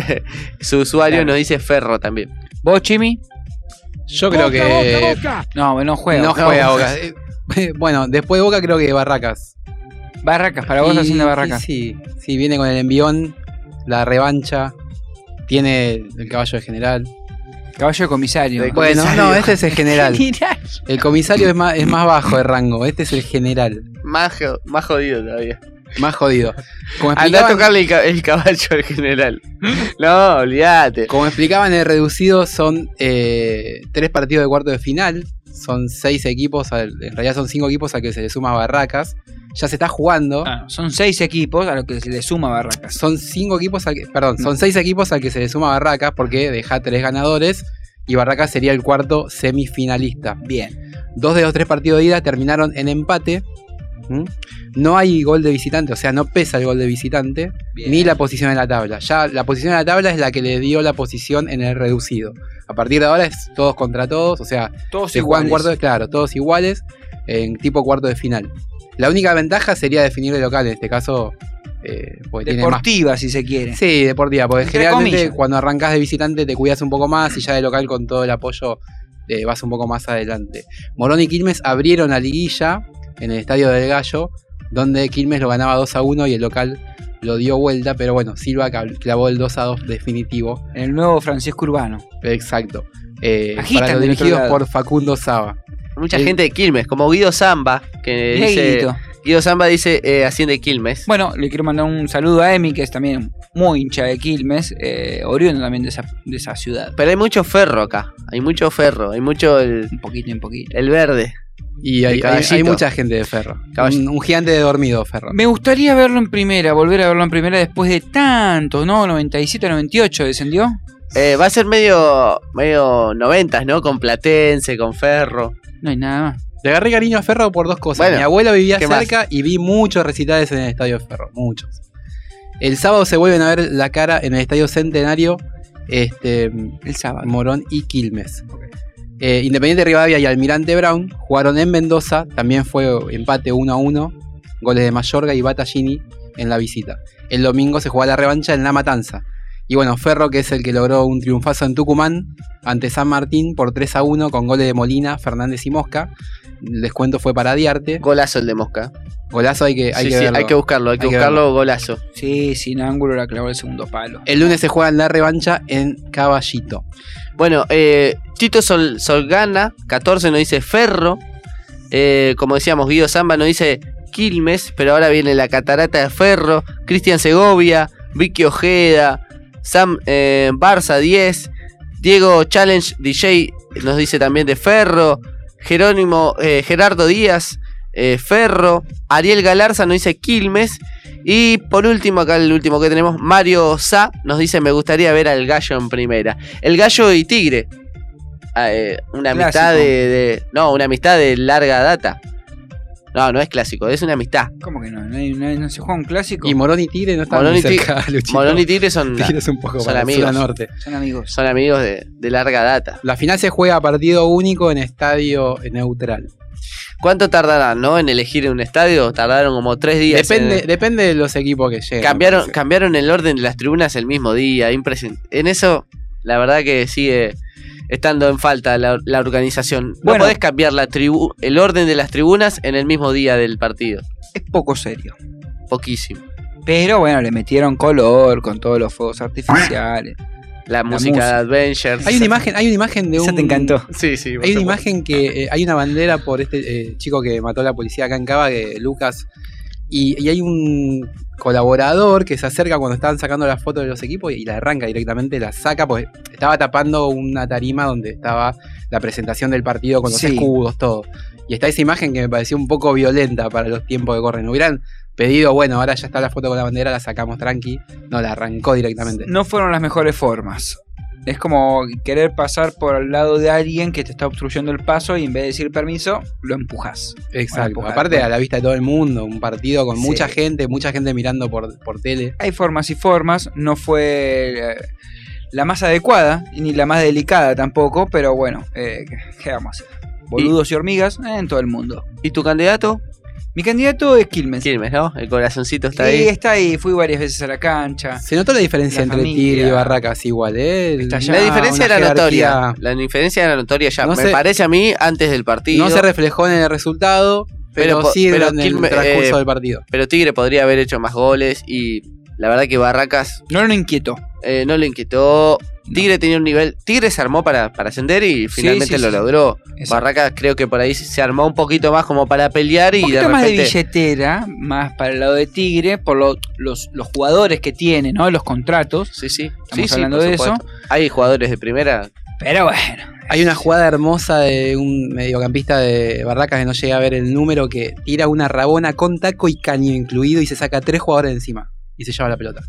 [SPEAKER 6] Su usuario nos dice Ferro también.
[SPEAKER 5] ¿Vos, Chimi?
[SPEAKER 7] Yo creo Boca, que- Boca, Boca.
[SPEAKER 5] No, no juega.
[SPEAKER 7] No juega Boca. Eh, bueno, después de Boca creo que Barracas.
[SPEAKER 5] Barracas, para vos
[SPEAKER 7] Y-
[SPEAKER 5] haciendo Barracas.
[SPEAKER 7] Sí, sí, sí, viene con el envión, la revancha, tiene el caballo de general.
[SPEAKER 5] Caballo de comisario.
[SPEAKER 7] Bueno,
[SPEAKER 5] Comisario.
[SPEAKER 7] no, este es el general.
[SPEAKER 5] General.
[SPEAKER 7] El comisario es más, es más bajo de rango, este es el general,
[SPEAKER 6] Más, jo- más jodido todavía.
[SPEAKER 7] más jodido. Como
[SPEAKER 6] Andá a
[SPEAKER 7] explicaban,
[SPEAKER 6] tocarle el, ca- el caballo al general. No, olvídate.
[SPEAKER 7] como explicaban, el reducido son eh, tres partidos de cuarto de final, son seis equipos, al- en realidad son cinco equipos a que se le suma Barracas, ya se está jugando.
[SPEAKER 5] Ah, Son seis equipos a los que se le suma Barracas.
[SPEAKER 7] Son cinco equipos al que- perdón, son seis equipos al que se le suma Barracas porque deja tres ganadores y Barracas sería el cuarto semifinalista.
[SPEAKER 5] Bien.
[SPEAKER 7] Dos de los tres partidos de ida terminaron en empate. ¿Mm? No hay gol de visitante, o sea, no pesa el gol de visitante ni la posición en la tabla. Ya la posición en la tabla es la que le dio la posición en el reducido. A partir de ahora es todos contra todos, o sea,
[SPEAKER 5] Todos
[SPEAKER 7] se juegan
[SPEAKER 5] iguales.
[SPEAKER 7] cuarto de claro, todos iguales en tipo cuarto de final. La única ventaja sería definir de local, en este caso eh, porque tiene más
[SPEAKER 5] Deportiva, si se quiere.
[SPEAKER 7] Sí, deportiva, porque
[SPEAKER 5] Entre
[SPEAKER 7] generalmente
[SPEAKER 5] comillas.
[SPEAKER 7] cuando arrancas de visitante te cuidas un poco más y ya de local con todo el apoyo eh, vas un poco más adelante. Morón y Quilmes abrieron la liguilla en el Estadio del Gallo, donde Quilmes lo ganaba 2 a 1 y el local lo dio vuelta, pero bueno, Silva cal- clavó el 2 a 2 definitivo.
[SPEAKER 5] El nuevo Francisco Urbano.
[SPEAKER 7] Exacto. Eh,
[SPEAKER 5] Agitan
[SPEAKER 7] para los
[SPEAKER 5] del otro
[SPEAKER 7] dirigidos
[SPEAKER 5] lado.
[SPEAKER 7] por Facundo Saba. Eh,
[SPEAKER 6] Mucha
[SPEAKER 7] El-
[SPEAKER 6] gente de Quilmes, como Guido Zamba, que
[SPEAKER 5] Mirá,
[SPEAKER 6] dice.
[SPEAKER 5] Guidito.
[SPEAKER 6] Guido Zamba dice eh, Asciende Quilmes.
[SPEAKER 5] Bueno, le quiero mandar un saludo a Emi, que es también muy hincha de Quilmes, eh, oriundo también de esa, de esa ciudad.
[SPEAKER 6] Pero hay mucho ferro acá. Hay mucho ferro. Hay mucho el.
[SPEAKER 5] Un poquito, un poquito.
[SPEAKER 6] El verde.
[SPEAKER 7] Y hay,
[SPEAKER 6] El
[SPEAKER 7] hay- hay
[SPEAKER 6] caballito.
[SPEAKER 7] mucha gente de Ferro. Un, un gigante de dormido, Ferro.
[SPEAKER 5] Me gustaría verlo en primera, volver a verlo en primera después de tanto, ¿no? 97, 98 descendió.
[SPEAKER 6] Eh, va a ser medio, medio noventas, ¿no? Con Platense, con Ferro.
[SPEAKER 5] No hay nada más.
[SPEAKER 7] Le agarré cariño a Ferro por dos cosas.
[SPEAKER 6] Bueno,
[SPEAKER 7] Mi abuelo vivía
[SPEAKER 6] ¿qué más?
[SPEAKER 7] cerca y vi muchos recitales en el Estadio Ferro, muchos. El sábado se vuelven a ver la cara en el Estadio Centenario, este,
[SPEAKER 5] el sábado.
[SPEAKER 7] Morón y Quilmes. Eh, Independiente Rivadavia y Almirante Brown jugaron en Mendoza, también fue empate 1 a 1, goles de Mayorga y Battaglini en la visita. El domingo se juega la revancha en La Matanza. Y bueno, Ferro, que es el que logró un triunfazo en Tucumán ante San Martín por 3 a 1 con goles de Molina, Fernández y Mosca. El descuento fue para Diarte.
[SPEAKER 6] Golazo el de Mosca.
[SPEAKER 7] Golazo hay que, hay
[SPEAKER 6] Sí,
[SPEAKER 7] que
[SPEAKER 6] sí,
[SPEAKER 7] verlo.
[SPEAKER 6] hay que buscarlo, hay que buscarlo,
[SPEAKER 7] verlo.
[SPEAKER 6] golazo.
[SPEAKER 5] Sí, sin ángulo la clavó el segundo palo.
[SPEAKER 7] El lunes se juega en la revancha en Caballito.
[SPEAKER 6] Bueno, eh, Tito Sol, Solgana, 14, nos dice Ferro. Eh, como decíamos, Guido Zamba nos dice Quilmes, pero ahora viene la catarata de Ferro. Cristian Segovia, Vicky Ojeda, Sam eh, Barça 10, Diego Challenge DJ nos dice también de Ferro, Jerónimo eh, Gerardo Díaz, eh, Ferro, Ariel Galarza nos dice Quilmes. Y por último, acá el último que tenemos, Mario Sa nos dice: Me gustaría ver al gallo en primera. El gallo y tigre. Ah, eh, una
[SPEAKER 5] Clásico.
[SPEAKER 6] amistad de, de- No, una amistad de larga data. No, no es clásico, es una amistad.
[SPEAKER 5] ¿Cómo que no? ¿No, hay- no hay- no se juega un clásico?
[SPEAKER 7] Y Morón y Tigre no están
[SPEAKER 6] Morón
[SPEAKER 7] muy
[SPEAKER 6] y Tigre-
[SPEAKER 7] cerca, Luchito.
[SPEAKER 6] Morón y Tigre son-
[SPEAKER 7] Tigre es un poco
[SPEAKER 6] son
[SPEAKER 7] para el
[SPEAKER 6] amigos.
[SPEAKER 7] sur a norte.
[SPEAKER 5] Son amigos.
[SPEAKER 6] Son amigos de, de larga data.
[SPEAKER 7] La final se juega a partido único en estadio neutral.
[SPEAKER 6] ¿Cuánto tardarán, no? En elegir un estadio, tardaron como tres días.
[SPEAKER 7] Depende,
[SPEAKER 6] en-
[SPEAKER 7] depende de los equipos que lleguen.
[SPEAKER 6] cambiaron, cambiaron el orden de las tribunas el mismo día. impresen- En eso, la verdad que sigue. estando en falta la, la organización.
[SPEAKER 5] Bueno.
[SPEAKER 6] no podés cambiar la tribu el orden de las tribunas en el mismo día del partido.
[SPEAKER 5] Es poco serio.
[SPEAKER 6] Poquísimo.
[SPEAKER 5] Pero bueno, le metieron color con todos los fuegos artificiales.
[SPEAKER 6] La, música de Adventures.
[SPEAKER 7] Hay una imagen, hay una imagen de un.
[SPEAKER 5] te encantó.
[SPEAKER 6] Sí, sí.
[SPEAKER 7] Hay una imagen que eh, hay una bandera por este eh, chico que mató a la policía acá en Cava, que Lucas. Y, y hay un colaborador que se acerca cuando estaban sacando las fotos de los equipos y, la arranca directamente, la saca, pues estaba tapando una tarima donde estaba la presentación del partido con los
[SPEAKER 5] Sí.
[SPEAKER 7] escudos, todo. Y está esa imagen que me pareció un poco violenta para los tiempos que corren. Hubieran pedido, bueno, ahora ya está la foto con la bandera, la sacamos tranqui. No, la arrancó directamente.
[SPEAKER 5] No fueron las mejores formas. Es como querer pasar por al lado de alguien que te está obstruyendo el paso y en vez de decir permiso, lo empujas.
[SPEAKER 7] Exacto. Aparte a la vista de todo el mundo, un partido con
[SPEAKER 5] Sí.
[SPEAKER 7] mucha gente, mucha gente mirando por, por tele.
[SPEAKER 5] Hay formas y formas, no fue eh, la más adecuada y ni la más delicada tampoco, pero bueno, eh, ¿qué- ¿qué vamos a hacer? Boludos y, hormigas eh, en todo el mundo.
[SPEAKER 6] ¿Y tu candidato?
[SPEAKER 5] Mi candidato es Quilmes.
[SPEAKER 6] Quilmes, ¿no? El corazoncito está
[SPEAKER 5] Y
[SPEAKER 6] ahí.
[SPEAKER 5] está ahí, fui varias veces a la cancha.
[SPEAKER 7] Se notó la diferencia
[SPEAKER 5] La
[SPEAKER 7] entre
[SPEAKER 5] familia.
[SPEAKER 7] Tigre y Barracas igual, ¿eh?
[SPEAKER 5] Está
[SPEAKER 6] La
[SPEAKER 5] ya
[SPEAKER 6] diferencia
[SPEAKER 7] una
[SPEAKER 6] era notoria.
[SPEAKER 7] jerarquía.
[SPEAKER 6] La diferencia era notoria ya.
[SPEAKER 7] No
[SPEAKER 6] me
[SPEAKER 7] sé-
[SPEAKER 6] parece a mí antes del partido.
[SPEAKER 7] No se reflejó en el resultado, pero,
[SPEAKER 6] po-
[SPEAKER 7] sí
[SPEAKER 6] pero
[SPEAKER 7] en el
[SPEAKER 6] Quilme-
[SPEAKER 7] transcurso
[SPEAKER 6] eh,
[SPEAKER 7] del partido.
[SPEAKER 6] Pero Tigre podría haber hecho más goles y la verdad que Barracas
[SPEAKER 5] No lo inquietó.
[SPEAKER 6] eh, no le inquietó. Tigre tenía un nivel. Tigre se armó para, para ascender y finalmente
[SPEAKER 5] sí,
[SPEAKER 6] lo
[SPEAKER 5] sí.
[SPEAKER 6] logró.
[SPEAKER 5] Exacto.
[SPEAKER 6] Barracas creo que por ahí se armó un poquito más como para pelear y
[SPEAKER 5] Un
[SPEAKER 6] de
[SPEAKER 5] poquito más de
[SPEAKER 6] repente.
[SPEAKER 5] billetera, más para el lado de Tigre, por lo- los, los jugadores que tiene, ¿no? Los contratos.
[SPEAKER 6] Sí, sí.
[SPEAKER 5] Estamos
[SPEAKER 6] sí,
[SPEAKER 5] hablando
[SPEAKER 6] por
[SPEAKER 5] de
[SPEAKER 6] supuesto.
[SPEAKER 5] eso.
[SPEAKER 6] Hay jugadores de primera.
[SPEAKER 5] Pero bueno.
[SPEAKER 7] Hay una jugada hermosa de un mediocampista de Barracas que no llega a ver el número que tira una rabona con taco y caño incluido y se saca tres jugadores encima y se lleva la pelota.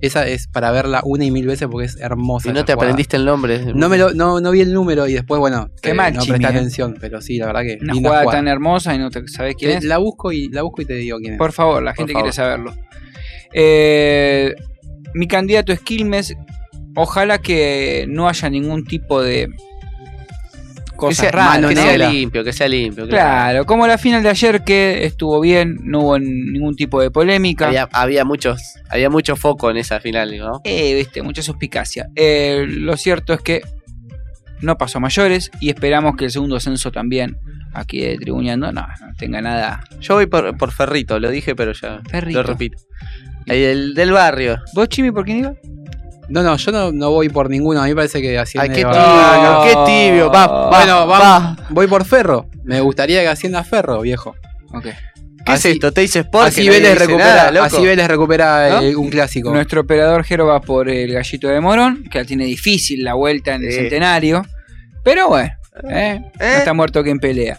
[SPEAKER 7] Esa es para verla una y mil veces porque es hermosa.
[SPEAKER 6] Y no
[SPEAKER 7] esa
[SPEAKER 6] te
[SPEAKER 7] jugada.
[SPEAKER 6] aprendiste el nombre.
[SPEAKER 7] No, me lo, no, no vi el número y después, bueno,
[SPEAKER 5] Qué
[SPEAKER 7] eh,
[SPEAKER 5] mal,
[SPEAKER 7] no
[SPEAKER 5] Chimi,
[SPEAKER 7] presté
[SPEAKER 5] eh.
[SPEAKER 7] atención, pero sí, la verdad que.
[SPEAKER 5] Una
[SPEAKER 7] linda
[SPEAKER 5] jugada,
[SPEAKER 7] jugada.
[SPEAKER 5] tan hermosa y no te sabes quién
[SPEAKER 7] Te-
[SPEAKER 5] es.
[SPEAKER 7] Eh, La busco y la busco y te digo quién es.
[SPEAKER 5] Por favor, la
[SPEAKER 7] Por
[SPEAKER 5] gente
[SPEAKER 7] favor.
[SPEAKER 5] quiere saberlo. Eh, mi candidato es Quilmes. Ojalá que no haya ningún tipo de cosas
[SPEAKER 6] que sea,
[SPEAKER 5] raras.
[SPEAKER 6] que
[SPEAKER 5] ¿no?
[SPEAKER 6] sea limpio, que sea limpio.
[SPEAKER 5] Claro, como la final de ayer que estuvo bien, no hubo ningún tipo de polémica.
[SPEAKER 6] Había, había muchos, había mucho foco en esa final, ¿no?
[SPEAKER 5] Eh, viste, mucha suspicacia. Eh, lo cierto es que no pasó a mayores y esperamos que el segundo censo también, aquí de Tribuñando, no, no tenga nada.
[SPEAKER 6] Yo voy por, por Ferrito, lo dije, pero ya
[SPEAKER 5] Ferrito.
[SPEAKER 6] lo repito. El, del- del barrio.
[SPEAKER 5] ¿Vos, Chimi, por quién iba?
[SPEAKER 7] No, no, yo no, no voy por ninguno. A mí me parece que Hacienda.
[SPEAKER 6] Ay, qué
[SPEAKER 7] va-
[SPEAKER 6] tibio,
[SPEAKER 7] Ah,
[SPEAKER 6] qué tibio. Va, va,
[SPEAKER 7] bueno, va-
[SPEAKER 6] va.
[SPEAKER 7] Voy por Ferro. Me gustaría que Hacienda Ferro, viejo.
[SPEAKER 5] Ok.
[SPEAKER 6] ¿Qué es esto? ¿Te dices por
[SPEAKER 7] así Vélez recupera, así Vélez recupera
[SPEAKER 5] ¿No?
[SPEAKER 7] eh, un clásico.
[SPEAKER 5] Nuestro operador Jero va por el gallito de Morón, que la tiene difícil la vuelta en el
[SPEAKER 6] Sí.
[SPEAKER 5] centenario. Pero bueno, eh, no está muerto quien pelea.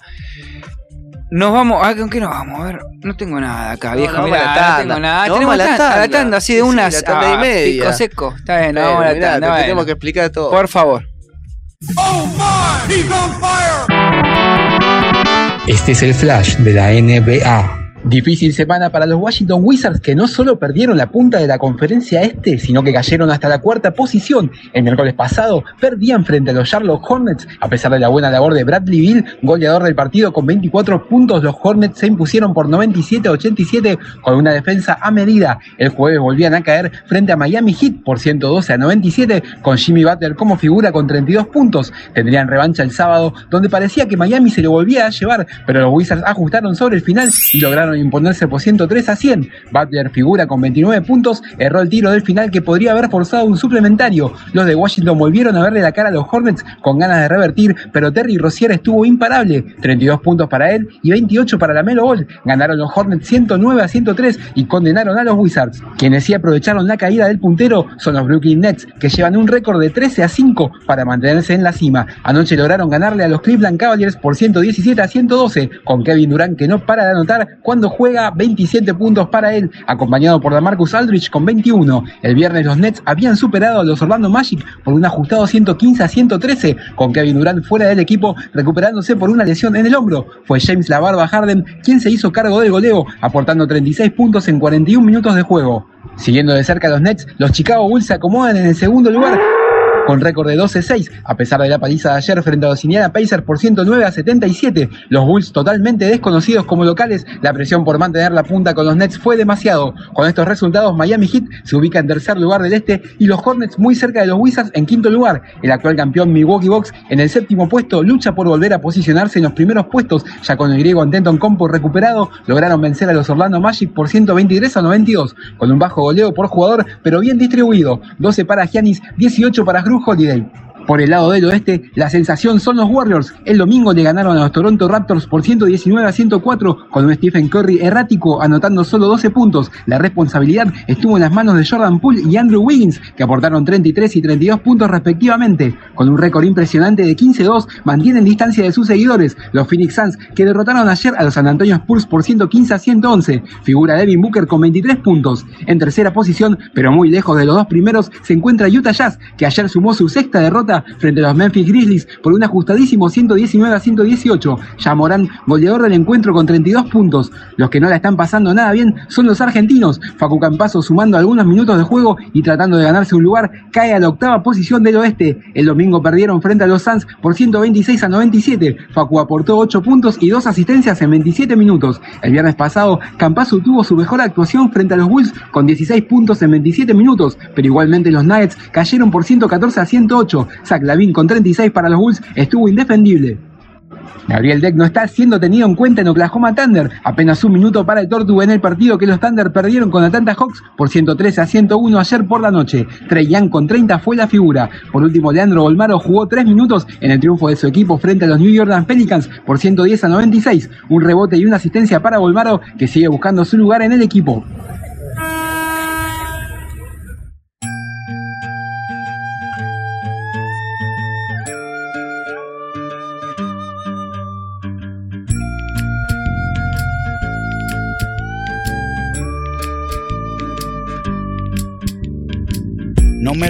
[SPEAKER 5] Nos vamos, ah, ¿con qué nos vamos? A ver, no tengo nada acá,
[SPEAKER 6] No,
[SPEAKER 5] viejo.
[SPEAKER 6] no,
[SPEAKER 5] mirá,
[SPEAKER 6] vamos a la
[SPEAKER 5] no
[SPEAKER 6] tanda.
[SPEAKER 5] tengo nada.
[SPEAKER 6] No,
[SPEAKER 5] Tenemos
[SPEAKER 6] vamos a la
[SPEAKER 5] tan- a la
[SPEAKER 6] tanda.
[SPEAKER 5] tanda, así de
[SPEAKER 6] Sí, sí,
[SPEAKER 5] unas.
[SPEAKER 6] la tanda y
[SPEAKER 5] ah,
[SPEAKER 6] media.
[SPEAKER 5] Pico seco, está bien, no,
[SPEAKER 6] Pero,
[SPEAKER 5] vamos a la
[SPEAKER 6] mirá,
[SPEAKER 5] tanda.
[SPEAKER 6] te
[SPEAKER 5] bueno.
[SPEAKER 6] tenemos que explicar todo.
[SPEAKER 5] Por favor.
[SPEAKER 14] Este es el flash de la NBA. Difícil semana para los Washington Wizards que no solo perdieron la punta de la conferencia este, sino que cayeron hasta la cuarta posición. El miércoles pasado perdían frente a los Charlotte Hornets. A pesar de la buena labor de Bradley Bill, goleador del partido con 24 puntos, los Hornets se impusieron por 97 a 87 con una defensa a medida. El jueves volvían a caer frente a Miami Heat por 112 a 97 con Jimmy Butler como figura con 32 puntos. Tendrían revancha el sábado donde parecía que Miami se lo volvía a llevar, pero los Wizards ajustaron sobre el final y lograron imponerse por 103 a 100. Butler figura con 29 puntos, erró el tiro del final que podría haber forzado un suplementario. Los de Washington volvieron a verle la cara a los Hornets con ganas de revertir, pero Terry Rozier estuvo imparable, 32 puntos para él y 28 para la Melo Ball. Ganaron los Hornets 109 a 103 y condenaron a los Wizards. Quienes sí aprovecharon la caída del puntero son los Brooklyn Nets, que llevan un récord de 13 a 5 para mantenerse en la cima. Anoche lograron ganarle a los Cleveland Cavaliers por 117 a 112, con Kevin Durant que no para de anotar cuando juega 27 puntos para él, acompañado por Damarcus Aldridge con 21. El viernes los Nets habían superado a los Orlando Magic por un ajustado 115 a 113, con Kevin Durant fuera del equipo recuperándose por una lesión en el hombro. Fue James La Barba Harden quien se hizo cargo del goleo, aportando 36 puntos en 41 minutos de juego. Siguiendo de cerca a los Nets, los Chicago Bulls se acomodan en el segundo lugar
[SPEAKER 7] con récord de 12-6. A pesar de la paliza de ayer frente a los Indiana Pacers por 109 a 77, los Bulls totalmente desconocidos como locales, la presión por mantener la punta con los Nets fue demasiado. Con estos resultados, Miami Heat se ubica en tercer lugar del este y los Hornets muy cerca de los Wizards en quinto lugar. El actual campeón Milwaukee Bucks en el séptimo puesto lucha por volver a posicionarse en los primeros puestos, ya con el griego Antenton Compo recuperado, lograron vencer a los Orlando Magic por 123 a 92, con un bajo goleo por jugador, pero bien distribuido, 12 para Giannis, 18 para Drew Holiday. Por el lado del oeste, la sensación son los Warriors. El domingo le ganaron a los Toronto Raptors por 119 a 104 con un Stephen Curry errático anotando solo 12 puntos. La responsabilidad estuvo en las manos de Jordan Poole y Andrew Wiggins, que aportaron 33 y 32 puntos respectivamente. Con un récord impresionante de 15-2, mantienen distancia de sus seguidores, los Phoenix Suns, que derrotaron ayer a los San Antonio Spurs por 115 a 111. Figura Devin Booker con 23 puntos. En tercera posición, pero muy lejos de los dos primeros, se encuentra Utah Jazz, que ayer sumó su sexta derrota frente a los Memphis Grizzlies por un ajustadísimo 119 a 118. Ya Morán, goleador del encuentro con 32 puntos. Los que no la están pasando nada bien son los argentinos. Facu Campazo sumando algunos minutos de juego y tratando de ganarse un lugar, cae a la octava posición del oeste. El domingo perdieron frente a los Suns por 126 a 97. Facu aportó 8 puntos y 2 asistencias en 27 minutos. El viernes pasado, Campazo tuvo su mejor actuación frente a los Bulls con 16 puntos en 27 minutos, pero igualmente los Nuggets cayeron por 114 a 108. Zach Lavin con 36 para los Bulls estuvo indefendible. Gabriel Deck no está siendo tenido en cuenta en Oklahoma Thunder. Apenas un minuto para el Tortuga en el partido que los Thunder perdieron con Atlanta Hawks por 113 a 101 ayer por la noche. Trey Young con 30 fue la figura. Por último, Leandro Bolmaro jugó 3 minutos en el triunfo de su equipo frente a los New York Pelicans por 110 a 96. Un rebote y una asistencia para Bolmaro que sigue buscando su lugar en el equipo.
[SPEAKER 17] No me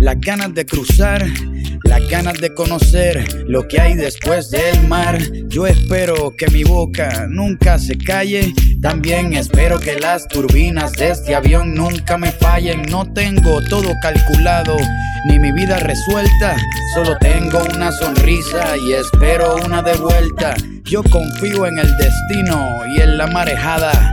[SPEAKER 17] las ganas de cruzar, las ganas de conocer lo que hay después del mar. Yo espero que mi boca nunca se calle. También espero que las turbinas de este avión nunca me fallen. No tengo todo calculado, ni mi vida resuelta. Solo tengo una sonrisa y espero una de vuelta. Yo confío en el destino y en la marejada.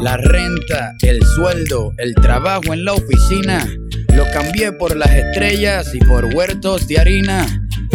[SPEAKER 17] La renta, el sueldo, el trabajo en la oficina. Lo cambié por las estrellas y por huertos de harina.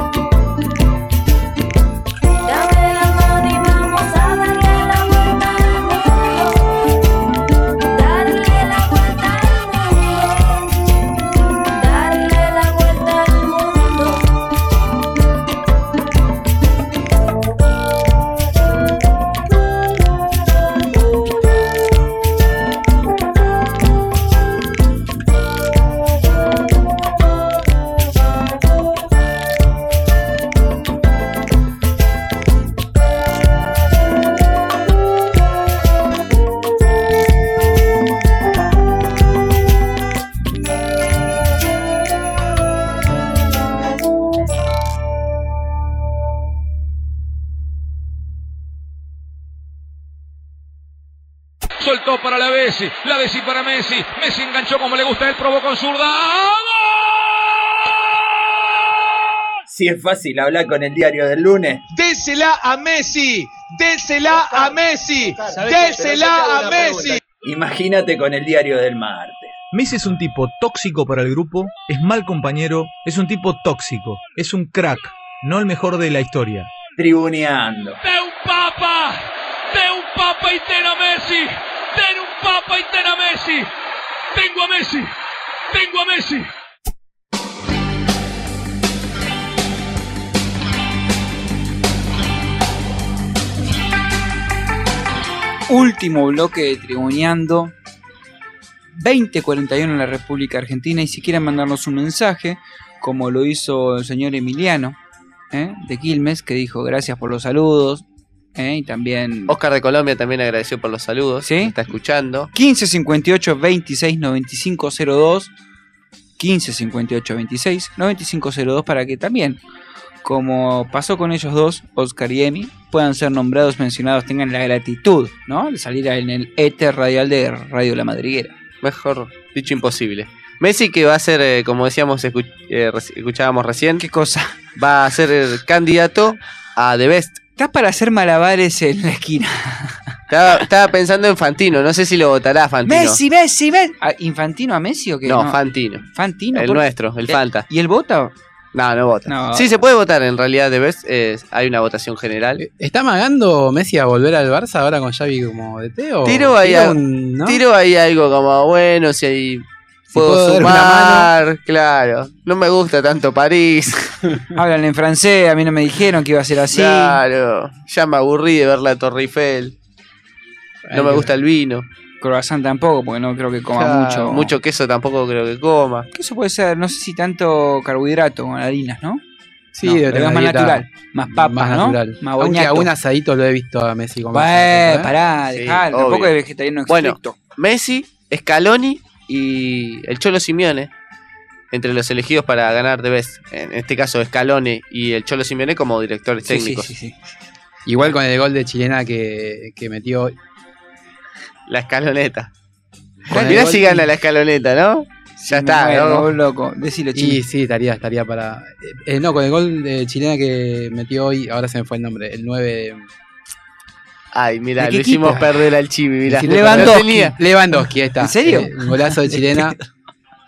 [SPEAKER 1] Darle la vuelta al mundo.
[SPEAKER 8] la Bessi, la Bessi para Messi, Messi enganchó como le gusta, él probó con zurda.
[SPEAKER 18] Si es fácil hablar con el diario del lunes.
[SPEAKER 20] Désela a Messi, désela a Messi, désela a Messi.
[SPEAKER 18] Imagínate con el diario del martes.
[SPEAKER 26] Messi es un tipo tóxico para el grupo, es mal compañero, es un tipo tóxico, es un crack, no el mejor de la historia.
[SPEAKER 18] Tribuneando.
[SPEAKER 8] De un papa, de un papa y ten a Messi, ten un papa y ten a Messi. Tengo a Messi, tengo a Messi.
[SPEAKER 5] Último bloque de Tribuneando. 2041 en la República Argentina. Y si quieren mandarnos un mensaje, como lo hizo el señor Emiliano ¿eh? de Quilmes, que dijo gracias por los saludos. ¿eh? Y también
[SPEAKER 6] Oscar de Colombia también agradeció por los saludos.
[SPEAKER 5] ¿Sí?
[SPEAKER 6] Está escuchando.
[SPEAKER 5] 1558 26 95 02 1558 26 95 02 para que también como pasó con ellos dos, Oscar y Emi, puedan ser nombrados, mencionados, tengan la gratitud, ¿no? De salir en el éter radial de Radio La Madriguera.
[SPEAKER 6] Mejor dicho, imposible. Messi que va a ser, eh, como decíamos, escu- eh, reci- escuchábamos recién. ¿Qué
[SPEAKER 5] cosa?
[SPEAKER 6] Va a ser el candidato a The Best.
[SPEAKER 5] Estás para hacer malabares en la esquina.
[SPEAKER 6] Estaba, estaba pensando en Fantino, no sé si lo votará Fantino.
[SPEAKER 5] Messi, Messi, Messi. ¿A- ¿Infantino a Messi o qué?
[SPEAKER 6] No, Fantino.
[SPEAKER 5] Fantino.
[SPEAKER 6] El
[SPEAKER 5] ¿por- Eh,
[SPEAKER 6] nuestro, el Fanta.
[SPEAKER 5] ¿Y él vota?
[SPEAKER 6] No, no vota.
[SPEAKER 5] No.
[SPEAKER 6] Sí, se puede votar, en realidad The Best eh, hay una votación general.
[SPEAKER 5] Eh,
[SPEAKER 7] ¿Está magando Messi a volver al Barça ahora con Xavi como DT o
[SPEAKER 5] oh,
[SPEAKER 6] Tiro ahí,
[SPEAKER 7] tira
[SPEAKER 6] a-
[SPEAKER 7] un- no?
[SPEAKER 6] tiro ahí algo como, bueno, si ahí puedo,
[SPEAKER 7] puedo dar una
[SPEAKER 6] sumar, claro. No me gusta tanto París.
[SPEAKER 5] Hablan en francés, a mí no me dijeron que iba a ser así.
[SPEAKER 6] Claro, ya me aburrí de ver la Torre Eiffel. No me gusta el vino.
[SPEAKER 5] Croissant tampoco, porque no creo que coma
[SPEAKER 6] Ya,
[SPEAKER 5] mucho.
[SPEAKER 6] Mucho queso tampoco creo que coma.
[SPEAKER 5] Que eso puede ser, no sé si tanto carbohidrato con harinas, ¿no?
[SPEAKER 7] Sí,
[SPEAKER 5] No,
[SPEAKER 7] debe
[SPEAKER 5] pero
[SPEAKER 7] tener
[SPEAKER 5] es más
[SPEAKER 7] una dieta
[SPEAKER 5] natural. Más papas,
[SPEAKER 7] más
[SPEAKER 5] ¿no?
[SPEAKER 7] natural.
[SPEAKER 5] Más
[SPEAKER 7] Aunque
[SPEAKER 5] boñato.
[SPEAKER 7] a un asadito lo he visto a Messi ¿Eh? como.
[SPEAKER 5] Bueno, pará,
[SPEAKER 6] Sí,
[SPEAKER 5] dejalo,
[SPEAKER 6] obvio.
[SPEAKER 5] tampoco es vegetariano
[SPEAKER 6] Bueno,
[SPEAKER 5] estricto.
[SPEAKER 6] Messi, Scaloni y el Cholo Simeone. Entre los elegidos para ganar de Best. En este caso, Scaloni y el Cholo Simeone como directores
[SPEAKER 7] Sí, sí,
[SPEAKER 6] técnicos.
[SPEAKER 7] sí, Igual con el gol de Chilena que, que metió.
[SPEAKER 6] La escaloneta.
[SPEAKER 7] Con el
[SPEAKER 6] Mirá
[SPEAKER 7] gol
[SPEAKER 6] si
[SPEAKER 7] y-
[SPEAKER 6] gana la escaloneta, ¿no? Ya está, ¿no?
[SPEAKER 5] loco. Decilo,
[SPEAKER 7] Y sí, estaría, estaría para. eh, eh, no, con el gol de Chilena que metió hoy, ahora se me fue el nombre, el 9. de-
[SPEAKER 6] Ay,
[SPEAKER 7] ¿De
[SPEAKER 6] mirá,
[SPEAKER 7] qué
[SPEAKER 6] le hicimos
[SPEAKER 7] equipo?
[SPEAKER 6] perder al Chibi, mirá. Lo
[SPEAKER 7] Lewandowski.
[SPEAKER 6] tenía.
[SPEAKER 7] Lewandowski, ahí está.
[SPEAKER 6] ¿En serio?
[SPEAKER 7] Eh, un golazo de chilena.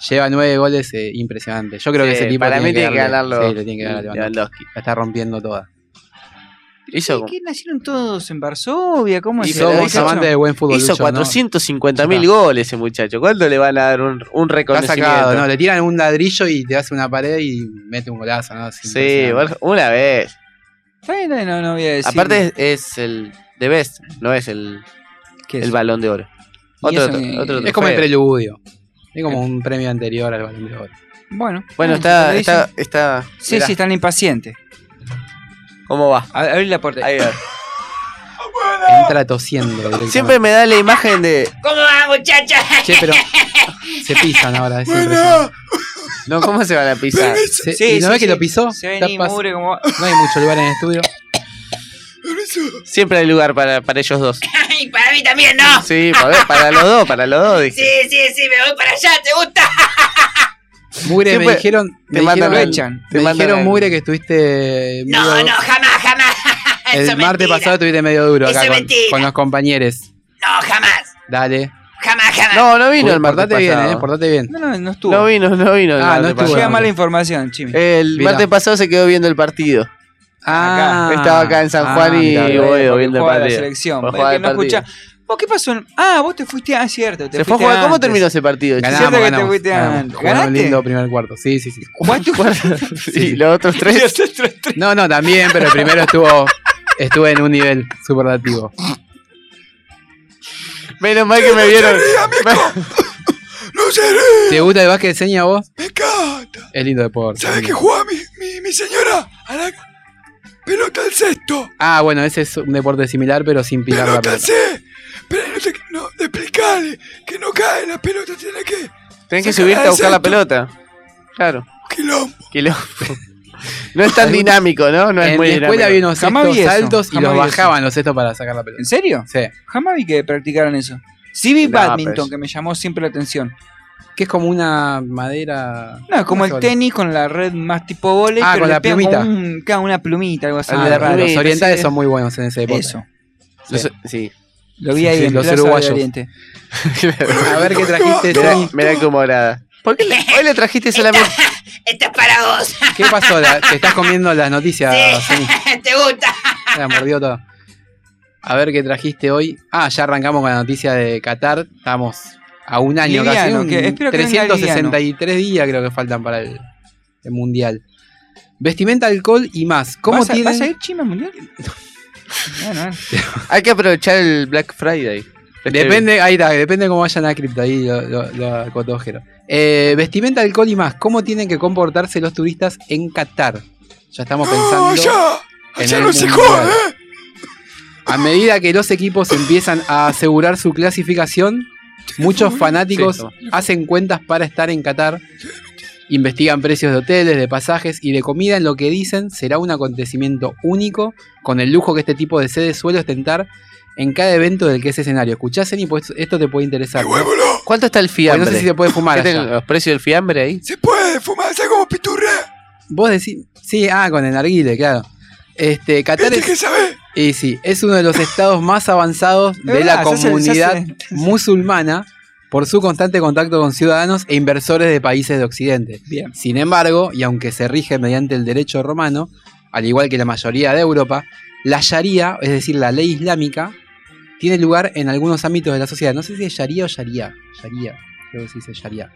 [SPEAKER 7] Lleva nueve goles, eh, impresionante. Yo creo que
[SPEAKER 6] Sí,
[SPEAKER 7] ese tipo.
[SPEAKER 6] para mí tiene que
[SPEAKER 7] darle-
[SPEAKER 6] ganarlo
[SPEAKER 7] Sí, le tiene que ganar a
[SPEAKER 6] Lewandowski.
[SPEAKER 7] La está rompiendo toda.
[SPEAKER 6] Hizo,
[SPEAKER 5] ¿Qué nacieron todos en Varsovia? ¿Cómo es
[SPEAKER 6] hizo-
[SPEAKER 5] eso?
[SPEAKER 6] hizo- Hizo 450 mil goles ese muchacho. ¿Cuándo le van a dar un, un
[SPEAKER 7] Está
[SPEAKER 6] reconocimiento?
[SPEAKER 7] sacado, ¿no? Le tiran un ladrillo y te hace una pared y mete un golazo, ¿no? Es
[SPEAKER 6] Sí,
[SPEAKER 7] impresionante.
[SPEAKER 6] una vez.
[SPEAKER 5] Está bien, está bien, no, no voy a decir.
[SPEAKER 6] Aparte es, es el de Best, no es el, el balón de oro.
[SPEAKER 7] Y
[SPEAKER 6] Otro,
[SPEAKER 7] eso
[SPEAKER 6] otro,
[SPEAKER 7] que-
[SPEAKER 6] otro
[SPEAKER 7] es como
[SPEAKER 6] trofeo.
[SPEAKER 7] el preludio. Es como un premio anterior al Balón de Oro.
[SPEAKER 5] Bueno,
[SPEAKER 6] Bueno, está, está, está.
[SPEAKER 5] Sí,
[SPEAKER 6] mirá,
[SPEAKER 5] sí, están impacientes.
[SPEAKER 6] ¿Cómo va?
[SPEAKER 5] Abrir la puerta.
[SPEAKER 6] Ahí va.
[SPEAKER 7] Entra tosiendo. directamente.
[SPEAKER 6] Siempre me da la imagen de.
[SPEAKER 26] ¿Cómo va, muchachas?
[SPEAKER 7] Che, pero se pisan ahora. es impresionante.
[SPEAKER 6] No, ¿cómo se van a pisar?
[SPEAKER 7] Se- ¿y no ves que lo pisó?
[SPEAKER 5] Se ven y
[SPEAKER 7] Tapas-
[SPEAKER 5] mugre como...
[SPEAKER 7] No hay mucho lugar en el estudio.
[SPEAKER 6] Siempre hay lugar para, para ellos dos.
[SPEAKER 26] Ay, para mí también, ¿no?
[SPEAKER 6] Sí, para, para los dos, para los dos. dije.
[SPEAKER 26] Sí, sí, sí, me voy para allá, ¿te gusta?
[SPEAKER 7] Mugre,
[SPEAKER 6] Siempre
[SPEAKER 7] me dijeron.
[SPEAKER 6] te
[SPEAKER 7] me
[SPEAKER 6] mandan
[SPEAKER 7] dijeron-
[SPEAKER 6] al- echan, te
[SPEAKER 7] Me
[SPEAKER 6] mandan
[SPEAKER 7] dijeron,
[SPEAKER 6] al-
[SPEAKER 7] Mugre, que estuviste.
[SPEAKER 26] No,
[SPEAKER 7] medio-
[SPEAKER 26] no, jamás, jamás.
[SPEAKER 7] El
[SPEAKER 26] Eso
[SPEAKER 7] martes
[SPEAKER 26] es mentira.
[SPEAKER 7] pasado estuviste medio duro
[SPEAKER 26] Eso
[SPEAKER 7] acá
[SPEAKER 26] es
[SPEAKER 7] con,
[SPEAKER 26] mentira.
[SPEAKER 7] con los compañeros.
[SPEAKER 26] No, jamás,
[SPEAKER 7] Dale.
[SPEAKER 26] jamás, jamás.
[SPEAKER 6] No, no vino el martes
[SPEAKER 7] Portate bien, eh,
[SPEAKER 6] pasado.
[SPEAKER 7] portate bien.
[SPEAKER 5] No, no, no estuvo.
[SPEAKER 6] No vino, no vino. el
[SPEAKER 7] Ah, no
[SPEAKER 6] martes
[SPEAKER 7] estuvo.
[SPEAKER 6] pasado.
[SPEAKER 5] Llega mala información, Chimi.
[SPEAKER 6] El
[SPEAKER 5] Mirá.
[SPEAKER 6] martes pasado se quedó viendo el partido.
[SPEAKER 7] Ah,
[SPEAKER 6] Estaba acá en San Juan y
[SPEAKER 5] mirá,
[SPEAKER 6] Boedo
[SPEAKER 5] porque
[SPEAKER 6] viendo el
[SPEAKER 5] juega la
[SPEAKER 6] partido.
[SPEAKER 5] selección.
[SPEAKER 6] Porque
[SPEAKER 5] porque
[SPEAKER 6] juega el
[SPEAKER 5] no
[SPEAKER 6] partido.
[SPEAKER 5] escucha. ¿Por qué pasó? en- Ah, vos te fuiste. Ah, cierto. Te
[SPEAKER 6] Se fue a
[SPEAKER 5] fuiste
[SPEAKER 6] jugar. ¿Cómo
[SPEAKER 5] antes.
[SPEAKER 6] terminó ese partido?
[SPEAKER 5] Ganamos,
[SPEAKER 6] Siempre que te
[SPEAKER 5] ganamos.
[SPEAKER 6] fuiste
[SPEAKER 5] Ganamos.
[SPEAKER 6] antes.
[SPEAKER 7] Jugó un
[SPEAKER 5] ¿Ganaste?
[SPEAKER 7] lindo primer cuarto. Sí, sí, sí.
[SPEAKER 6] Sí, sí. los otros tres.
[SPEAKER 7] No, no, también, pero el primero estuvo estuve en un nivel superlativo.
[SPEAKER 6] Menos mal que me vieron.
[SPEAKER 7] ¿Te gusta el básquet de seña vos? Me encanta. Es lindo deporte. ¿Sabes qué
[SPEAKER 20] Juega mi, mi, mi señora a la pelota al cesto.
[SPEAKER 7] Ah, bueno, ese es un deporte similar, pero sin pilar la pelota.
[SPEAKER 20] Cansé. Pero no te no, explicale que no cae la pelota, tiene que.
[SPEAKER 6] Tenés
[SPEAKER 20] sacarla
[SPEAKER 6] que subirte a
[SPEAKER 20] del
[SPEAKER 6] buscar la
[SPEAKER 20] cesto.
[SPEAKER 6] pelota. Claro.
[SPEAKER 20] Quilombo.
[SPEAKER 6] Quilombo. No es tan dinámico, ¿no? No es
[SPEAKER 7] en
[SPEAKER 6] muy
[SPEAKER 7] mi escuela
[SPEAKER 6] dinámico.
[SPEAKER 7] había unos
[SPEAKER 5] Jamás
[SPEAKER 7] cestos
[SPEAKER 5] vi eso,
[SPEAKER 7] altos y
[SPEAKER 5] jamás
[SPEAKER 7] los
[SPEAKER 5] vi eso.
[SPEAKER 7] bajaban los cestos para sacar la pelota.
[SPEAKER 5] ¿En serio?
[SPEAKER 7] Sí.
[SPEAKER 5] Jamás vi que practicaran eso. CB
[SPEAKER 7] Nah,
[SPEAKER 5] Badminton,
[SPEAKER 7] pues.
[SPEAKER 5] que me llamó siempre la atención.
[SPEAKER 7] Que es como una madera.
[SPEAKER 5] No, es como el tenis con la red más tipo vole,
[SPEAKER 7] Ah, con la plumita.
[SPEAKER 5] una plumita, algo así.
[SPEAKER 7] Ah,
[SPEAKER 5] medio raro.
[SPEAKER 7] los orientales
[SPEAKER 5] Sí.
[SPEAKER 7] son muy buenos en ese deporte.
[SPEAKER 5] Eso.
[SPEAKER 7] Sí.
[SPEAKER 5] Lo vi ahí en Plaza de Oriente.
[SPEAKER 7] A ver qué trajiste, Chani.
[SPEAKER 6] Mira cómo agrada. ¿Por qué le- hoy le trajiste solamente.
[SPEAKER 25] Esto es para vos.
[SPEAKER 7] ¿Qué pasó? La- te estás comiendo las noticias, Sony.
[SPEAKER 25] ¿Te gusta?
[SPEAKER 7] La mordió todo. A ver qué trajiste hoy. Ah, ya arrancamos con la noticia de Qatar. Estamos a un año
[SPEAKER 5] Liviano,
[SPEAKER 7] casi. un-
[SPEAKER 5] que- espero que venga
[SPEAKER 7] 363 días creo que faltan para el, el mundial. Vestimenta, alcohol y más. ¿Cómo
[SPEAKER 5] ¿Vas a-
[SPEAKER 7] tienen-
[SPEAKER 5] ¿Vas a ir China al mundial? Bueno, bueno.
[SPEAKER 6] Hay que aprovechar el Black Friday.
[SPEAKER 7] Depende, ahí está, depende cómo vayan a cripto, ahí lo, lo, lo acotogero. Eh, vestimenta, alcohol y más. ¿Cómo tienen que comportarse los turistas en Qatar? Ya
[SPEAKER 5] ¡Oh,
[SPEAKER 7] estamos pensando. en el Mundial.
[SPEAKER 20] ¿eh?
[SPEAKER 7] A medida que los equipos empiezan a asegurar su clasificación, muchos fanáticos
[SPEAKER 6] Sí,
[SPEAKER 7] hacen cuentas para estar en Qatar, investigan precios de hoteles, de pasajes y de comida en lo que dicen será un acontecimiento único con el lujo que este tipo de sede suele ostentar en cada evento del que es escenario. Escuchá, Zeni, pues esto te puede interesar.
[SPEAKER 6] ¿Cuánto está el fiambre?
[SPEAKER 7] Bueno, Pues no sé si se puede fumar
[SPEAKER 6] ¿Qué
[SPEAKER 7] allá.
[SPEAKER 6] tengo, ¿Los precios del fiambre ahí?
[SPEAKER 7] Se puede fumar, sea como piturrea. Vos decís. Sí, ah, con el narguile, claro. Este, Qatar es. Y sí, es uno de los estados más avanzados de la
[SPEAKER 5] verdad, se hace- se
[SPEAKER 7] comunidad
[SPEAKER 5] hace-
[SPEAKER 7] musulmana por su constante contacto con ciudadanos e inversores de países de Occidente.
[SPEAKER 5] Bien.
[SPEAKER 7] Sin embargo, y aunque se rige mediante el derecho romano, al igual que la mayoría de Europa, la Sharia, es decir, la ley islámica, tiene lugar en algunos ámbitos de la sociedad. No sé si es Sharia o Sharia. Sharia, creo que se dice Sharia.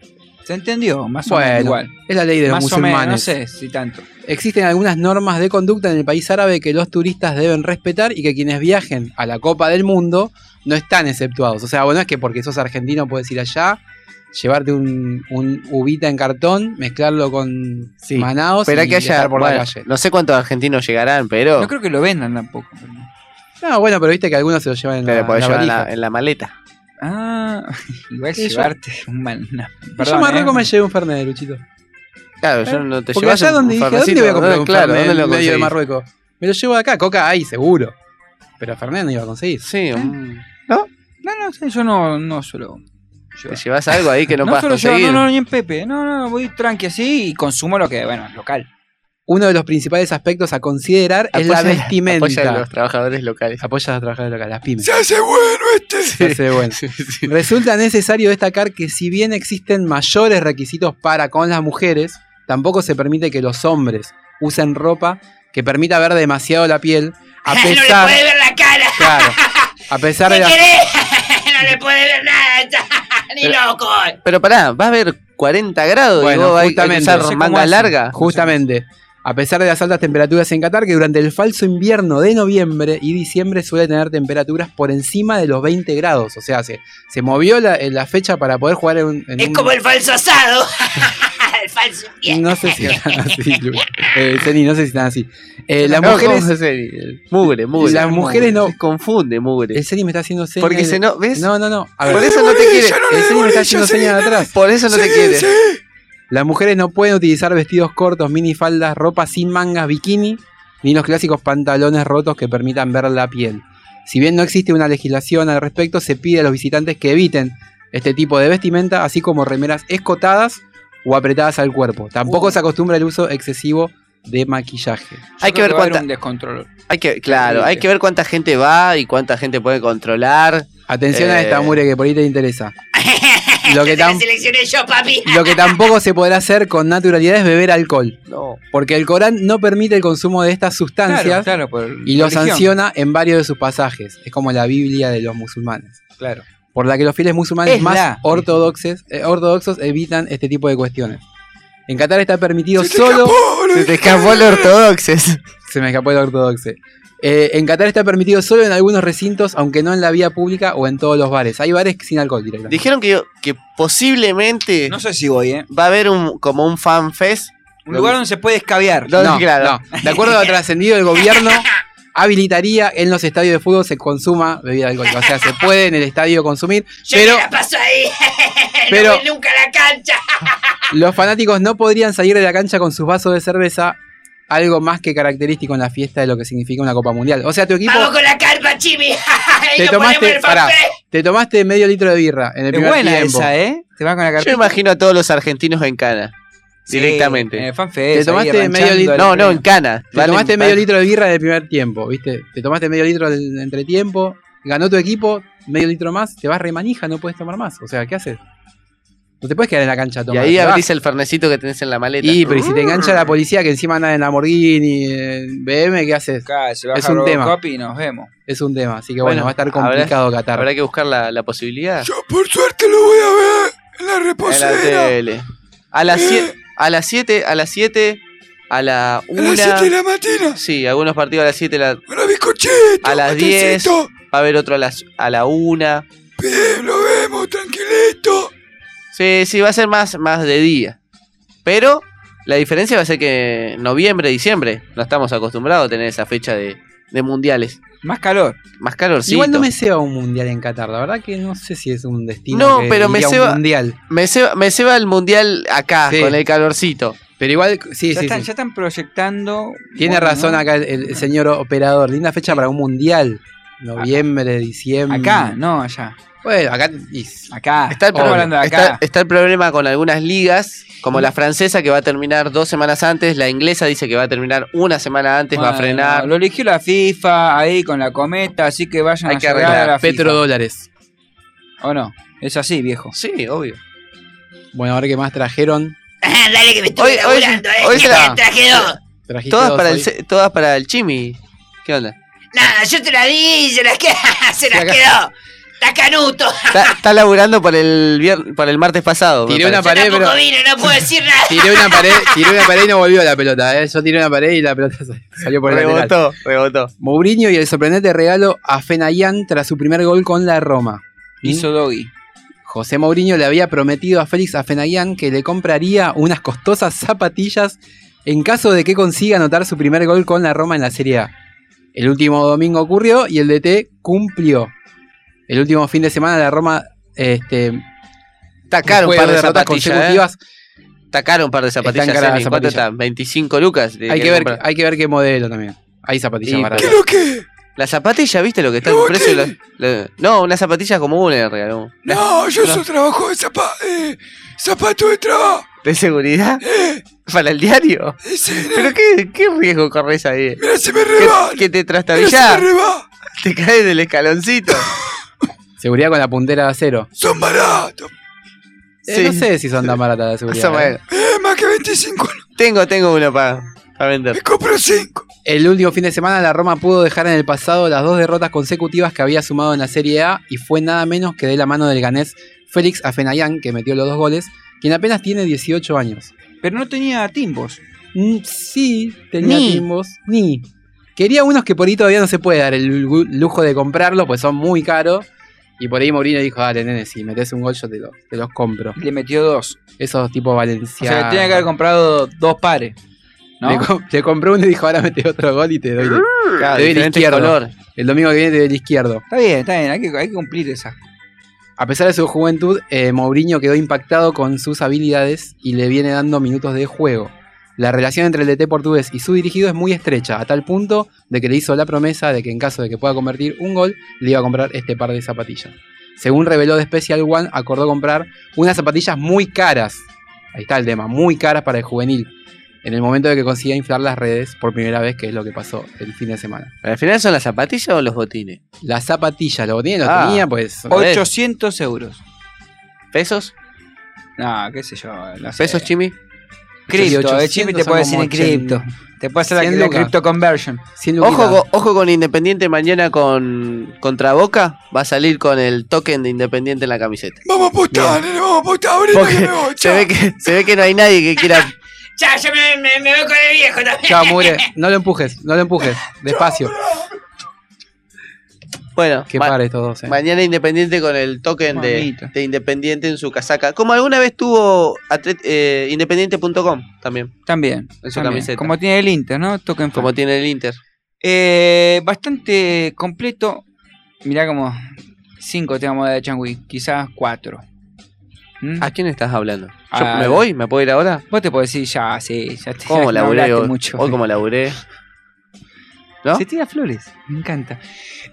[SPEAKER 5] ¿Se entendió? Más o
[SPEAKER 7] Bueno,
[SPEAKER 5] menos igual.
[SPEAKER 7] es la ley de los
[SPEAKER 5] Más o menos,
[SPEAKER 7] musulmanes.
[SPEAKER 5] no sé si tanto.
[SPEAKER 7] Existen algunas normas de conducta en el país árabe que los turistas deben respetar y que quienes viajen a la Copa del Mundo no están exceptuados. O sea, bueno, es que porque sos argentino puedes ir allá, llevarte un, un ubita en cartón, mezclarlo con manaos
[SPEAKER 6] Esperá
[SPEAKER 7] y
[SPEAKER 6] que haya.
[SPEAKER 7] viajar por
[SPEAKER 6] bueno,
[SPEAKER 7] la calle.
[SPEAKER 6] No sé cuántos argentinos llegarán, pero.
[SPEAKER 5] No creo que lo vendan tampoco.
[SPEAKER 7] No, bueno, pero viste que algunos se lo llevan en
[SPEAKER 6] Te
[SPEAKER 7] la,
[SPEAKER 6] lo podés
[SPEAKER 7] en la
[SPEAKER 6] llevar en
[SPEAKER 7] valija.
[SPEAKER 6] la, en la maleta.
[SPEAKER 5] Ah, igual
[SPEAKER 7] Sí, yo-
[SPEAKER 5] llevarte un mal. no, perdón,
[SPEAKER 7] yo Marruecos
[SPEAKER 5] eh.
[SPEAKER 7] me llevé un Fernet, Luchito.
[SPEAKER 6] Claro, yo no te
[SPEAKER 7] ¿Eh? Porque
[SPEAKER 6] llevas
[SPEAKER 7] allá
[SPEAKER 6] un-
[SPEAKER 7] donde
[SPEAKER 6] un
[SPEAKER 7] dije, ¿dónde
[SPEAKER 6] farmacito,
[SPEAKER 7] voy a comprar
[SPEAKER 6] ¿dónde?
[SPEAKER 7] un
[SPEAKER 6] Claro,
[SPEAKER 7] Fernet
[SPEAKER 6] ¿dónde
[SPEAKER 7] en
[SPEAKER 6] lo
[SPEAKER 7] medio de
[SPEAKER 6] conseguís?
[SPEAKER 7] Marruecos? Me lo llevo de acá, Coca hay, seguro. Pero Fernet no iba a conseguir. ¿Eh?
[SPEAKER 6] Sí,
[SPEAKER 5] No, no, sé, yo no, no suelo.
[SPEAKER 6] Te llevas algo ahí que no, puedas
[SPEAKER 5] suelo llevar,
[SPEAKER 6] conseguir.
[SPEAKER 5] no, no, ni en Pepe. No, no, voy tranqui así y consumo lo que, bueno, es local.
[SPEAKER 7] Uno de los principales aspectos a considerar es la
[SPEAKER 6] Apoya-
[SPEAKER 7] vestimenta.
[SPEAKER 6] Apoya a los trabajadores locales.
[SPEAKER 7] Apoya a los trabajadores locales, las pymes.
[SPEAKER 6] ¡Se hace bueno este!
[SPEAKER 7] Se hace bueno. Resulta necesario destacar que si bien existen mayores requisitos para con las mujeres, tampoco se permite que los hombres usen ropa que permita ver demasiado la piel, a
[SPEAKER 25] no le
[SPEAKER 7] pesar,
[SPEAKER 25] puede ver la cara.
[SPEAKER 7] claro, a pesar
[SPEAKER 25] ¿Qué
[SPEAKER 7] de la-
[SPEAKER 25] querés? no le puede ver nada. Ni
[SPEAKER 6] Pero-
[SPEAKER 25] loco.
[SPEAKER 6] Pero pará, va a haber 40 grados y vos hay- hay que usar manga larga.
[SPEAKER 7] Justamente. A pesar de las altas temperaturas en Qatar, que durante el falso invierno de noviembre y diciembre suele tener temperaturas por encima de los 20 grados. O sea, se, se movió la, eh, la fecha para poder jugar en un. en
[SPEAKER 25] Es
[SPEAKER 7] un-
[SPEAKER 25] como el falso asado. el falso.
[SPEAKER 7] No sé si están así, Lu. Eh, Zeni, no sé si están así. Eh, las
[SPEAKER 6] No,
[SPEAKER 7] mujeres.
[SPEAKER 6] ¿cómo es el- Mugre, mugre.
[SPEAKER 7] Las mujeres no.
[SPEAKER 6] Se confunde, mugre.
[SPEAKER 7] El Zeni me está haciendo señas.
[SPEAKER 6] Porque se no. ¿Ves?
[SPEAKER 7] No, no, no. A ver.
[SPEAKER 6] Por eso no te quiere.
[SPEAKER 7] El Zeni me está haciendo señas de atrás.
[SPEAKER 6] Por eso no te quiere.
[SPEAKER 7] Las mujeres no pueden utilizar vestidos cortos, minifaldas, ropa sin mangas, bikini, ni los clásicos pantalones rotos que permitan ver la piel. Si bien no existe una legislación al respecto, se pide a los visitantes que eviten este tipo de vestimenta, así como remeras escotadas o apretadas al cuerpo. Tampoco se acostumbra el uso excesivo de maquillaje.
[SPEAKER 6] Hay que ver cuánta.
[SPEAKER 5] un descontrol.
[SPEAKER 6] Hay que, claro,
[SPEAKER 7] Terrible.
[SPEAKER 6] hay que ver cuánta gente va y cuánta gente puede controlar.
[SPEAKER 7] Atención a
[SPEAKER 6] Eh,
[SPEAKER 7] esta mure que por ahí te interesa. Lo que,
[SPEAKER 25] La
[SPEAKER 7] tam-
[SPEAKER 25] seleccioné yo, papi.
[SPEAKER 7] lo que tampoco se podrá hacer con naturalidad es beber alcohol.
[SPEAKER 6] No.
[SPEAKER 7] Porque el Corán no permite el consumo de estas sustancias
[SPEAKER 5] Claro, claro, por
[SPEAKER 7] y lo
[SPEAKER 5] religión.
[SPEAKER 7] sanciona en varios de sus pasajes. Es como la Biblia de los musulmanes.
[SPEAKER 5] Claro.
[SPEAKER 7] Por la que los fieles musulmanes
[SPEAKER 5] Es
[SPEAKER 7] más
[SPEAKER 5] la.
[SPEAKER 7] ortodoxes- eh, ortodoxos evitan este tipo de cuestiones. En Qatar está permitido solo.
[SPEAKER 6] Se te escapó el ortodoxes.
[SPEAKER 7] Se me escapó el ortodoxo. Eh, en Qatar está permitido solo en algunos recintos, aunque no en la vía pública o en todos los bares. Hay bares sin alcohol directamente.
[SPEAKER 6] Dijeron que, que posiblemente. No
[SPEAKER 5] sé si voy, ¿eh?
[SPEAKER 6] Va a haber un, como un fan fest.
[SPEAKER 5] Un lugar donde se puede escabear.
[SPEAKER 6] No, claro.
[SPEAKER 7] no. De acuerdo a lo trascendido, el gobierno habilitaría en los estadios de fútbol se consuma bebida alcohólica. O sea, se puede en el estadio consumir,
[SPEAKER 25] Yo
[SPEAKER 7] pero
[SPEAKER 25] me la paso ahí.
[SPEAKER 7] pero-
[SPEAKER 25] no voy nunca a la cancha.
[SPEAKER 7] los fanáticos no podrían salir de la cancha con sus vasos de cerveza, algo más que característico en la fiesta de lo que significa una Copa Mundial. O sea, tu equipo
[SPEAKER 25] Vamos con la carpa, Chimi. Y
[SPEAKER 7] te
[SPEAKER 25] nos ponemos
[SPEAKER 7] tomaste,
[SPEAKER 25] el
[SPEAKER 7] pará,
[SPEAKER 25] fanfare.
[SPEAKER 7] Te tomaste medio litro de birra en el primer tiempo.
[SPEAKER 6] eh,
[SPEAKER 5] ¿eh? Te va con la
[SPEAKER 6] Yo imagino a todos los argentinos en cana. directamente.
[SPEAKER 7] en
[SPEAKER 5] eh,
[SPEAKER 7] el Te tomaste medio litro.
[SPEAKER 6] No, no, en cana.
[SPEAKER 7] Te
[SPEAKER 6] Van
[SPEAKER 7] tomaste
[SPEAKER 6] en-
[SPEAKER 7] medio
[SPEAKER 6] van-
[SPEAKER 7] litro de birra en el primer tiempo, ¿viste? Te tomaste medio litro en el entretiempo. Ganó tu equipo, medio litro más. Te vas remanija, no puedes tomar más. O sea, ¿qué haces? No te puedes quedar en la cancha a
[SPEAKER 6] Y
[SPEAKER 7] tomar.
[SPEAKER 6] ahí
[SPEAKER 7] te vas.
[SPEAKER 6] abrís el fernecito que tenés en la maleta.
[SPEAKER 7] Y, pero y si te engancha
[SPEAKER 6] Mm.
[SPEAKER 7] la policía que encima anda en Lamborghini, en BM, ¿qué haces? es un tema.
[SPEAKER 5] y nos vemos.
[SPEAKER 7] Es un tema, así que bueno, va a estar complicado
[SPEAKER 6] habrá,
[SPEAKER 7] Qatar.
[SPEAKER 6] Habrá que buscar la, la posibilidad.
[SPEAKER 10] Por suerte lo voy a ver en la
[SPEAKER 6] En la
[SPEAKER 10] reposera. Eh.
[SPEAKER 6] tele. A las 7, a las 7, a las 7, a la 1.
[SPEAKER 10] siete de la
[SPEAKER 6] mañana. Sí, algunos partidos a las 7, la, a las 10.
[SPEAKER 10] matecito.
[SPEAKER 6] Va a haber otro a las a la 1.
[SPEAKER 10] Lo vemos, tranquilito.
[SPEAKER 6] Sí, sí, va a ser más, más de día. Pero la diferencia va a ser que noviembre, diciembre, no estamos acostumbrados a tener esa fecha de, de mundiales.
[SPEAKER 5] Más calor.
[SPEAKER 6] Más calorcito.
[SPEAKER 7] Igual no me ceba un mundial en Qatar, la verdad que no sé si es un destino.
[SPEAKER 6] No,
[SPEAKER 7] que
[SPEAKER 6] pero me
[SPEAKER 7] iría a un
[SPEAKER 6] ceba,
[SPEAKER 7] mundial.
[SPEAKER 6] me ceba. Me ceba el mundial acá,
[SPEAKER 7] Sí.
[SPEAKER 6] con el calorcito.
[SPEAKER 7] Pero igual, sí,
[SPEAKER 5] ya,
[SPEAKER 7] sí,
[SPEAKER 5] están,
[SPEAKER 7] sí.
[SPEAKER 5] ya están proyectando.
[SPEAKER 7] Tiene
[SPEAKER 5] bueno,
[SPEAKER 7] razón
[SPEAKER 5] ¿no?
[SPEAKER 7] acá el, el señor operador. Linda fecha para un mundial. Noviembre, diciembre.
[SPEAKER 5] Acá, no allá.
[SPEAKER 7] Bueno, acá.
[SPEAKER 5] Acá.
[SPEAKER 6] Está el,
[SPEAKER 5] Estamos
[SPEAKER 6] problema-
[SPEAKER 5] hablando de acá. Mm.
[SPEAKER 6] está- está el problema con algunas ligas, como la francesa que va a terminar dos semanas antes, la inglesa dice que va a terminar una semana antes, va a
[SPEAKER 5] Bueno,
[SPEAKER 6] frenar.
[SPEAKER 5] Lo eligió la FIFA ahí con la cometa, así que vayan
[SPEAKER 6] Hay
[SPEAKER 5] a
[SPEAKER 6] que
[SPEAKER 5] llorar
[SPEAKER 6] arreglar.
[SPEAKER 5] a la FIFA.
[SPEAKER 7] Petrodólares.
[SPEAKER 5] ¿O no? Es así, viejo.
[SPEAKER 6] Sí, obvio.
[SPEAKER 7] Bueno, a ver qué más trajeron.
[SPEAKER 25] Ah, dale que me estoy
[SPEAKER 6] Hoy- hoy-
[SPEAKER 25] laburando, eh.
[SPEAKER 6] hoy
[SPEAKER 25] Ya
[SPEAKER 6] será.
[SPEAKER 25] traje dos.
[SPEAKER 7] Trajiste
[SPEAKER 6] Todas
[SPEAKER 7] dos
[SPEAKER 6] para, el,
[SPEAKER 7] hoy.
[SPEAKER 6] se- todas para el Chimi. ¿Qué onda?
[SPEAKER 25] Nada, yo te la di, se las quedó. se las quedó. Está canuto.
[SPEAKER 6] Está, está laburando por el, vier- por el martes pasado. me
[SPEAKER 7] Tiré una
[SPEAKER 6] parece.
[SPEAKER 7] pared, pero.
[SPEAKER 25] Tampoco vine, no puedo decir nada.
[SPEAKER 7] Tiré una pared, tiré una pared y no volvió la pelota. ¿eh? Yo tiré una pared y la pelota sal- salió por el lateral.
[SPEAKER 6] Rebotó, rebotó.
[SPEAKER 7] Mourinho y el sorprendente regalo a Fenayán tras su primer gol con la Roma.
[SPEAKER 5] Hizo Doggy.
[SPEAKER 7] José Mourinho le había prometido a Félix Afenayan que le compraría unas costosas zapatillas en caso de que consiga anotar su primer gol con la Roma en la Serie A. El último domingo ocurrió y el DT cumplió. El último fin de semana la Roma este,
[SPEAKER 6] Tacaron un
[SPEAKER 7] después
[SPEAKER 6] par de
[SPEAKER 7] derrotas
[SPEAKER 6] zapatillas. ¿eh? Tacaron un par de zapatillas.
[SPEAKER 7] caras las
[SPEAKER 6] Emi. ¿Cuánto
[SPEAKER 7] zapatillas.
[SPEAKER 6] está? 25 lucas. le
[SPEAKER 7] Hay que,
[SPEAKER 6] querés
[SPEAKER 7] ver,
[SPEAKER 6] comprar.
[SPEAKER 7] hay que ver qué modelo también. Hay zapatillas
[SPEAKER 6] Y-
[SPEAKER 7] baratas.
[SPEAKER 6] La zapatilla, ¿viste lo que está en precio? La- la- no, una zapatilla común le regaló.
[SPEAKER 10] No, yo soy trabajo de zapa eh, zapato de trabajo.
[SPEAKER 6] ¿De seguridad? ¿Para el diario? ¿Pero qué, qué riesgo corres ahí?
[SPEAKER 10] Mira, se me
[SPEAKER 6] reba. Que te
[SPEAKER 10] Mira,
[SPEAKER 6] trastabillás.
[SPEAKER 10] se me reba.
[SPEAKER 6] Te caes del escaloncito.
[SPEAKER 7] Seguridad con la puntera de acero.
[SPEAKER 10] Son baratos.
[SPEAKER 7] Eh,
[SPEAKER 6] Sí.
[SPEAKER 7] No sé si son tan baratas la seguridad.
[SPEAKER 6] Más o
[SPEAKER 7] ¿eh?
[SPEAKER 6] menos.
[SPEAKER 10] más que 25.
[SPEAKER 6] Tengo, tengo uno para vender. Me
[SPEAKER 10] compro 5.
[SPEAKER 7] El último fin de semana la Roma pudo dejar en el pasado las dos derrotas consecutivas que había sumado en la Serie A y fue nada menos que de la mano del ganés Félix Afenayan, que metió los dos goles, quien apenas tiene 18 años. Mm,
[SPEAKER 5] Pero no tenía timbos.
[SPEAKER 7] sí, tenía
[SPEAKER 5] Ni.
[SPEAKER 7] timbos, ni. Quería unos que por ahí todavía no se puede dar el lu- lujo de comprarlos, pues son muy caros. Y por ahí Mourinho dijo, dale, nene, si metes un gol yo te, lo- te los compro.
[SPEAKER 5] Le metió dos.
[SPEAKER 7] Esos tipo
[SPEAKER 5] O sea,
[SPEAKER 7] valencianos.
[SPEAKER 5] tenía que haber comprado dos pares. ¿no?
[SPEAKER 7] Le, com- le compró uno y dijo, ahora mete otro gol y te doy, el- te doy el
[SPEAKER 5] diferente
[SPEAKER 7] izquierdo.
[SPEAKER 5] color.
[SPEAKER 7] El domingo que viene te doy el izquierdo.
[SPEAKER 5] Está bien, está bien. Hay que, hay que cumplir esa.
[SPEAKER 7] A pesar de su juventud, eh, Mourinho quedó impactado con sus habilidades y le viene dando minutos de juego. La relación entre el DT portugués y su dirigido es muy estrecha, a tal punto de que le hizo la promesa de que en caso de que pueda convertir un gol, le iba a comprar este par de zapatillas. Según reveló de Special One, acordó comprar unas zapatillas muy caras. Ahí está el tema, muy caras para el juvenil. En el momento de que consiga inflar las redes por primera vez, que es lo que pasó el fin de semana.
[SPEAKER 6] ¿Al final son las zapatillas o los botines?
[SPEAKER 7] Las zapatillas, los botines los
[SPEAKER 6] Ah,
[SPEAKER 7] tenía, pues.
[SPEAKER 5] 800 euros.
[SPEAKER 6] ¿Pesos?
[SPEAKER 5] No, qué sé yo. No sé.
[SPEAKER 6] ¿Pesos, Chimi?
[SPEAKER 5] Cripto.
[SPEAKER 6] 800
[SPEAKER 5] El Chimi te
[SPEAKER 6] son
[SPEAKER 5] puede decir
[SPEAKER 6] como
[SPEAKER 5] en cripto.
[SPEAKER 6] 80.
[SPEAKER 5] Te puede hacer la,
[SPEAKER 6] 100
[SPEAKER 5] la
[SPEAKER 6] lucas.
[SPEAKER 5] cripto conversion.
[SPEAKER 6] Ojo, con- ojo con Independiente mañana con contra Boca. Va a salir con el token de Independiente en la camiseta.
[SPEAKER 10] Vamos a apostar, nene, vamos a apostar. Ahorita
[SPEAKER 6] Porque
[SPEAKER 10] que me voy.
[SPEAKER 6] se, ve que, se ve que no hay nadie que quiera.
[SPEAKER 25] Ya, ya me, me, me voy con el viejo también.
[SPEAKER 7] Chao, Mure. No lo empujes, no lo empujes. Despacio.
[SPEAKER 6] Bueno,
[SPEAKER 7] Qué par estos dos, eh.
[SPEAKER 6] Mañana Independiente con el token de,
[SPEAKER 7] Mamita.
[SPEAKER 6] de Independiente en su casaca. Como alguna vez tuvo atlet- eh, Independiente.com también.
[SPEAKER 5] También.
[SPEAKER 6] En su
[SPEAKER 5] también.
[SPEAKER 6] camiseta.
[SPEAKER 5] Como tiene el Inter, ¿no? Token
[SPEAKER 6] Como tiene el Inter.
[SPEAKER 5] Eh, bastante completo. Mirá como cinco temas de Changui, quizás cuatro.
[SPEAKER 6] ¿A quién estás hablando? Yo
[SPEAKER 5] Ah,
[SPEAKER 6] ¿Me voy? ¿Me puedo ir ahora?
[SPEAKER 5] Vos te podés decir ya, sí, ya te
[SPEAKER 6] ¿Cómo
[SPEAKER 5] ya
[SPEAKER 6] laburé
[SPEAKER 5] hablaste
[SPEAKER 6] hoy?
[SPEAKER 5] mucho.
[SPEAKER 6] Hoy como laburé.
[SPEAKER 5] Se tira flores. Me encanta.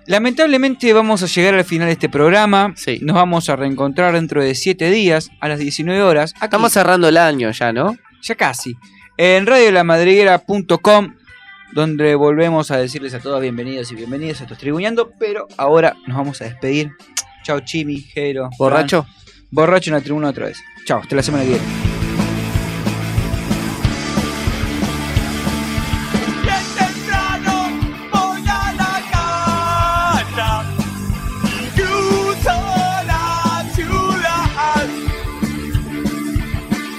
[SPEAKER 5] Lamentablemente vamos a llegar al final de este programa. Nos vamos a reencontrar dentro de 7 días, a las 19 horas. Estamos
[SPEAKER 6] cerrando el año ya, ¿no?
[SPEAKER 5] Ya casi. En radiolamadriguera.com, donde volvemos a decirles a todos bienvenidos y bienvenidas a estos tribuñando, pero ahora nos vamos a despedir. Chao, Chimi, Jero.
[SPEAKER 6] ¿Borracho?
[SPEAKER 5] Fran. Borracho en la tribuna otra vez. Chao, hasta la semana que viene.
[SPEAKER 19] Bien temprano voy a la cana y cruzo la ciudad.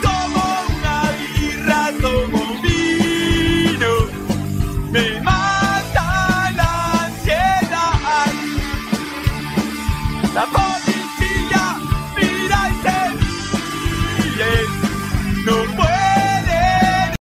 [SPEAKER 19] Tomo una birra, tomo vino, me mata la ansiedad. La